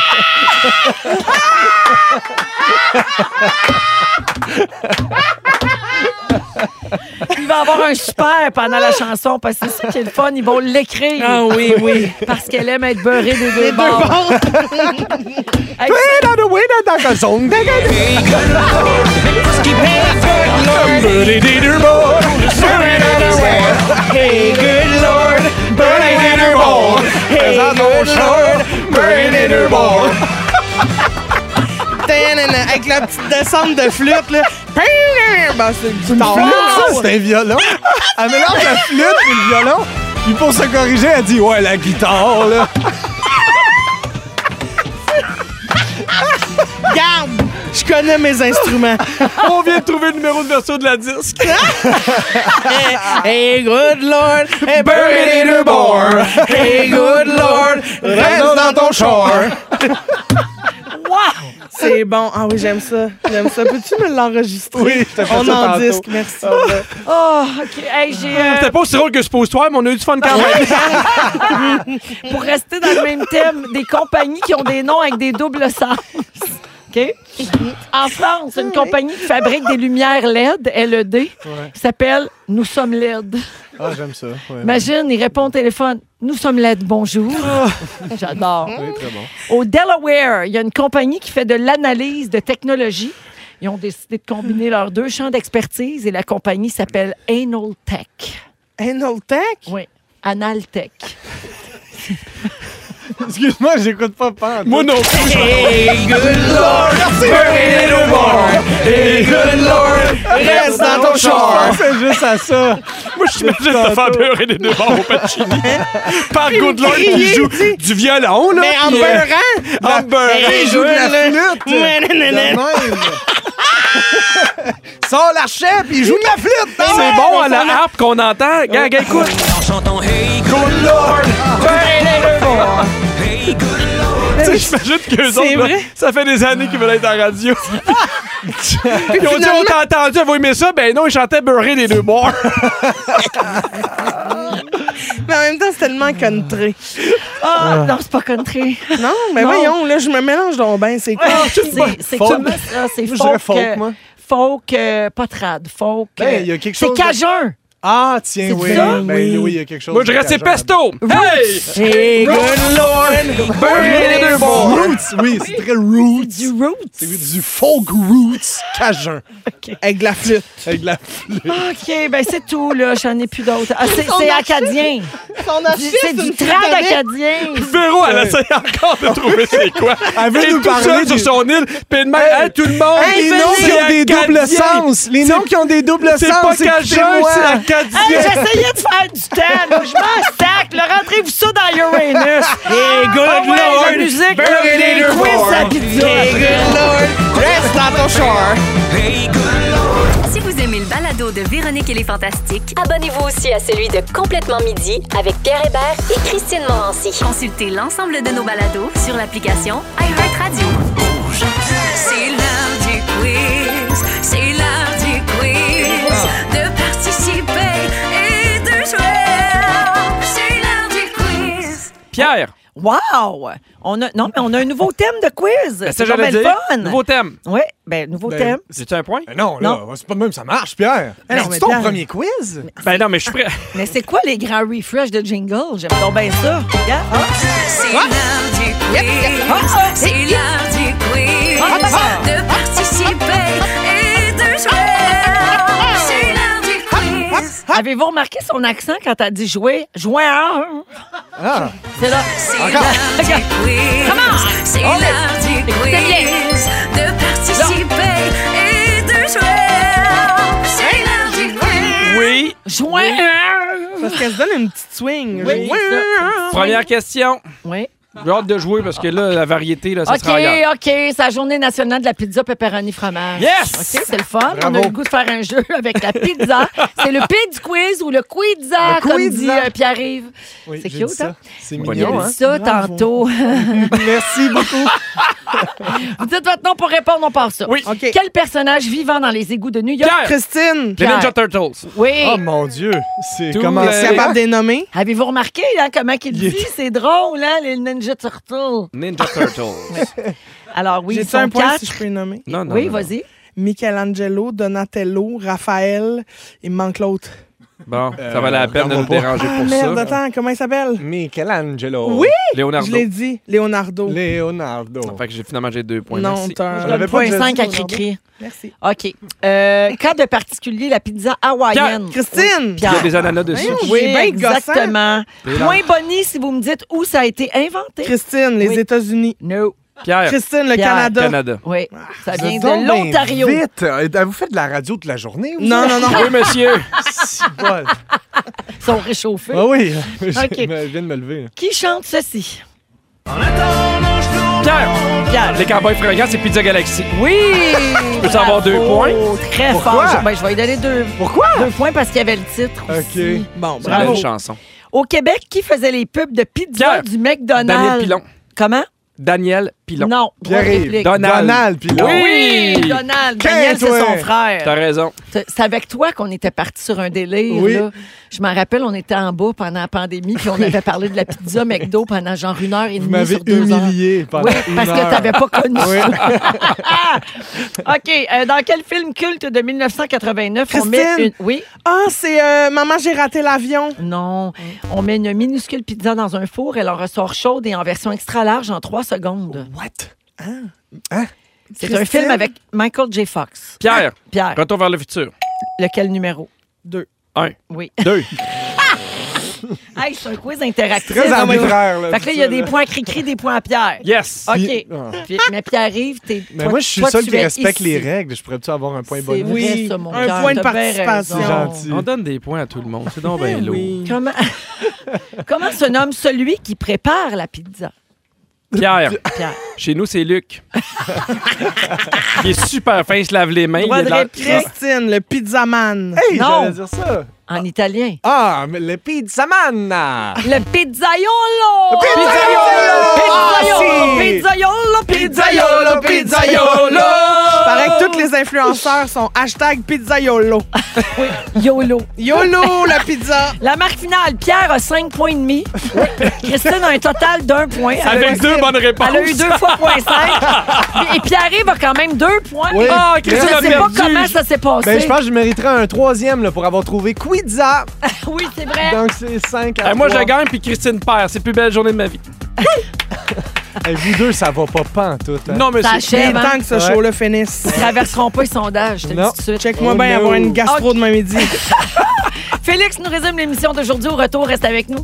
Speaker 2: Il va avoir un super pendant la chanson parce que c'est ça qui est le fun. Ils vont l'écrire. Ah oui, oui. Parce qu'elle aime être beurrée des deux bords.
Speaker 4: Bon,
Speaker 2: Hey,
Speaker 6: Dans le winner, dans la zone.
Speaker 3: Beurré des deux bords. Beurré des deux bords.
Speaker 6: Beurré des deux bords. Reste dans ton char. Beurré des deux bords.
Speaker 4: tanana, Avec la petite descente de flûte, là. Bon, c'est une guitare. Oh,
Speaker 6: Flûte, ça, c'est un violon. Elle mélange la flûte et le violon. Puis pour se corriger, elle dit Ouais, la guitare, là.
Speaker 4: Garde, je connais mes instruments.
Speaker 3: On vient de trouver le numéro de version de la disque.
Speaker 4: Hey, good lord. Hey,
Speaker 6: Beurré des deux bords.
Speaker 4: Hey, good lord.
Speaker 6: Reste dans ton char.
Speaker 4: C'est bon. Ah oui, j'aime ça. J'aime ça. Peux-tu me l'enregistrer?
Speaker 6: Oui, je te fais
Speaker 4: On
Speaker 6: ça
Speaker 4: en
Speaker 6: tantôt. Ah
Speaker 4: disque, merci.
Speaker 2: Oh, OK. Hey, j'ai... euh,
Speaker 3: C'était pas aussi drôle que suppositoire, mais on a eu du fun quand même.
Speaker 2: hein? pour rester dans le même thème, des compagnies qui ont des noms avec des doubles sens. OK? En France, une compagnie qui fabrique des lumières E LED, LED, qui s'appelle Nous sommes LED.
Speaker 6: Ah, j'aime ça. ouais.
Speaker 2: Imagine, il répond au téléphone Nous sommes LED, bonjour. J'adore.
Speaker 6: Oh. Oui, très bon.
Speaker 2: Au Delaware, il y a une compagnie qui fait de l'analyse de technologie. Ils ont décidé de combiner leurs deux champs d'expertise et la compagnie s'appelle Anal Tech.
Speaker 4: Analtech?
Speaker 2: Oui, Anal Tech.
Speaker 6: Excuse-moi, j'écoute pas pas.
Speaker 3: Moi non plus.
Speaker 4: Reste dans ton char.
Speaker 6: C'est juste à ça.
Speaker 3: Moi, j'imagine te faire beurrer des deux bords au Pacini. Par Goodlord qui
Speaker 4: crier,
Speaker 3: joue du violon, là.
Speaker 4: Mais en
Speaker 3: puis, euh,
Speaker 4: beurrant.
Speaker 3: en beurrant.
Speaker 4: Hey,
Speaker 6: Il joue de la
Speaker 4: good lord.
Speaker 6: flûte.
Speaker 4: Ouais, nanana.
Speaker 6: De même.
Speaker 1: Sors l'archet, puis joue de la flûte! hein?
Speaker 3: C'est bon à la harpe qu'on entend. Regarde, regarde, écoute.
Speaker 1: Good Lord!
Speaker 3: Tu sais, J'imagine qu'eux autres, là, ça fait des années qu'ils veulent être en radio. ils ont dit, on t'a entendu, vous aimez ça? Ben non, ils chantaient beurrer les deux bords.
Speaker 4: Mais en même temps, c'est tellement country.
Speaker 2: Ah, non, c'est pas country.
Speaker 4: Non, mais
Speaker 2: Non.
Speaker 4: voyons, là, je me mélange donc bien. C'est quoi?
Speaker 2: c'est c'est
Speaker 6: folk.
Speaker 2: tout- ah, c'est
Speaker 6: Moi, je
Speaker 2: folk.
Speaker 6: dirais folk,
Speaker 2: euh,
Speaker 6: moi.
Speaker 2: folk, euh, pas trad, folk.
Speaker 6: Ben, il y
Speaker 2: euh,
Speaker 6: a quelque
Speaker 2: c'est
Speaker 6: chose de-
Speaker 2: cajun.
Speaker 6: Ah, tiens,
Speaker 2: C'est
Speaker 6: oui.
Speaker 2: ça?
Speaker 6: Ben, oui, oui, il y a quelque chose.
Speaker 3: Moi, je restais pesto. Hey!
Speaker 2: C'est
Speaker 6: Good Lord!
Speaker 3: Beurrer les deux bords.
Speaker 6: Roots, oui, c'est très roots.
Speaker 2: du roots.
Speaker 6: C'est du folk roots cajun.
Speaker 4: Avec de la flûte.
Speaker 6: Avec de la
Speaker 2: OK, ben c'est tout, là. J'en ai plus d'autres. Ah, c'est c'est acadien.
Speaker 4: Son
Speaker 2: Du- C'est du trad acadien.
Speaker 3: Véro, Oh, elle essaie encore de trouver c'est quoi.
Speaker 6: Euh. Elle veut
Speaker 3: Elle est
Speaker 6: nous
Speaker 3: tout
Speaker 6: parler
Speaker 3: seul
Speaker 6: des-
Speaker 3: sur son île, puis de même,
Speaker 6: Hey.
Speaker 3: hey, tout le monde.
Speaker 6: Hey, Oh, les
Speaker 3: venez,
Speaker 6: noms qui
Speaker 3: c'est
Speaker 6: ont des doubles
Speaker 3: acadien.
Speaker 6: sens! Les noms qui ont des doubles
Speaker 3: C'est pas
Speaker 6: sens!
Speaker 3: cajun,
Speaker 6: moi.
Speaker 3: c'est acadien.
Speaker 2: Hey, j'essayais de faire du temps. là. Je m'en sac. là. Rentrez-vous ça dans Uranus. Hey, good
Speaker 3: Lord.
Speaker 2: La musique, là,
Speaker 3: Burn it in
Speaker 2: les
Speaker 3: your
Speaker 2: quiz à
Speaker 3: heart.
Speaker 2: pizza.
Speaker 1: Reste dans ton char!
Speaker 7: Si vous aimez le balado de Véronique et les Fantastiques,
Speaker 8: Abonnez-vous aussi à celui de Complètement Midi avec Pierre Hébert et Christine Morancy.
Speaker 7: consultez l'ensemble de nos balados sur l'application iHeartRadio. C'est l'heure du quiz, c'est l'heure du quiz, de participer et de jouer. C'est l'heure du quiz.
Speaker 3: Pierre,
Speaker 2: Wow! On a, non, mais on a un nouveau thème de quiz.
Speaker 3: ben,
Speaker 2: c'est
Speaker 3: ça
Speaker 2: donc
Speaker 3: j'allais
Speaker 2: bien
Speaker 3: dire.
Speaker 2: le fun.
Speaker 3: Nouveau thème.
Speaker 2: Oui, ben, nouveau
Speaker 6: Ben,
Speaker 2: thème.
Speaker 3: J'ai-tu un point?
Speaker 6: Mais non, là, c'est pas de même, ça marche, Pierre!
Speaker 4: Mais non, mais
Speaker 6: c'est ton
Speaker 4: Pierre-
Speaker 6: premier quiz?
Speaker 3: Ben non, mais je suis prêt.
Speaker 2: Mais c'est quoi les grands refresh de jingle? J'aime donc bien ça. Regarde. Ah,
Speaker 7: C'est l'heure du quiz. C'est l'heure du quiz. De participer et de jouer. C'est l'heure du quiz.
Speaker 2: ah, Avez-vous remarqué son accent quand elle dit jouer? Jouer un.
Speaker 6: Ah!
Speaker 2: C'est là.
Speaker 7: C'est l'heure du quiz. C'est l'heure du quiz. De participer et de jouer. C'est l'heure du quiz.
Speaker 3: Oui.
Speaker 2: Jouer un.
Speaker 4: Parce qu'elle se donne une petite swing.
Speaker 2: Oui,
Speaker 4: Ouais.
Speaker 2: ça.
Speaker 3: Première question.
Speaker 2: Oui.
Speaker 3: J'ai hâte de jouer parce que là, la variété, là, ça sera ailleurs.
Speaker 2: OK, OK. C'est la journée nationale de la pizza pepperoni fromage.
Speaker 3: Yes!
Speaker 2: OK, c'est le fun. On
Speaker 6: Bravo.
Speaker 2: a le goût de faire un jeu avec la pizza. c'est le P du quiz ou le quizza,
Speaker 6: Le
Speaker 2: comme dit
Speaker 6: quizza.
Speaker 2: euh, Pierre-Yves.
Speaker 6: Oui,
Speaker 2: C'est
Speaker 6: j'ai
Speaker 2: cute,
Speaker 6: dit ça.
Speaker 2: hein?
Speaker 6: C'est
Speaker 3: Bonne
Speaker 6: mignon,
Speaker 3: idée.
Speaker 6: hein?
Speaker 2: Ça,
Speaker 4: Bravo.
Speaker 2: tantôt.
Speaker 6: Merci beaucoup!
Speaker 2: Vous dites votre nom pour répondre, on part ça.
Speaker 3: Oui.
Speaker 4: OK.
Speaker 2: Quel personnage vivant dans les égouts de New York?
Speaker 3: Pierre,
Speaker 4: Christine,
Speaker 3: les
Speaker 2: Pierre.
Speaker 3: Ninja Turtles.
Speaker 2: Oui.
Speaker 6: Oh mon Dieu! C'est
Speaker 3: Tout
Speaker 6: comment
Speaker 3: le-
Speaker 6: ça?
Speaker 4: c'est capable de les nommer?
Speaker 2: Avez-vous remarqué hein, comment qu'il dit? C'est drôle, hein, les Ninja Turtles.
Speaker 3: Ninja Turtles.
Speaker 2: Alors oui,
Speaker 4: J'ai
Speaker 2: ils
Speaker 4: tu un
Speaker 2: sont
Speaker 4: point
Speaker 2: quatre.
Speaker 4: si je peux les nommer.
Speaker 3: Non, non.
Speaker 2: oui,
Speaker 3: non, non.
Speaker 2: vas-y.
Speaker 4: Michelangelo, Donatello, Raphaël. Il me manque l'autre.
Speaker 3: Bon, ça valait la
Speaker 6: on
Speaker 3: peine de nous
Speaker 6: regarde pas.
Speaker 3: déranger
Speaker 4: Ah,
Speaker 3: pour
Speaker 4: merde,
Speaker 3: ça.
Speaker 4: attends, comment il s'appelle?
Speaker 6: Michelangelo!
Speaker 4: Oui!
Speaker 3: Leonardo.
Speaker 4: Je l'ai dit, Leonardo.
Speaker 6: Leonardo!
Speaker 3: Fait que j'ai finalement j'ai deux points.
Speaker 4: non,
Speaker 3: Merci.
Speaker 4: t'as un-
Speaker 6: Je l'avais pas
Speaker 2: Point
Speaker 6: déjà
Speaker 2: 5
Speaker 6: dit
Speaker 2: à
Speaker 6: aujourd'hui.
Speaker 2: cri-cri.
Speaker 4: Merci.
Speaker 2: OK. Euh, quand de particulier la pizza hawaïenne?
Speaker 4: Christine!
Speaker 3: Il y a
Speaker 2: Pierre.
Speaker 3: des ananas dessus.
Speaker 4: Voyons.
Speaker 2: Oui,
Speaker 4: C'est bien
Speaker 2: exactement.
Speaker 3: T'es là.
Speaker 2: Point Bonnie si vous me dites où ça a été inventé.
Speaker 4: Christine, les
Speaker 2: Oui.
Speaker 4: États-Unis.
Speaker 2: No.
Speaker 3: Pierre,
Speaker 4: Christine, le
Speaker 2: Pierre.
Speaker 4: Canada.
Speaker 3: Canada.
Speaker 2: Oui, ça
Speaker 6: Vous
Speaker 2: vient
Speaker 6: êtes donc
Speaker 2: de
Speaker 6: Ah, bien
Speaker 2: l'Ontario.
Speaker 6: Vite! Euh, Vous faites de la radio toute la journée? vous?
Speaker 4: Non, non, non.
Speaker 3: Oui, monsieur.
Speaker 6: Si, bol.
Speaker 2: Ils sont réchauffés.
Speaker 6: Ah oui! Je
Speaker 2: Ok.
Speaker 6: je viens de me lever.
Speaker 2: Qui chante ceci?
Speaker 3: Pierre,
Speaker 2: Pierre.
Speaker 3: les cowboys fringants, c'est Pizza Galaxy.
Speaker 2: Oui!
Speaker 3: peux t'en avoir deux
Speaker 2: Bravo!
Speaker 3: points?
Speaker 2: Très
Speaker 6: Pourquoi?
Speaker 2: fort. Je- Ben, je vais lui donner deux. Pourquoi? Deux points parce qu'il y avait le titre. aussi.
Speaker 6: OK.
Speaker 4: Bon,
Speaker 3: C'est une
Speaker 4: bravo.
Speaker 3: belle chanson.
Speaker 2: Au Québec, qui faisait les pubs de pizza
Speaker 3: Pierre.
Speaker 2: du McDonald's?
Speaker 3: Daniel Pilon.
Speaker 2: Comment?
Speaker 3: Daniel Pilon.
Speaker 2: Non. droit de
Speaker 6: Pierre-Yves,
Speaker 2: réplique.
Speaker 3: Donald.
Speaker 6: Donald, puis là,
Speaker 2: Oui,
Speaker 3: Oui!
Speaker 2: Donald.
Speaker 6: Qu'est-ce
Speaker 2: Daniel, c'est
Speaker 6: toi?
Speaker 2: son frère.
Speaker 3: T'as raison.
Speaker 2: C'est c'est avec toi qu'on était parti sur un délire.
Speaker 6: Oui.
Speaker 2: là. Je m'en rappelle, on était en bas pendant la pandémie, puis on avait parlé de la pizza McDo pendant genre une heure et
Speaker 6: vous
Speaker 2: demie
Speaker 6: m'avez
Speaker 2: sur deux heures.
Speaker 6: humilié pendant
Speaker 2: Oui,
Speaker 6: une
Speaker 2: parce que
Speaker 6: heure.
Speaker 2: t'avais pas connu
Speaker 6: Oui.
Speaker 2: ça. OK. euh, dans quel film culte de 1989 on met
Speaker 4: Christine.
Speaker 2: une... Oui?
Speaker 4: Ah, c'est euh, Maman, j'ai raté l'avion.
Speaker 2: Hein, Non. On met une minuscule pizza dans un four, elle en ressort chaude et en version extra large en trois secondes.
Speaker 6: What?
Speaker 2: C'est un
Speaker 4: Christine?
Speaker 2: film avec Michael J. Fox.
Speaker 3: Pierre,
Speaker 2: Pierre,
Speaker 3: retour vers le futur.
Speaker 2: lequel numéro?
Speaker 4: Deux.
Speaker 3: Un.
Speaker 2: Oui.
Speaker 3: Deux.
Speaker 2: Hey, c'est un quiz interactif.
Speaker 6: Très
Speaker 2: là.
Speaker 6: arbitraire, là.
Speaker 2: Fait que là, il y a des points à cri-cri, des points à Pierre.
Speaker 3: Yes.
Speaker 2: OK.
Speaker 6: Puis- Ah.
Speaker 2: Puis- mais Pierre arrive, t'es.
Speaker 6: Mais
Speaker 2: toi-
Speaker 6: moi, je suis le
Speaker 2: toi,
Speaker 6: seul
Speaker 2: tu
Speaker 6: qui
Speaker 2: es
Speaker 6: respecte
Speaker 2: ici.
Speaker 6: les règles. Je pourrais tu avoir un point
Speaker 2: C'est
Speaker 6: bonus?
Speaker 2: vrai,
Speaker 4: Oui,
Speaker 2: ça, mon
Speaker 4: un
Speaker 2: cœur,
Speaker 4: point de
Speaker 2: t'as bien
Speaker 4: participation.
Speaker 6: C'est
Speaker 2: raison.
Speaker 6: gentil.
Speaker 3: On donne des points à tout le monde. C'est donc
Speaker 2: Eh
Speaker 3: bien lourd.
Speaker 2: Comment... Comment se nomme celui qui prépare la pizza?
Speaker 3: Pierre.
Speaker 2: Pierre.
Speaker 3: Chez nous, c'est Luc. il est super fin, il se lave les mains.
Speaker 2: Droit
Speaker 3: il est
Speaker 2: de
Speaker 3: Ah. dans-
Speaker 2: réplique.
Speaker 4: Christine, le pizzaman.
Speaker 6: Hey,
Speaker 2: Non.
Speaker 6: j'allais dire ça.
Speaker 2: En italien.
Speaker 6: Ah, mais le pizzaman!
Speaker 2: Le pizzaiolo!
Speaker 6: Pizzaiolo! Ah,
Speaker 2: Pizzaiolo! Pizzaiolo!
Speaker 10: Pizzaiolo, pizzaiolo!
Speaker 4: Paraît que tous les influenceurs sont hashtag pizzaiolo.
Speaker 2: Oui, YOLO.
Speaker 4: YOLO, la pizza!
Speaker 2: La marque finale, Pierre a 5 points et demi. Christine a un total d'un point. Elle a eu-
Speaker 3: Avec deux bonnes réponses.
Speaker 2: Elle a eu deux fois point cinq. Et Pierre-Yves a quand même deux points.
Speaker 6: Oui.
Speaker 3: Ah,
Speaker 2: Je
Speaker 3: Christine a
Speaker 2: sais pas
Speaker 3: perdu.
Speaker 2: comment ça s'est passé.
Speaker 6: Ben, je pense que je mériterais un troisième là, pour avoir trouvé Quizza.
Speaker 2: Oui, c'est vrai.
Speaker 6: Donc, c'est 5 à
Speaker 3: Eh, moi, je
Speaker 6: trois.
Speaker 3: gagne, puis Christine perd. C'est la plus belle journée de ma vie.
Speaker 6: Eh, vous deux, ça va pas pas en tout. hein.
Speaker 3: Non,
Speaker 2: Ça
Speaker 3: monsieur.
Speaker 4: Il est
Speaker 2: achève. hein.
Speaker 4: temps que ce
Speaker 6: Ouais.
Speaker 4: show-là finisse.
Speaker 2: Ils traverseront pas les sondages, je te le dis
Speaker 6: Non.
Speaker 2: tout de suite.
Speaker 4: Check-moi
Speaker 6: Oh
Speaker 4: bien
Speaker 6: no.
Speaker 4: avoir une gastro demain midi.
Speaker 2: Félix nous résume l'émission d'aujourd'hui. Au retour, reste avec nous.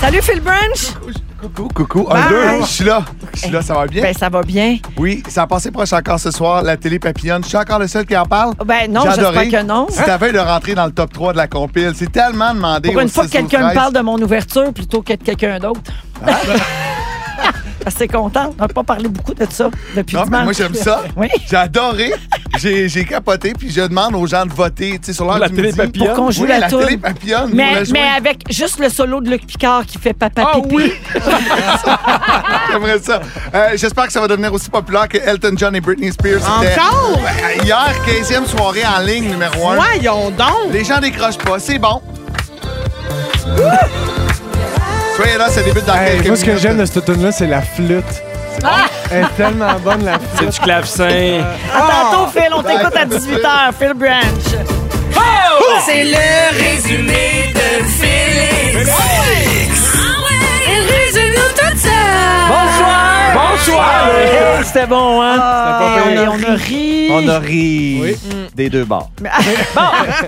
Speaker 2: Salut Phil Branch!
Speaker 10: Coucou, coucou. Un, deux. Je suis là. Je suis là, ça va bien?
Speaker 2: Ben ça va bien.
Speaker 10: Oui, ça a passé proche encore ce soir, la télé papillonne. Je suis encore le seul qui en parle?
Speaker 2: Ben non,
Speaker 10: J'ai
Speaker 2: j'espère
Speaker 10: adoré.
Speaker 2: que non.
Speaker 10: C'est la veille de rentrer dans le top 3 de la compile. C'est tellement demandé.
Speaker 2: Pour
Speaker 10: au
Speaker 2: une fois que
Speaker 10: 6 au
Speaker 2: quelqu'un me
Speaker 10: 13.
Speaker 2: parle de mon ouverture plutôt que de quelqu'un d'autre.
Speaker 10: Ah.
Speaker 2: Assez contente. On n'a pas parlé beaucoup de ça depuis
Speaker 10: Non, mais
Speaker 2: dimanche.
Speaker 10: moi, j'aime ça.
Speaker 2: Oui.
Speaker 10: J'ai adoré. J'ai j'ai capoté. Puis je demande aux gens de voter. Tu sais, sur l'heure
Speaker 3: La
Speaker 10: du
Speaker 3: télé
Speaker 10: midi.
Speaker 3: papillonne.
Speaker 2: Pour qu'on joue
Speaker 10: Oui,
Speaker 2: la
Speaker 10: la
Speaker 2: toune.
Speaker 10: télé papillonne. nous
Speaker 2: Mais, mais
Speaker 10: rejoint.
Speaker 2: avec juste le solo de Luc Picard qui fait papa
Speaker 3: Ah
Speaker 2: pipi.
Speaker 3: oui!
Speaker 10: J'aimerais ça. Euh, J'espère que ça va devenir aussi populaire que Elton John et Britney Spears. étaient-
Speaker 4: Encore?
Speaker 10: Euh, Hier, 15e soirée en ligne numéro 1.
Speaker 4: Voyons donc!
Speaker 10: Les gens décrochent pas, c'est bon. Soyez là, ça débute dans
Speaker 6: Hey,
Speaker 10: quelques
Speaker 6: Eh, moi, ce que
Speaker 10: minutes.
Speaker 6: j'aime de cette tune là c'est la flûte.
Speaker 2: Ah!
Speaker 6: Elle est tellement bonne, la flûte.
Speaker 3: C'est du clavecin.
Speaker 2: À
Speaker 10: Ah!
Speaker 2: tantôt, Phil. On t'écoute à 18h. Phil Branch.
Speaker 1: C'est le résumé de Félix. Ah ouais, il résume tout ça.
Speaker 2: Bonsoir!
Speaker 3: Bonsoir!
Speaker 2: C'était bon, hein?
Speaker 6: C'était pas
Speaker 2: Et
Speaker 6: pire.
Speaker 2: on, a ri.
Speaker 11: On a ri des deux bords.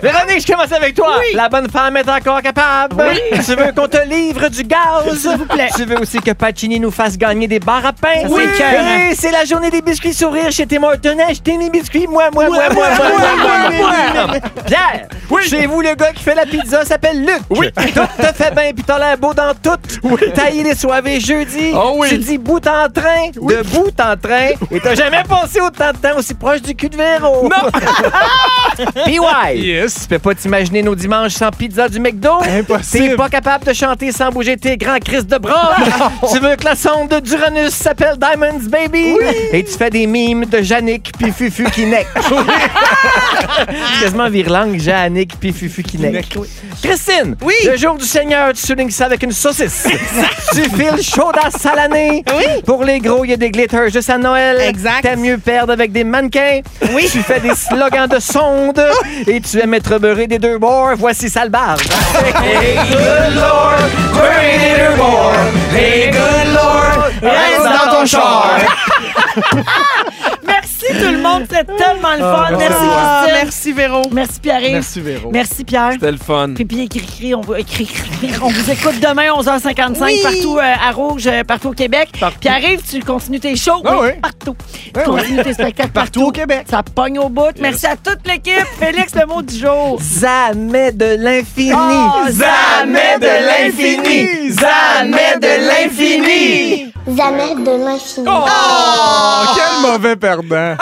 Speaker 9: Véronique, je commence avec toi. La bonne femme est encore capable. Tu veux qu'on te livre du gaz? S'il vous plaît. Tu veux aussi que Pacini nous fasse gagner des barres à pain?
Speaker 2: Ça, c'est écœurant.
Speaker 9: Et c'est la journée des biscuits sourires chez Tim Hortons. Achetez mes biscuits, moi, moi, moi, moi, moi, moi, moi, moi. Pierre, chez vous, le gars qui fait la pizza s'appelle Luc. Oui. Tout te fait bien, puis t'as l'air beau dans tout. Oui. Ah Taillé les soirées jeudi.
Speaker 3: Oh oui.
Speaker 9: Tu dis bout en train, de bout en train. Et t'as jamais passé autant de temps aussi proche du cul de Véro. Non. PY.
Speaker 3: Yes.
Speaker 9: Tu peux pas t'imaginer nos dimanches sans pizza du McDo?
Speaker 6: Impossible.
Speaker 9: T'es pas capable de chanter sans bouger tes grands crises de bras? tu veux que la sonde de Duranus s'appelle Diamonds Baby? Et tu fais des mimes de Jannick puis Fufu qui neck. Ah. C'est quasiment virlangue, Jannick puis Fufu qui neck. Christine! Oui? Le jour du Seigneur, tu soulignes ça avec une saucisse. tu files chaud à salané. Oui? Pour les gros, il y a des glitters juste à Noël.
Speaker 4: Exact.
Speaker 9: T'aimes mieux perdre avec des mannequins. Oui. Tu fais des slogans de sonde et tu aimes être beurré des deux bords. Voici Salbarbe. Hey, good Lord, beurré des deux bords. Hey, good Lord,
Speaker 4: reste dans ton char.
Speaker 2: Merci tout le monde. C'était tellement le fun. merci
Speaker 4: Ah,
Speaker 2: Christine.
Speaker 4: merci, Véro.
Speaker 2: Merci Pierre. Merci,
Speaker 6: Merci, Véro.
Speaker 2: Pierre.
Speaker 3: C'était le fun.
Speaker 2: Pipi et Cricri, on, vous- euh, cri- cri- on vous écoute demain 11h55 partout euh, à Rouge, euh, partout au Québec. Puis arrive, tu continues tes shows
Speaker 6: Ah oui.
Speaker 2: partout. Tu continues tes spectacles partout.
Speaker 6: Partout au Québec.
Speaker 2: Ça pogne au bout. Merci à toute l'équipe. Félix, le mot du jour.
Speaker 9: Jamais de l'infini.
Speaker 2: Oh,
Speaker 9: Jamais de l'infini. Jamais de l'infini.
Speaker 5: Jamais de l'infini.
Speaker 6: Oh, quel mauvais perdant!